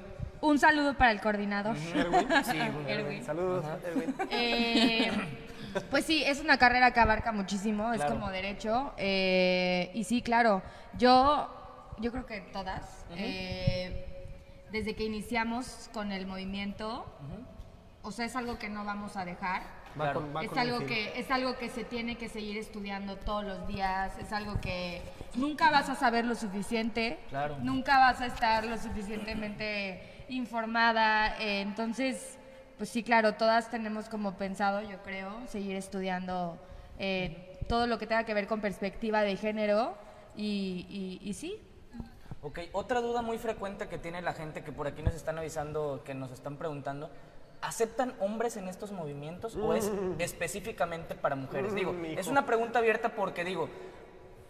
Speaker 5: Un saludo para el coordinador.
Speaker 1: Sí, bueno,
Speaker 5: Erwin.
Speaker 2: Saludos, Erwin.
Speaker 5: Eh, pues sí, es una carrera que abarca muchísimo, es
Speaker 1: Claro.
Speaker 5: como derecho. eh, y sí, claro, yo, yo creo que todas, eh, desde que iniciamos con el movimiento, o sea, es algo que no vamos a dejar.
Speaker 7: Va con- va
Speaker 5: Es
Speaker 7: con
Speaker 5: algo,
Speaker 7: un fin.
Speaker 5: que, es algo que se tiene que seguir estudiando todos los días, es algo que nunca vas a saber lo suficiente,
Speaker 1: Claro.
Speaker 5: nunca vas a estar lo suficientemente informada, eh, entonces, pues sí, claro, todas tenemos como pensado, yo creo, seguir estudiando eh, todo lo que tenga que ver con perspectiva de género y, y- y sí,
Speaker 1: Ok, otra duda muy frecuente que tiene la gente que por aquí nos están avisando, que nos están preguntando, ¿aceptan hombres en estos movimientos o es específicamente para mujeres? Digo, es una pregunta abierta porque digo,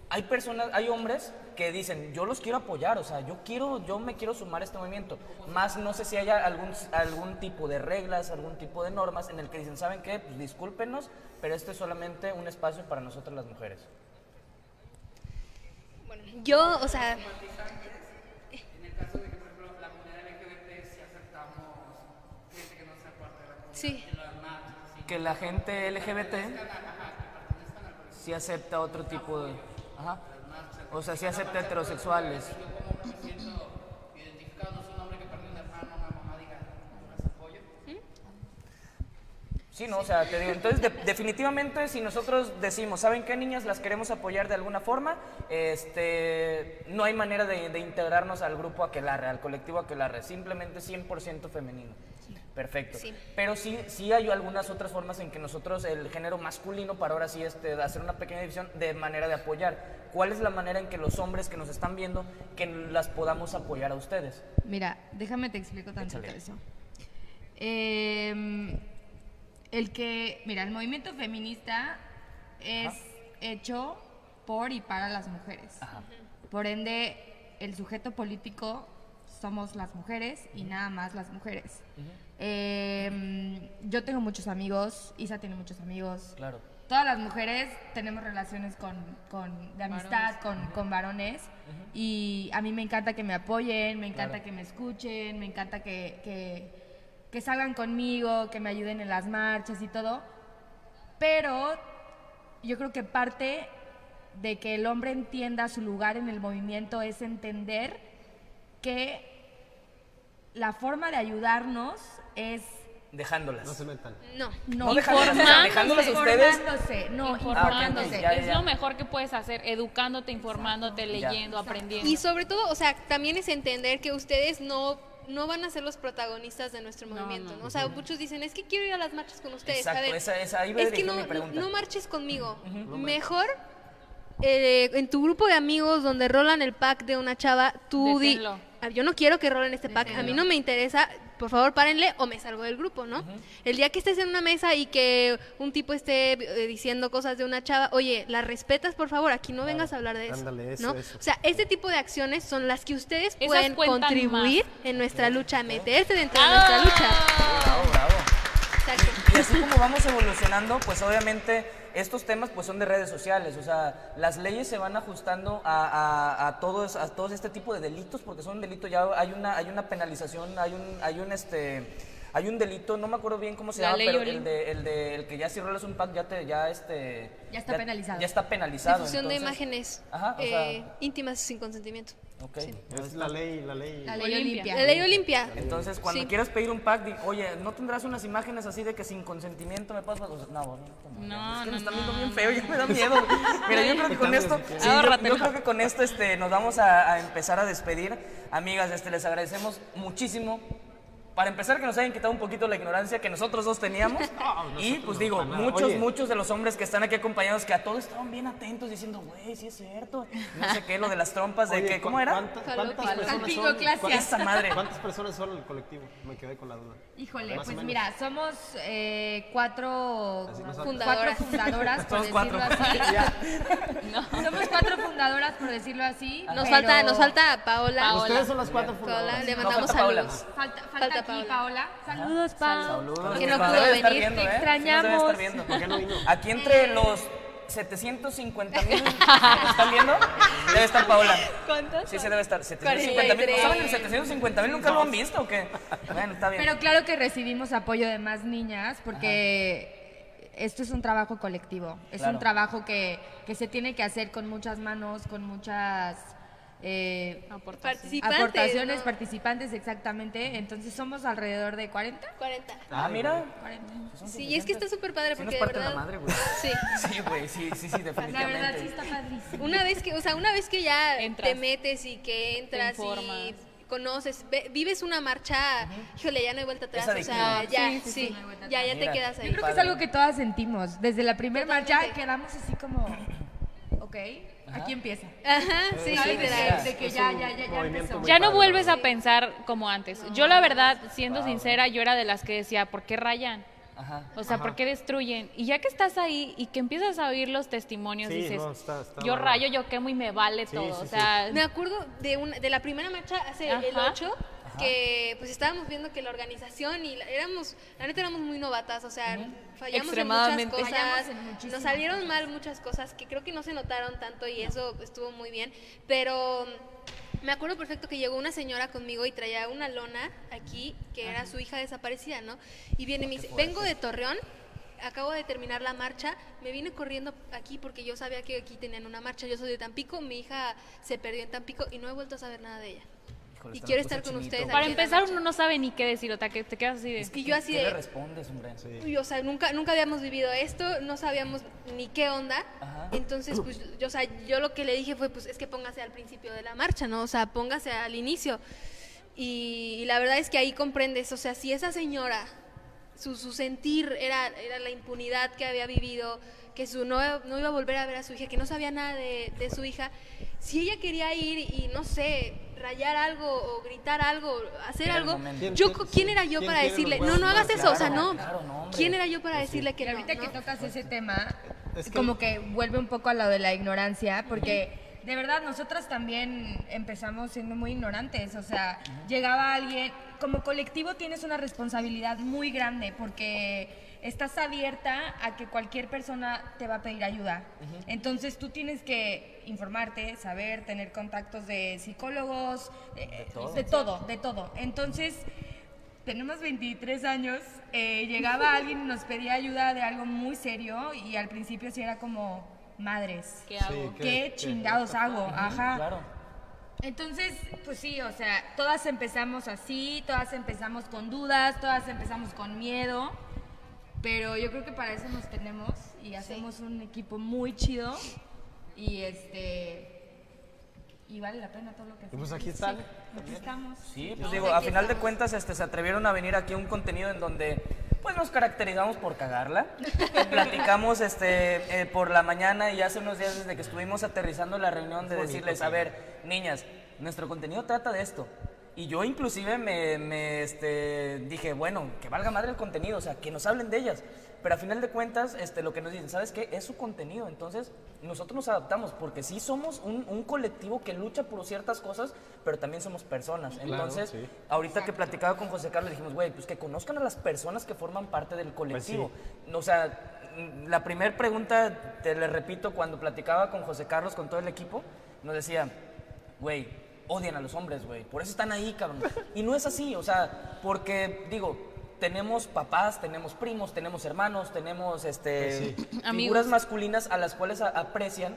Speaker 1: hay personas, hay hombres que dicen, yo los quiero apoyar, o sea, yo quiero, yo me quiero sumar a este movimiento. Más no sé si haya algún, algún tipo de reglas, algún tipo de normas en el que dicen, ¿saben qué? Pues discúlpenos, pero este es solamente un espacio para nosotras las mujeres.
Speaker 3: Bueno, yo, o sea, sí.
Speaker 1: que la gente LGBT sí acepta otro tipo de... Ajá. O sea, sí acepta heterosexuales. Sí, no, o sea, te digo, entonces de- definitivamente si nosotros decimos, ¿saben qué niñas las queremos apoyar de alguna forma? Este, no hay manera de, de integrarnos al grupo Aquelarre, al colectivo Aquelarre, simplemente 100% femenino. Perfecto.
Speaker 3: Sí.
Speaker 1: Pero sí, sí hay algunas otras formas en que nosotros, el género masculino, para ahora sí este, hacer una pequeña división de manera de apoyar. ¿Cuál es la manera en que los hombres que nos están viendo, que las podamos apoyar a ustedes?
Speaker 5: Mira, déjame te explico tantito
Speaker 1: Échale.
Speaker 5: eso. Eh, el que, mira, el movimiento feminista es hecho por y para las mujeres. Por ende, el sujeto político somos las mujeres y nada más las mujeres. Eh, yo tengo muchos amigos, Isa tiene muchos amigos,
Speaker 1: Claro.
Speaker 5: todas las mujeres tenemos relaciones con, con- de amistad con, con varones y a mí me encanta que me apoyen, me encanta que me escuchen, me encanta que, que, que salgan conmigo, que me ayuden en las marchas y todo, pero yo creo que parte de que el hombre entienda su lugar en el movimiento es entender que la forma de ayudarnos es
Speaker 1: Dejándolas.
Speaker 7: No se metan.
Speaker 3: No.
Speaker 5: no,
Speaker 1: No dejándolas, o sea, dejándolas ustedes. Ah,
Speaker 5: informándose, no,
Speaker 4: informándose.
Speaker 5: informándose.
Speaker 1: ya,
Speaker 4: Es
Speaker 1: ya.
Speaker 4: lo mejor que puedes hacer, educándote, informándote,
Speaker 1: Ya.
Speaker 4: leyendo, aprendiendo.
Speaker 3: Y sobre todo, o sea, también es entender que ustedes no no van a ser los protagonistas de nuestro movimiento,
Speaker 4: no.
Speaker 3: ¿no? O sea, muchos dicen, es que quiero ir a las marchas con ustedes.
Speaker 1: Exacto,
Speaker 3: a ver,
Speaker 1: esa- esa- ahí va
Speaker 3: es que
Speaker 1: dirigido
Speaker 3: no,
Speaker 1: mi
Speaker 3: no-
Speaker 1: pregunta.
Speaker 3: no marches conmigo. Mejor eh, en tu grupo de amigos donde rolan el pack de una chava, tú di,
Speaker 4: Deténlo.
Speaker 3: "Ah, yo no quiero que rolen este pack, a mí no me interesa, por favor párenle o me salgo del grupo, ¿no? El día que estés en una mesa y que un tipo esté eh, diciendo cosas de una chava, oye, la respetas, por favor, aquí no vengas a hablar de eso.
Speaker 7: Ándale, eso,
Speaker 3: ¿no?
Speaker 7: eso.
Speaker 3: O sea, este tipo de acciones son las que ustedes
Speaker 4: Esas
Speaker 3: pueden
Speaker 4: cuentan
Speaker 3: contribuir
Speaker 4: más. Ah.
Speaker 3: en nuestra lucha, a meterse dentro de nuestra lucha.
Speaker 1: Bravo, bravo.
Speaker 3: Exacto.
Speaker 1: Y así como vamos evolucionando, pues obviamente estos temas pues son de redes sociales, o sea, las leyes se van ajustando a, a- a todos a todos este tipo de delitos porque son delitos ya hay una hay una penalización, hay un hay un este hay un delito, no me acuerdo bien cómo se
Speaker 4: La
Speaker 1: llama,
Speaker 4: ley
Speaker 1: pero
Speaker 4: Olim.
Speaker 1: el de, el de el que ya si rolas un pack ya te ya este
Speaker 5: Ya está penalizado.
Speaker 1: Ya está penalizado.
Speaker 3: Difusión de
Speaker 1: entonces-
Speaker 3: imágenes
Speaker 1: Ajá, o
Speaker 3: eh,
Speaker 1: sea-
Speaker 3: íntimas sin consentimiento.
Speaker 1: Ok.
Speaker 7: Es la ley, la ley.
Speaker 5: La ley
Speaker 4: Olimpia.
Speaker 5: Olimpia.
Speaker 3: La ley Olimpia.
Speaker 1: Entonces, cuando
Speaker 3: Sí.
Speaker 1: quieras pedir un pack, di, oye, ¿no tendrás unas imágenes así de que sin consentimiento me pasas? O sea, no,
Speaker 4: No,
Speaker 1: es que
Speaker 4: no,
Speaker 1: me están
Speaker 4: no,
Speaker 1: viendo bien
Speaker 4: no,
Speaker 1: feo, ya me da miedo. Mira, yo creo que con esto, sí, yo- yo,
Speaker 4: Ahórratelo.
Speaker 1: creo que con esto este, nos vamos a, a empezar a despedir. Amigas, este, les agradecemos muchísimo. Para empezar, que nos hayan quitado un poquito la ignorancia que nosotros dos teníamos. y pues digo, muchos,
Speaker 7: Oye.
Speaker 1: muchos de los hombres que están aquí acompañados, que a todos estaban bien atentos diciendo, güey, sí es cierto. No sé qué, lo de las trompas, de
Speaker 7: Oye,
Speaker 1: que,
Speaker 7: ¿cu-
Speaker 1: ¿cómo era?
Speaker 7: cuánta- ¿Cuántas
Speaker 3: Jalo,
Speaker 7: personas
Speaker 5: Salpingo
Speaker 7: son?
Speaker 5: clase.
Speaker 7: ¿Cuántas-
Speaker 1: Esa madre.
Speaker 7: ¿Cuántas personas son el colectivo? Me quedé con la duda.
Speaker 5: Híjole,
Speaker 7: Más o
Speaker 5: pues
Speaker 7: menos.
Speaker 5: mira, somos eh, cuatro,
Speaker 7: Así nos
Speaker 5: cuatro
Speaker 3: Fundadoras.
Speaker 5: fundadoras, por
Speaker 1: Somos
Speaker 5: decirlo
Speaker 1: cuatro.
Speaker 5: así.
Speaker 4: No.
Speaker 5: Somos cuatro fundadoras, por decirlo así.
Speaker 3: Nos
Speaker 5: pero
Speaker 3: falta, nos falta Paola.
Speaker 4: Paola.
Speaker 7: Ustedes son las cuatro
Speaker 3: Paola,
Speaker 7: fundadoras.
Speaker 3: le
Speaker 1: No,
Speaker 3: mandamos
Speaker 1: falta Paola.
Speaker 3: saludos.
Speaker 5: Falta, falta,
Speaker 3: Falta
Speaker 5: aquí
Speaker 3: Paola.
Speaker 5: Paola. Saludos.
Speaker 1: Saludos.
Speaker 3: Que no
Speaker 1: Nos
Speaker 3: pudo
Speaker 1: debe estar
Speaker 3: venir, Eh.
Speaker 1: viendo,
Speaker 5: te
Speaker 1: ¿eh?
Speaker 5: extrañamos.
Speaker 1: Sí nos debe estar viendo.
Speaker 7: ¿Por qué no vino?
Speaker 1: Aquí entre los 750 mil están viendo, debe estar Paola.
Speaker 3: ¿Cuántos?
Speaker 1: Sí, se debe estar. 750 mil. ¿Saben el 750 mil? ¿Nunca lo han visto o qué? Bueno, está bien.
Speaker 5: Pero claro que recibimos apoyo de más niñas porque esto es un trabajo colectivo, es
Speaker 1: Claro.
Speaker 5: un trabajo que, que se tiene que hacer con muchas manos, con muchas eh,
Speaker 4: Aportación.
Speaker 3: Participantes.
Speaker 5: aportaciones,
Speaker 3: ¿no?
Speaker 5: participantes exactamente. Entonces somos alrededor de 40.
Speaker 3: 40.
Speaker 1: Ah, mira.
Speaker 3: Sí, y es que está súper padre
Speaker 1: Sí nos
Speaker 3: porque de
Speaker 1: parte la
Speaker 3: verdad.
Speaker 1: madre, güey.
Speaker 3: Sí.
Speaker 1: Sí, güey, sí, sí, sí,
Speaker 5: La verdad sí
Speaker 1: definitivamente.
Speaker 5: está padrísimo.
Speaker 3: Una vez que, o sea, una vez que ya
Speaker 4: Entras.
Speaker 3: te metes y que entras
Speaker 4: Te informas.
Speaker 3: y conoces, ve- vives una marcha, híjole, ya no hay vuelta atrás, o sea,
Speaker 1: adictivo.
Speaker 3: ya, sí, ya, ya
Speaker 1: Mira.
Speaker 3: te quedas ahí.
Speaker 5: Yo creo que es
Speaker 1: Padre.
Speaker 5: algo que todas sentimos. Desde la primera marcha
Speaker 3: Totalmente.
Speaker 5: quedamos así como, ok, aquí empieza.
Speaker 3: Ajá, sí,
Speaker 5: ¿Sabes? De
Speaker 3: literal.
Speaker 5: que- De que ya, ya, ya, ya empezó.
Speaker 4: Ya no vuelves a pensar como antes. Yo la verdad, siendo sincera, yo era de las que decía, ¿por qué rayan?
Speaker 1: Ajá.
Speaker 4: O sea, ¿por qué destruyen? Y ya que estás ahí y que empiezas a oír los testimonios,
Speaker 7: Sí,
Speaker 4: dices,
Speaker 7: no, está- está
Speaker 4: yo
Speaker 7: bárbaro".
Speaker 4: rayo, yo quemo y me vale todo.
Speaker 7: sí,
Speaker 4: o sea,
Speaker 3: Me acuerdo de, una, de la primera marcha hace el
Speaker 4: Ajá.
Speaker 3: 8, que pues estábamos viendo que la organización y la- éramos, la neta éramos muy novatas, o sea, fallamos en muchas
Speaker 6: Extremadamente.
Speaker 3: cosas,
Speaker 5: Fallamos en muchísimas
Speaker 3: nos salieron mal muchas cosas que creo que no se notaron tanto y eso estuvo muy bien, pero me acuerdo perfecto que llegó una señora conmigo y traía una lona aquí, que era su hija desaparecida, ¿no? Y viene y me dice, vengo de Torreón. Acabo de terminar la marcha, me vine corriendo aquí porque yo sabía que aquí tenían una marcha. Yo soy de Tampico, mi hija se perdió en Tampico y no he vuelto a saber nada de ella.
Speaker 1: Híjole,
Speaker 3: Y
Speaker 1: esta me
Speaker 3: quiero
Speaker 1: puse
Speaker 3: estar con
Speaker 1: chinito,
Speaker 3: ustedes
Speaker 1: güey.
Speaker 4: para
Speaker 3: aquí.
Speaker 4: empezar uno no sabe ni qué decir, o sea, que te quedas así de...
Speaker 3: Y yo así
Speaker 1: ¿Qué le
Speaker 3: de,
Speaker 1: respondes, hombre?
Speaker 3: uy, o sea, nunca, nunca habíamos vivido esto, no sabíamos ni qué onda.
Speaker 1: Ajá.
Speaker 3: Entonces, pues, yo, o sea, yo lo que le dije fue, pues, es que póngase al principio de la marcha, ¿no? O sea, póngase al inicio. Y, y la verdad es que ahí comprendes, o sea, si esa señora, su, su sentir era, era la impunidad que había vivido, que su no, no iba a volver a ver a su hija, que no sabía nada de, de su hija, si ella quería ir y, no sé, rayar algo o gritar algo, hacer
Speaker 1: Era el
Speaker 3: algo,
Speaker 1: momento.
Speaker 7: ¿Quién-
Speaker 3: yo,
Speaker 7: quién-
Speaker 3: ¿quién era yo
Speaker 7: quién
Speaker 3: para
Speaker 7: tiene los
Speaker 3: decirle, no,
Speaker 7: huevos
Speaker 3: no
Speaker 7: más
Speaker 3: hagas eso? O sea,
Speaker 1: Claro,
Speaker 3: no.
Speaker 1: claro, no, hombre.
Speaker 3: ¿Quién era yo para decirle que
Speaker 5: Y
Speaker 3: no?
Speaker 5: ahorita que
Speaker 3: no?
Speaker 5: tocas ese tema,
Speaker 7: Es que-
Speaker 5: como que vuelve un poco a lo de la ignorancia, porque de verdad nosotras también empezamos siendo muy ignorantes, o sea, llegaba alguien, como colectivo tienes una responsabilidad muy grande porque estás abierta a que cualquier persona te va a pedir ayuda. Entonces tú tienes que informarte, saber, tener contactos de psicólogos, eh, de todo, de todo. Entonces, tenemos 23 años, eh, llegaba alguien y nos pedía ayuda de algo muy serio y al principio sí era como, madres,
Speaker 4: ¿Qué hago?
Speaker 7: Sí,
Speaker 5: ¿qué, chingados hago? Ajá.
Speaker 1: Claro.
Speaker 5: Entonces, pues sí, o sea, todas empezamos así, todas empezamos con dudas, todas empezamos con miedo, pero yo creo que para eso nos tenemos y hacemos un equipo muy chido y este... Y vale la pena todo lo que hacemos.
Speaker 7: pues aquí están.
Speaker 5: Sí, aquí estamos.
Speaker 1: Sí, pues digo, a final de cuentas este, se atrevieron a venir aquí a un contenido en donde pues nos caracterizamos por cagarla. Platicamos este, eh, por la mañana y hace unos días desde que estuvimos aterrizando la reunión de decirles, a ver, niñas, nuestro contenido trata de esto. Y yo inclusive me, me, este, dije, bueno, que valga madre el contenido, o sea, que nos hablen de ellas. Pero a final de cuentas, este, lo que nos dicen, ¿sabes qué? Es su contenido. Entonces, nosotros nos adaptamos, porque sí somos un, un colectivo que lucha por ciertas cosas, pero también somos personas. Entonces,
Speaker 7: sí.
Speaker 1: ahorita que platicaba con José Carlos, dijimos, güey, pues que conozcan a las personas que forman parte del colectivo. O sea, la primera pregunta, te le repito, cuando platicaba con José Carlos, con todo el equipo, nos decía, güey, odian a los hombres, güey, por eso están ahí, cabrón. Y no es así, o sea, porque, digo, tenemos papás, tenemos primos, tenemos hermanos, tenemos este, figuras
Speaker 4: Amigos.
Speaker 1: masculinas a las cuales a- aprecian.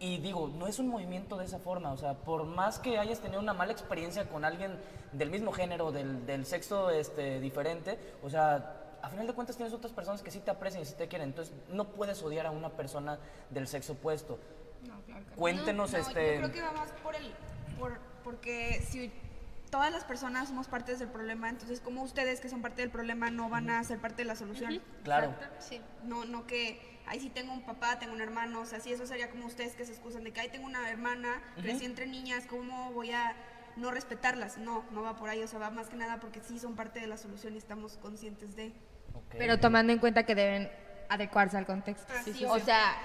Speaker 1: Y digo, no es un movimiento de esa forma, o sea, por más que hayas tenido una mala experiencia con alguien del mismo género, del, del sexo este, diferente, o sea, a final de cuentas tienes otras personas que sí te aprecian y sí te quieren, entonces no puedes odiar a una persona del sexo opuesto.
Speaker 6: No, claro que no.
Speaker 1: Cuéntenos,
Speaker 6: No,
Speaker 1: este-
Speaker 6: Yo creo que va más por el. Por, porque si todas las personas somos partes del problema, entonces, como ustedes que son parte del problema no van a ser parte de la solución?
Speaker 1: Claro.
Speaker 3: Sí.
Speaker 6: No, no que, ay, sí tengo un papá, tengo un hermano, o sea, sí, eso sería como ustedes que se excusan de que, ay, tengo una hermana, crecí entre niñas, ¿cómo voy a no respetarlas? No, no va por ahí, o sea, va más que nada porque sí son parte de la solución y estamos conscientes de...
Speaker 1: Ok.
Speaker 5: Pero tomando en cuenta que deben adecuarse al contexto.
Speaker 6: Ah, sí, sí,
Speaker 5: o
Speaker 6: obvio.
Speaker 5: sea,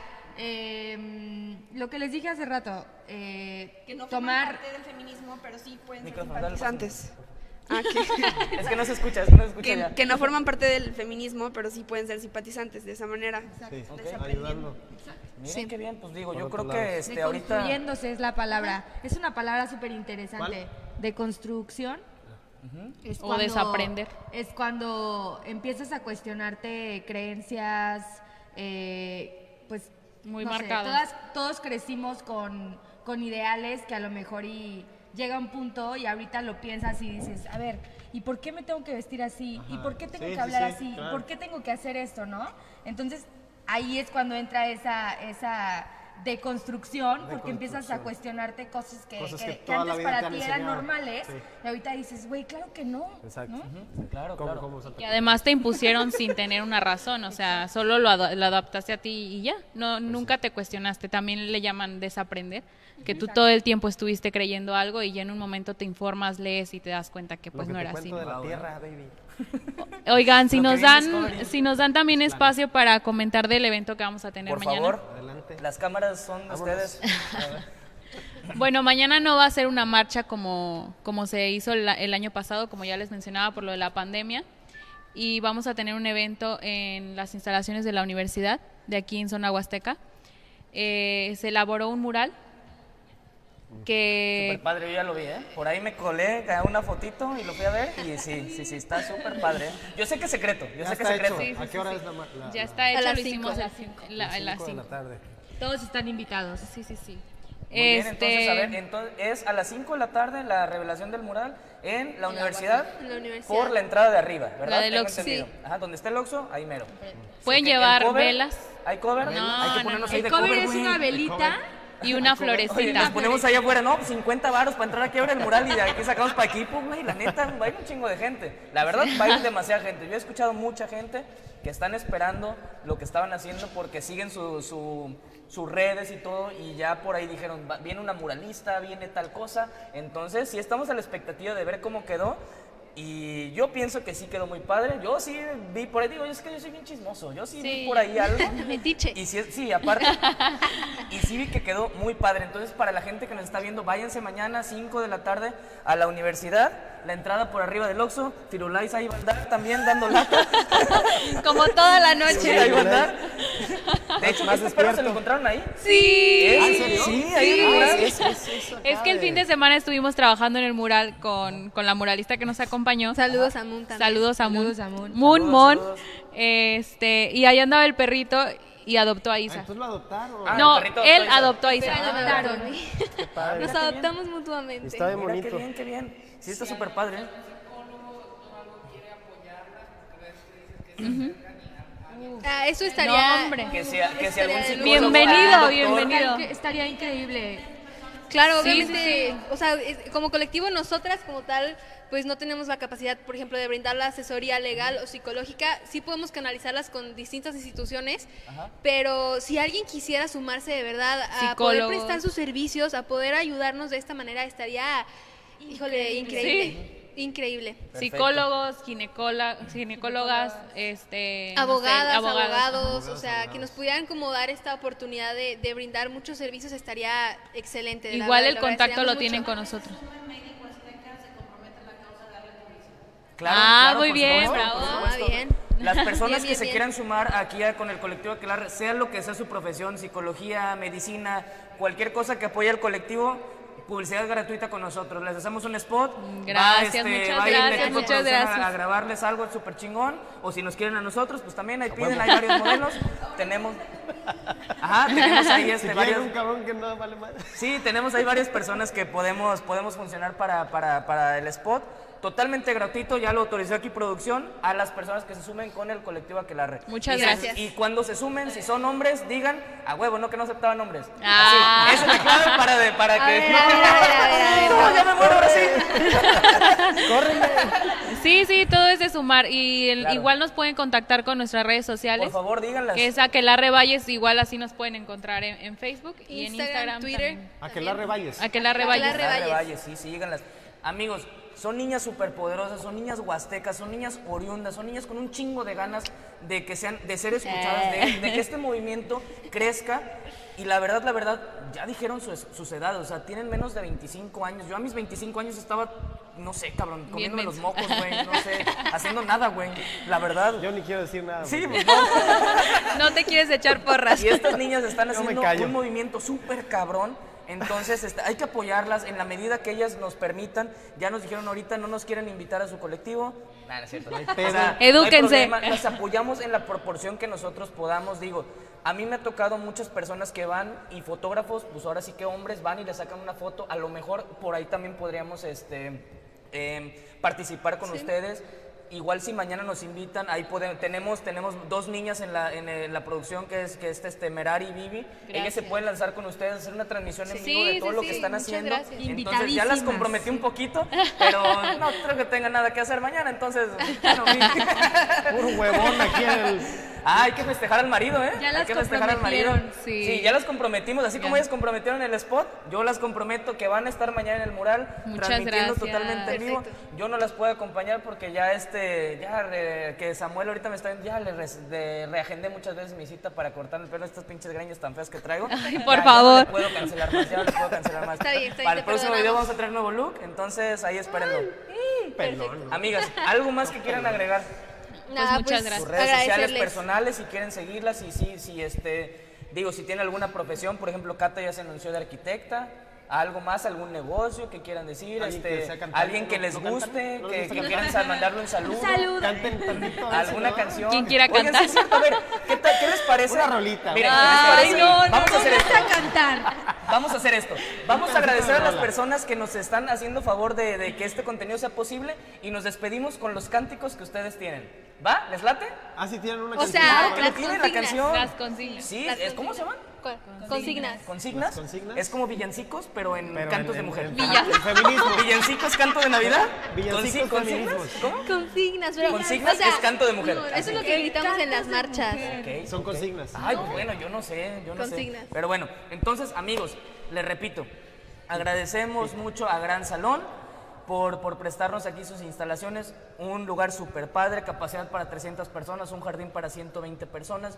Speaker 5: eh, lo que les dije hace rato, eh,
Speaker 6: Que no forman
Speaker 5: tomar...
Speaker 6: parte del feminismo, pero sí pueden ser
Speaker 1: Micrófono, dale,
Speaker 6: simpatizantes. Ah, que,
Speaker 1: Es que no se escucha, es que no se escucha
Speaker 6: que-
Speaker 1: ya.
Speaker 6: que no forman parte del feminismo, pero sí pueden ser simpatizantes de esa manera.
Speaker 7: Sí,
Speaker 1: Ok.
Speaker 7: ayudarlo.
Speaker 1: Miren qué bien, pues digo,
Speaker 7: Por
Speaker 1: yo creo
Speaker 7: otro lado.
Speaker 1: que este, ahorita...
Speaker 5: Deconstruyéndose es la palabra. Es una palabra súper interesante. Deconstrucción. Es
Speaker 4: O desaprender.
Speaker 5: Es cuando empiezas a cuestionarte creencias, eh, pues...
Speaker 4: Muy
Speaker 5: no sé,
Speaker 4: marcadas.
Speaker 5: todas- todos crecimos con, con ideales que a lo mejor y llega un punto y ahorita lo piensas y dices, a ver, ¿y por qué me tengo que vestir así? ¿Y
Speaker 7: Ajá.
Speaker 5: por qué tengo
Speaker 7: Sí,
Speaker 5: que
Speaker 7: sí,
Speaker 5: hablar
Speaker 7: sí,
Speaker 5: así? ¿Y
Speaker 7: claro.
Speaker 5: por qué tengo que hacer esto, no? Entonces, ahí es cuando entra esa, esa deconstrucción, porque empiezas a
Speaker 7: Deconstrucción.
Speaker 5: cuestionarte cosas que,
Speaker 7: Cosas
Speaker 5: que-
Speaker 7: que
Speaker 5: que
Speaker 7: toda la
Speaker 5: antes
Speaker 7: vida te
Speaker 5: para
Speaker 7: han
Speaker 5: ti eran
Speaker 7: enseñado.
Speaker 5: normales,
Speaker 7: Sí.
Speaker 5: y ahorita dices, güey, claro que no.
Speaker 7: Exacto.
Speaker 5: ¿no?
Speaker 1: ¿Mm? Claro,
Speaker 7: ¿Cómo,
Speaker 1: claro.
Speaker 7: cómo se
Speaker 4: Y además te impusieron sin tener una razón, o sea, solo lo, ad- lo adaptaste a ti y ya, no, nunca te cuestionaste. También le llaman desaprender, que tú todo el tiempo estuviste creyendo algo y ya en un momento te informas, lees y te das cuenta que pues
Speaker 7: Lo que
Speaker 4: no
Speaker 7: te
Speaker 4: era así.
Speaker 7: cuento de
Speaker 1: ¿no?
Speaker 7: la tierra, baby.
Speaker 4: Oigan, si
Speaker 1: Lo que
Speaker 4: nos
Speaker 1: vi en
Speaker 4: dan,
Speaker 1: Discovery.
Speaker 4: si nos dan también espacio para comentar del evento que vamos a tener
Speaker 1: Por
Speaker 4: mañana.
Speaker 1: favor,
Speaker 7: Adelante.
Speaker 1: las cámaras son de
Speaker 7: Vámonos.
Speaker 1: ustedes.
Speaker 4: Bueno, mañana no va a ser una marcha como, como se hizo la- el año pasado, como ya les mencionaba, por lo de la pandemia. Y vamos a tener un evento en las instalaciones de la universidad, de aquí en zona Huasteca. Eh, se elaboró un mural que
Speaker 1: Súper padre, yo ya lo vi, ¿eh? Por ahí me colé, gané una fotito y lo fui a ver. Y sí, sí, sí, está súper padre. ¿eh? Yo sé que es secreto, yo
Speaker 7: Ya
Speaker 1: sé que es
Speaker 7: está
Speaker 1: secreto.
Speaker 7: hecho. ¿A qué hora es la, ma- la-
Speaker 4: ya
Speaker 7: la-
Speaker 4: está hecho,
Speaker 6: las
Speaker 4: lo
Speaker 6: cinco.
Speaker 4: hicimos
Speaker 6: A
Speaker 4: a
Speaker 6: las
Speaker 4: la- a las
Speaker 7: cinco de la
Speaker 4: cinco.
Speaker 7: tarde?
Speaker 5: Todos están invitados.
Speaker 4: Sí, sí, sí.
Speaker 1: Muy bien, entonces, a
Speaker 4: Este-
Speaker 1: ver, entonces, es a las 5 de la tarde la revelación del mural en la universidad,
Speaker 6: En la universidad.
Speaker 1: por la entrada de arriba, ¿verdad?
Speaker 4: La del
Speaker 1: Tengo
Speaker 4: Oxxo.
Speaker 1: entendido. Ajá, donde está el Oxxo, ahí mero.
Speaker 4: Pueden
Speaker 1: Ok, ¿el
Speaker 4: llevar
Speaker 1: cover?
Speaker 4: velas
Speaker 1: ¿Hay cover?
Speaker 4: No,
Speaker 1: Hay
Speaker 4: no,
Speaker 1: que ponernos
Speaker 4: no.
Speaker 1: ahí
Speaker 5: El
Speaker 1: de
Speaker 5: cover es
Speaker 1: güey.
Speaker 5: una velita.
Speaker 4: y una
Speaker 1: Oye,
Speaker 4: florecita.
Speaker 1: nos ponemos ahí afuera, no, 50 varos para entrar aquí a ver el mural y de aquí sacamos para aquí, pues, güey, la neta, va a ir un chingo de gente. La verdad, va a ir demasiada gente. Yo he escuchado mucha gente que están esperando lo que estaban haciendo porque siguen su- su- sus redes y todo y ya por ahí dijeron, "Va- viene una muralista, viene tal cosa. Entonces, sí estamos a la expectativa de ver cómo quedó. Y yo pienso que sí quedó muy padre. Yo sí vi por ahí, digo, es que yo soy bien chismoso. Yo sí vi
Speaker 4: Sí.
Speaker 1: por ahí algo.
Speaker 3: Metiche.
Speaker 1: Y sí, sí, aparte. y sí vi que quedó muy padre. Entonces, para la gente que nos está viendo, váyanse mañana 5 de la tarde a la universidad. La entrada por arriba del Oxxo. Firulais ahí va a andar también dando lata.
Speaker 3: Como toda la
Speaker 4: Ah,
Speaker 1: Sí,
Speaker 3: noche.
Speaker 1: ahí va a andar. De hecho,
Speaker 7: Más
Speaker 1: ¿este perro
Speaker 7: despierto.
Speaker 1: se lo encontraron ahí?
Speaker 4: Sí.
Speaker 1: ¿Es?
Speaker 7: Ah, ¿en serio?
Speaker 1: Sí, ahí en el mural.
Speaker 4: Es que el fin de semana estuvimos trabajando en el mural con, con la muralista que nos acompañó.
Speaker 3: Saludos a Moon también.
Speaker 4: Saludos a Moon.
Speaker 5: Saludos a Moon.
Speaker 4: Moon,
Speaker 1: Saludos,
Speaker 4: Moon.
Speaker 1: saludos.
Speaker 4: Este, y ahí andaba el perrito y adoptó a
Speaker 7: Ah,
Speaker 4: Isa.
Speaker 7: entonces lo adoptaron.
Speaker 1: Ah,
Speaker 4: no,
Speaker 1: el perrito
Speaker 4: él
Speaker 1: adoptó a Isa.
Speaker 4: adoptó a Isa.
Speaker 5: Adoptaron.
Speaker 7: Qué padre.
Speaker 3: Nos adoptamos mutuamente.
Speaker 7: Está bien
Speaker 1: Mira, qué
Speaker 7: bonito.
Speaker 1: bien, qué bien. Sí, está súper padre. ¿eh?
Speaker 3: Ah, eso estaría.
Speaker 4: No, hombre.
Speaker 1: Que sea, que sea
Speaker 3: Estaría
Speaker 1: algún
Speaker 3: de
Speaker 1: psicólogo.
Speaker 4: Bienvenido,
Speaker 1: algún doctor.
Speaker 4: bienvenido.
Speaker 5: Estaría increíble.
Speaker 3: Claro,
Speaker 4: Sí,
Speaker 3: obviamente, o sea, es- como colectivo nosotras como tal, pues no tenemos la capacidad, por ejemplo, de brindar la asesoría legal o psicológica. Sí podemos canalizarlas con distintas instituciones, pero si alguien quisiera sumarse de verdad a poder
Speaker 4: Psicólogos.
Speaker 3: prestar sus servicios, a poder ayudarnos de esta manera, estaría Híjole, increíble. Increíble.
Speaker 2: Perfecto.
Speaker 4: Psicólogos, ginecola- ginecólogas, este, no sé,
Speaker 3: Abogadas, abogados, o
Speaker 7: Abogados,
Speaker 3: sea, que nos
Speaker 7: abogados.
Speaker 3: pudieran como dar esta oportunidad de, de brindar muchos servicios estaría excelente. de la
Speaker 4: Igual
Speaker 3: verdad,
Speaker 4: el
Speaker 3: lo
Speaker 4: contacto lo
Speaker 3: agradeceríamos
Speaker 4: tienen
Speaker 3: mucho.
Speaker 4: con nosotros.
Speaker 1: Claro,
Speaker 4: ah,
Speaker 1: claro,
Speaker 4: muy
Speaker 1: por
Speaker 4: bien,
Speaker 1: supuesto,
Speaker 4: bravo.
Speaker 1: por supuesto.
Speaker 3: Ah, bien.
Speaker 1: Las personas
Speaker 3: Bien,
Speaker 1: que
Speaker 3: bien,
Speaker 1: se
Speaker 3: bien.
Speaker 1: quieran sumar aquí a- con el colectivo Aquelarre, sea lo que sea su profesión, psicología, medicina, cualquier cosa que apoye al colectivo, publicidad gratuita con nosotros. Les hacemos un spot. este,
Speaker 4: Gracias, muchas
Speaker 1: a ir el
Speaker 4: gracias,
Speaker 1: equipo de
Speaker 4: muchas
Speaker 1: producción a-
Speaker 4: gracias.
Speaker 1: A, grabarles algo súper chingón. O si nos quieren a nosotros, pues también ahí piden, hay varios modelos. tenemos. Ajá, tenemos ahí
Speaker 7: Si
Speaker 1: este,
Speaker 7: quieres
Speaker 1: varios.
Speaker 7: un cabrón que no vale más.
Speaker 1: Sí, tenemos ahí varias personas que podemos, podemos funcionar para, para, para el spot. Totalmente gratuito, ya lo autorizó aquí producción a las personas que se sumen con el colectivo Aquelarre.
Speaker 4: Muchas
Speaker 1: Y se-
Speaker 4: gracias.
Speaker 1: y cuando se sumen, si son hombres, digan a huevo, no que no aceptaban hombres.
Speaker 4: Ah.
Speaker 1: Así, esa es la clave para, de- para que.
Speaker 3: ver, a ver, a ver, a ver, a ver,
Speaker 1: No,
Speaker 3: vamos.
Speaker 1: ya me muero ahora sí.
Speaker 4: Sí, sí, todo es de sumar. Y el-
Speaker 1: Claro.
Speaker 4: igual nos pueden contactar con nuestras redes sociales.
Speaker 1: Por favor, díganlas.
Speaker 4: Que es Aquelarre Valles, igual así nos pueden encontrar en, en Facebook y en
Speaker 3: Instagram,
Speaker 4: Instagram.
Speaker 3: Twitter.
Speaker 4: también.
Speaker 7: A que la revalles.
Speaker 4: Aquelarre Valles.
Speaker 3: Aquelarre
Speaker 1: Arre
Speaker 3: Valles.
Speaker 1: Valles, sí, sí, díganlas. Amigos, son niñas superpoderosas, son niñas huastecas, son niñas oriundas, son niñas con un chingo de ganas de que sean, de ser escuchadas, de, de que este movimiento crezca. Y la verdad, la verdad, ya dijeron su- sus edades, o sea, tienen menos de 25 años. Yo a mis 25 años estaba, no sé, cabrón, comiéndome los
Speaker 4: menso.
Speaker 1: mocos, güey, no sé, haciendo nada, güey. La verdad.
Speaker 7: Yo ni quiero decir nada.
Speaker 1: Sí,
Speaker 7: porque-
Speaker 1: pues, no,
Speaker 3: No te quieres echar porras.
Speaker 1: y estas niñas están
Speaker 7: Yo me
Speaker 1: haciendo
Speaker 7: callo.
Speaker 1: un movimiento súper cabrón. Entonces este, hay que apoyarlas en la medida que ellas nos permitan. Ya nos dijeron ahorita no nos quieren invitar a su colectivo. Nah, no es cierto. no hay pedo. no hay
Speaker 4: Edúquense.
Speaker 1: problema, Las apoyamos en la proporción que nosotros podamos. Digo, a mí me ha tocado muchas personas que van y fotógrafos, pues ahora sí que hombres van y le sacan una foto. A lo mejor por ahí también podríamos este, em, participar con ustedes. Igual si mañana nos invitan, ahí podemos, tenemos, tenemos dos niñas en la, en, eh, la producción que es, que es este, Merari y Vivi. Ellas se pueden lanzar con ustedes, hacer una transmisión en vivo de
Speaker 4: Sí,
Speaker 1: todo
Speaker 4: sí,
Speaker 1: lo
Speaker 4: sí,
Speaker 1: que están
Speaker 4: muchas
Speaker 1: haciendo.
Speaker 4: gracias.
Speaker 1: Entonces ya las
Speaker 5: Invitadísimas.
Speaker 1: comprometí un poquito, pero no creo que tengan nada que hacer mañana, entonces... bueno,
Speaker 7: Puro huevón aquí en el.
Speaker 1: Ah, hay que festejar al marido, ¿eh?
Speaker 4: Ya
Speaker 1: hay
Speaker 4: las
Speaker 1: que festejar al marido.
Speaker 4: comprometieron, sí.
Speaker 1: ya las comprometimos. Así como ellas comprometieron el spot, yo las comprometo que van a estar mañana en el mural
Speaker 4: Muchas
Speaker 1: transmitiendo
Speaker 4: gracias.
Speaker 1: totalmente en vivo. Yo no las puedo acompañar porque ya este, ya re- que Samuel ahorita me está viendo, ya le re- de- reagendé muchas veces mi cita para cortarme el pelo a estas pinches greñas tan feas que traigo. Ya,
Speaker 4: por
Speaker 1: ya
Speaker 4: favor.
Speaker 1: no le puedo cancelar más, ya no le puedo cancelar más.
Speaker 3: Está bien, está bien,
Speaker 1: Para el
Speaker 3: te
Speaker 1: próximo
Speaker 3: perdonamos.
Speaker 1: video vamos a traer nuevo look, entonces ahí espérenlo. Amigas, ¿algo más que quieran agregar?
Speaker 3: Nada,
Speaker 4: muchas
Speaker 3: pues,
Speaker 4: gracias.
Speaker 1: sus redes sociales
Speaker 3: agradecerles.
Speaker 1: personales si quieren seguirlas y si, si este, digo, si tienen alguna profesión, por ejemplo, Cata ya se anunció de arquitecta, algo más, algún negocio que quieran decir,
Speaker 7: Alguien
Speaker 1: este,
Speaker 7: que sea cantante,
Speaker 1: alguien que
Speaker 7: ¿no?
Speaker 1: les
Speaker 7: ¿No cantan?
Speaker 1: guste,
Speaker 7: ¿No les
Speaker 1: que,
Speaker 7: gusta
Speaker 1: que
Speaker 7: cantar?
Speaker 1: quieran sa- mandarle un saludo,
Speaker 7: Canten tantito.
Speaker 1: alguna
Speaker 7: ¿no?
Speaker 1: canción.
Speaker 4: Quien quiera
Speaker 1: Oigan,
Speaker 4: cantar.
Speaker 1: sí, es cierto, a ver, ¿qué, tal- qué les parece?
Speaker 7: Una rolita,
Speaker 1: Miren,
Speaker 7: una
Speaker 1: ¿qué les parece?
Speaker 4: no, no,
Speaker 1: Vamos a
Speaker 4: no,
Speaker 1: hacer
Speaker 4: no,
Speaker 1: esto.
Speaker 5: a cantar.
Speaker 1: Vamos a hacer esto. Vamos a agradecer a las
Speaker 7: rola.
Speaker 1: personas que nos están haciendo favor de, de que este contenido sea posible y nos despedimos con los cánticos que ustedes tienen. ¿Va? ¿Les late?
Speaker 7: Ah, sí, tienen una
Speaker 3: O
Speaker 7: canción.
Speaker 3: sea,
Speaker 7: ¿no?
Speaker 1: Claro que
Speaker 3: las
Speaker 1: lo tiene la
Speaker 3: consignas,
Speaker 1: canción.
Speaker 4: Las consignas.
Speaker 1: Sí,
Speaker 3: Las
Speaker 1: es, ¿cómo se llaman?
Speaker 3: ¿Cuál? Consignas.
Speaker 1: ¿Consignas?
Speaker 7: Las consignas.
Speaker 1: Es como villancicos, pero en
Speaker 7: Pero
Speaker 1: cantos
Speaker 7: en-
Speaker 1: de mujer.
Speaker 7: en- en Feminismo.
Speaker 1: ¿Villancicos, canto de Navidad?
Speaker 7: Villancicos,
Speaker 1: Consi- ¿Consignas?
Speaker 7: feminismos.
Speaker 1: ¿Cómo?
Speaker 3: Consignas, pero-
Speaker 1: Consignas es canto de mujer.
Speaker 3: Eso es lo que gritamos en las marchas.
Speaker 1: Ok,
Speaker 7: Son
Speaker 1: ok.
Speaker 7: consignas.
Speaker 1: Ay, pues bueno, yo no sé, yo no
Speaker 3: Consignas.
Speaker 1: sé. Pero bueno, entonces, amigos, les repito, agradecemos mucho a Gran Salón por, por prestarnos aquí sus instalaciones, un lugar súper padre, capacidad para 300 personas, un jardín para 120 personas,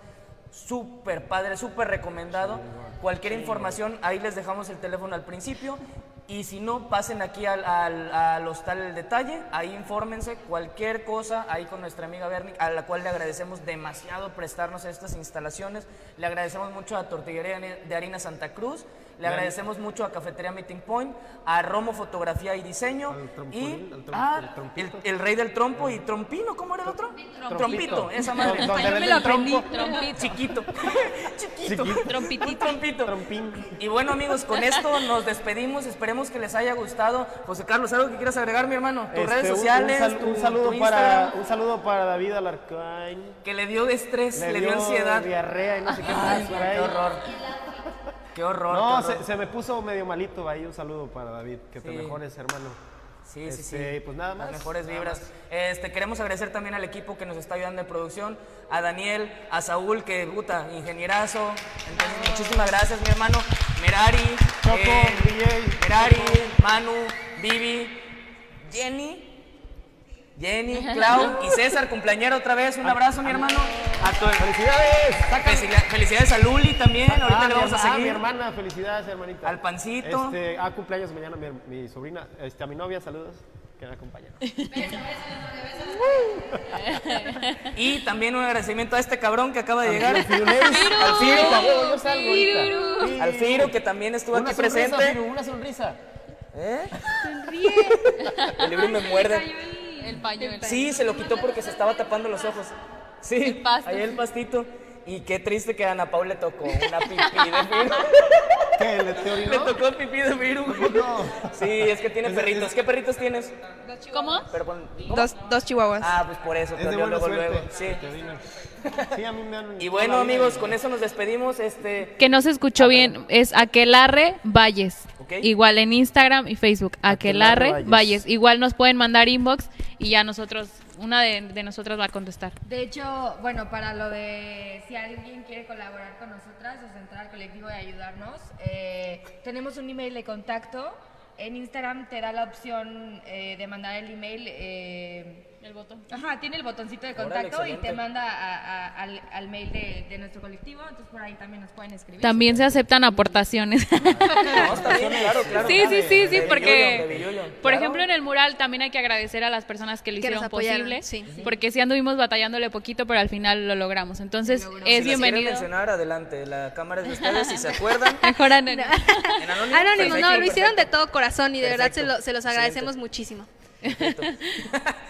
Speaker 1: súper padre, súper recomendado. Cualquier información, ahí les dejamos el teléfono al principio. Y si no, pasen aquí al, al, al hostal El Detalle, ahí infórmense cualquier cosa, ahí con nuestra amiga Bernick, a la cual le agradecemos demasiado prestarnos estas instalaciones. Le agradecemos mucho a Tortillería de Harina Santa Cruz, le agradecemos mucho a Cafetería Meeting Point, a Romo Fotografía y Diseño,
Speaker 7: Al trompolín,
Speaker 1: y
Speaker 7: al trom-
Speaker 1: ah,
Speaker 7: al
Speaker 1: el,
Speaker 7: trompito.
Speaker 1: el rey del trompo y trompino, ¿cómo era el otro? Trompito, esa madre.
Speaker 7: Donde
Speaker 4: Yo me
Speaker 7: venden
Speaker 4: lo aprendí.
Speaker 7: trompo.
Speaker 4: Trompito.
Speaker 1: Chiquito. Chiquito.
Speaker 4: Trompitito.
Speaker 1: Un trompito.
Speaker 7: Trompín.
Speaker 1: Y bueno, amigos, con esto nos despedimos. Esperemos que les haya gustado. José Carlos, ¿algo que quieras agregar, mi hermano? Tus
Speaker 7: Este,
Speaker 1: redes
Speaker 7: un- un
Speaker 1: sociales,
Speaker 7: sal- un,
Speaker 1: tu-
Speaker 7: saludo
Speaker 1: tu
Speaker 7: para,
Speaker 1: Instagram,
Speaker 7: un saludo para David Alarcón.
Speaker 1: Que le dio estrés, le, dio, ansiedad.
Speaker 7: diarrea y no sé qué
Speaker 1: Ay,
Speaker 7: más por ahí.
Speaker 1: qué horror. Qué horror.
Speaker 7: No,
Speaker 1: qué horror.
Speaker 7: se, se me puso medio malito ahí. Un saludo para David. Que te
Speaker 1: Sí.
Speaker 7: mejores, hermano.
Speaker 1: Sí, sí, sí.
Speaker 7: Este, Pues nada más.
Speaker 1: Las mejores vibras. Este, queremos agradecer también al equipo que nos está ayudando en producción, a Daniel, a Saúl, que puta, ingenierazo. Entonces, muchísimas gracias, mi hermano. Merari,
Speaker 7: Choco,
Speaker 1: eh,
Speaker 7: DJ,
Speaker 1: Merari,
Speaker 7: Choco.
Speaker 1: Manu, Vivi, Jenny. Jenny, Clau y César, cumpleañero otra vez. Un abrazo, mi hermano. A tu-
Speaker 2: ¡Felicidades!
Speaker 1: Felici- Felicidades a Luli también. Ahorita
Speaker 2: Ah,
Speaker 1: le
Speaker 2: mi
Speaker 1: vamos a
Speaker 2: herma- ah, mi
Speaker 1: seguir.
Speaker 2: hermana, felicidades, hermanita.
Speaker 1: Al pancito.
Speaker 2: Este, ah, cumpleaños mañana, mi, mi sobrina. Este, a mi novia, saludos, que me acompaña.
Speaker 1: Y también un agradecimiento a este cabrón que acaba de llegar. Al Firo.
Speaker 2: Al Firo, yo salgo ahorita. Sí.
Speaker 1: Al Firo, que también estuvo
Speaker 2: Una
Speaker 1: aquí
Speaker 2: sonrisa,
Speaker 1: presente.
Speaker 2: Firo, una sonrisa.
Speaker 1: ¿Eh? El libro me muerde.
Speaker 4: El pañuelo.
Speaker 1: Sí, se lo quitó porque se estaba tapando los ojos. Sí,
Speaker 4: El pasto.
Speaker 1: ahí el pastito. Y qué triste que a Ana Paula le tocó una pipí de Firo.
Speaker 7: ¿Qué? ¿Le te
Speaker 1: Le
Speaker 7: orinó?
Speaker 1: tocó pipí de Firo. Sí, es que tiene perritos. ¿Qué perritos tienes?
Speaker 4: ¿Cómo?
Speaker 1: Pero pon- ¿cómo?
Speaker 6: Dos, dos chihuahuas.
Speaker 1: Ah, pues por eso, te
Speaker 7: Es de
Speaker 1: olió
Speaker 7: buena
Speaker 1: luego, luego.
Speaker 7: suerte.
Speaker 1: Sí.
Speaker 7: Te orina. Sí, a mí me han...
Speaker 1: Y bueno, amigos, con eso nos despedimos. Este,
Speaker 4: Que no se escuchó bien, es Aquelarre Valles.
Speaker 1: Ok.
Speaker 4: Igual en Instagram y Facebook, Aquelarre,
Speaker 2: Aquelarre
Speaker 4: Valles.
Speaker 2: Valles.
Speaker 4: Igual nos pueden mandar inbox y ya nosotros, una de, de nosotras va a contestar.
Speaker 5: De hecho, bueno, para lo de si alguien quiere colaborar con nosotras o entrar al colectivo y ayudarnos, eh, tenemos un email de contacto. En Instagram te da la opción eh, de mandar el email. eh,
Speaker 4: El botón.
Speaker 5: Ajá, tiene el botoncito de
Speaker 1: Órale,
Speaker 5: contacto y
Speaker 1: excelente.
Speaker 5: te manda a- a- al, al mail de, de nuestro colectivo, entonces por ahí también nos pueden escribir.
Speaker 4: También se aceptan aportaciones.
Speaker 1: no, está bien, claro, claro.
Speaker 4: Sí, sí,
Speaker 1: De
Speaker 4: sí, sí,
Speaker 1: Virulio, de
Speaker 4: porque
Speaker 1: Virulio,
Speaker 4: por
Speaker 1: claro.
Speaker 4: ejemplo en el mural también hay que agradecer a las personas que lo
Speaker 3: Que nos
Speaker 4: hicieron
Speaker 3: apoyaron,
Speaker 4: posible,
Speaker 3: sí.
Speaker 4: porque sí anduvimos batallándole poquito, pero al final lo logramos. Entonces
Speaker 1: Si
Speaker 4: es
Speaker 1: las quieren
Speaker 4: bienvenido.
Speaker 1: mencionar, adelante. La cámara es de ustedes, si se acuerdan.
Speaker 4: Mejor en-
Speaker 1: En anónimo,
Speaker 3: Anónimo, no,
Speaker 1: perfecto,
Speaker 3: lo hicieron de
Speaker 1: perfecto.
Speaker 3: todo corazón y de verdad se,
Speaker 1: Perfecto.
Speaker 3: lo- se los agradecemos
Speaker 1: Excelente.
Speaker 3: muchísimo.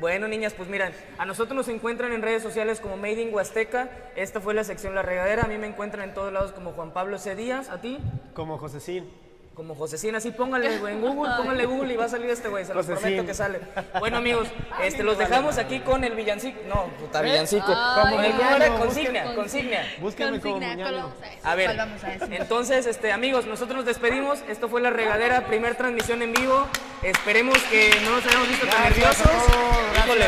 Speaker 1: Bueno, niñas, pues miren, a nosotros nos encuentran en redes sociales como Made in Huasteca. Esta fue la sección La Regadera. A mí me encuentran en todos lados como Juan Pablo C. Díaz. ¿A ti?
Speaker 2: Como Josecín.
Speaker 1: Como Josecina, así póngale güey, en Google, póngale Google y va a salir este güey, se los
Speaker 2: Josecín.
Speaker 1: prometo que sale. Bueno amigos, este los dejamos aquí con el villancico. No,
Speaker 3: ¿Eh?
Speaker 1: puta villancico. Con el- ¿cómo era? Consigna, consigna.
Speaker 2: Búsquenme como
Speaker 3: Consigna, ¿cuál
Speaker 2: Muñano.
Speaker 3: vamos a decir?
Speaker 1: A ver,
Speaker 5: ¿Cuál vamos a decir?
Speaker 1: entonces, este, amigos, nosotros nos despedimos. Esto fue La Regadera, primer transmisión en vivo. Esperemos que no nos hayamos visto tan nerviosos. Híjole,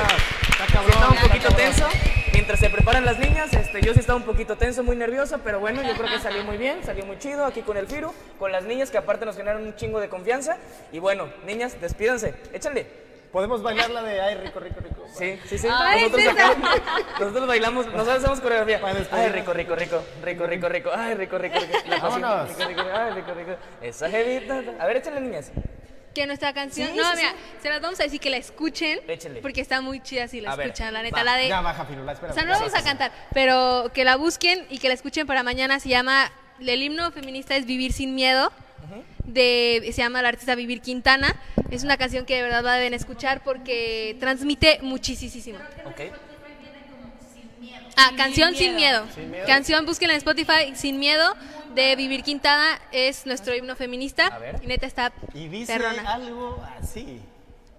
Speaker 1: estaba un poquito tenso. Mientras se preparan las niñas, este, yo sí estaba un poquito tenso, muy nervioso, pero bueno, yo creo que salió muy bien, salió muy chido aquí con el Firu, con las niñas que aparte nos generaron un chingo de confianza. Y bueno, niñas, despídanse, échale.
Speaker 2: Podemos bailar la de ay, rico, rico, rico.
Speaker 1: Sí, sí, sí.
Speaker 3: Ay,
Speaker 1: nosotros,
Speaker 3: César.
Speaker 1: acá- nosotros bailamos, nosotros hacemos coreografía.
Speaker 2: Para
Speaker 1: Ay,
Speaker 2: despedirnos.
Speaker 1: rico, rico, rico, rico, rico, rico. Ay, rico, rico, rico. La
Speaker 2: Vámonos.
Speaker 1: pasita, rico, rico, ay, rico, rico. Esa jevita. A ver, échale, niñas.
Speaker 3: Que nuestra canción,
Speaker 1: Sí,
Speaker 3: no,
Speaker 1: sí,
Speaker 3: mira, se las vamos a decir que la escuchen,
Speaker 1: Échale.
Speaker 3: porque está muy chida si la
Speaker 1: A ver,
Speaker 3: escuchan, la neta,
Speaker 1: va,
Speaker 3: la de...
Speaker 2: Ya baja, Firula, espera.
Speaker 3: O sea, no la vamos a cantar, pero que la busquen y que la escuchen para mañana. Se llama, el himno feminista es Vivir sin miedo. De, se llama la artista Vivir Quintana. Es una canción que de verdad la deben escuchar porque transmite muchísimo.
Speaker 1: Ok.
Speaker 3: Ah, canción sin miedo. Canción, búsquenla en Spotify, Sin Miedo, de Vivir Quintana. Es nuestro himno feminista.
Speaker 1: ver.
Speaker 3: Y neta está
Speaker 7: Y dice
Speaker 3: perrona.
Speaker 7: algo así.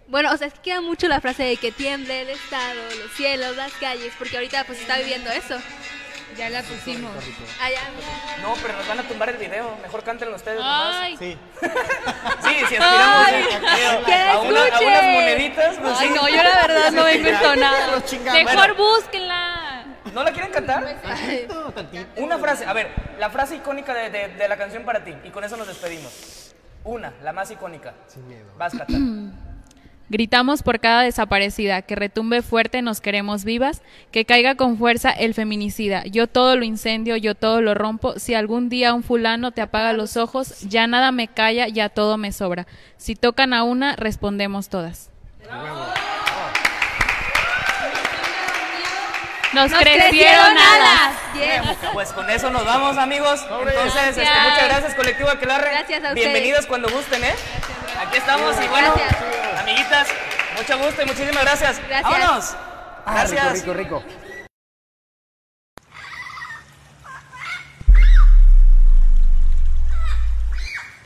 Speaker 3: Bueno, o sea, es que queda mucho la frase de que tiemble el Estado, los cielos, las calles, porque ahorita pues está viviendo eso.
Speaker 5: Ya la pusimos.
Speaker 3: Allá.
Speaker 1: No, pero nos van a tumbar el video. Mejor cántenlo ustedes nomás.
Speaker 4: Ay,
Speaker 7: Sí.
Speaker 1: Sí, si aspiramos
Speaker 3: Ay,
Speaker 1: a-
Speaker 3: que
Speaker 1: a, una- a
Speaker 3: escuchen.
Speaker 1: unas moneditas. pues
Speaker 4: ay,
Speaker 1: sí.
Speaker 4: no, yo la verdad no vengo entonada.
Speaker 7: Los chingados.
Speaker 4: Mejor búsquenla.
Speaker 1: ¿No la quieren cantar?
Speaker 7: Tantito, tantito.
Speaker 1: Una frase, a ver, la frase icónica de, de- de la canción para ti. Y con eso nos despedimos. Una, la más icónica. Sin miedo. Vas, Cata.
Speaker 4: Gritamos por cada desaparecida, que retumbe fuerte, nos queremos vivas, que caiga con fuerza el feminicida. Yo todo lo incendio, yo todo lo rompo. Si algún día un fulano te apaga los ojos, ya nada me calla, ya todo me sobra. Si tocan a una, respondemos todas. Nos, crecieron, alas.
Speaker 3: Yes.
Speaker 1: Pues con eso nos vamos, amigos. Entonces, este,
Speaker 4: Gracias.
Speaker 1: muchas gracias, Colectivo Aquelarre.
Speaker 3: Gracias a ustedes.
Speaker 1: Bienvenidos cuando gusten, ¿eh? Aquí estamos y bueno,
Speaker 3: Gracias.
Speaker 1: amiguitas, mucho gusto y muchísimas gracias.
Speaker 3: Gracias.
Speaker 1: ¡Vámonos!
Speaker 2: Ah,
Speaker 1: Gracias.
Speaker 2: Rico, rico, rico.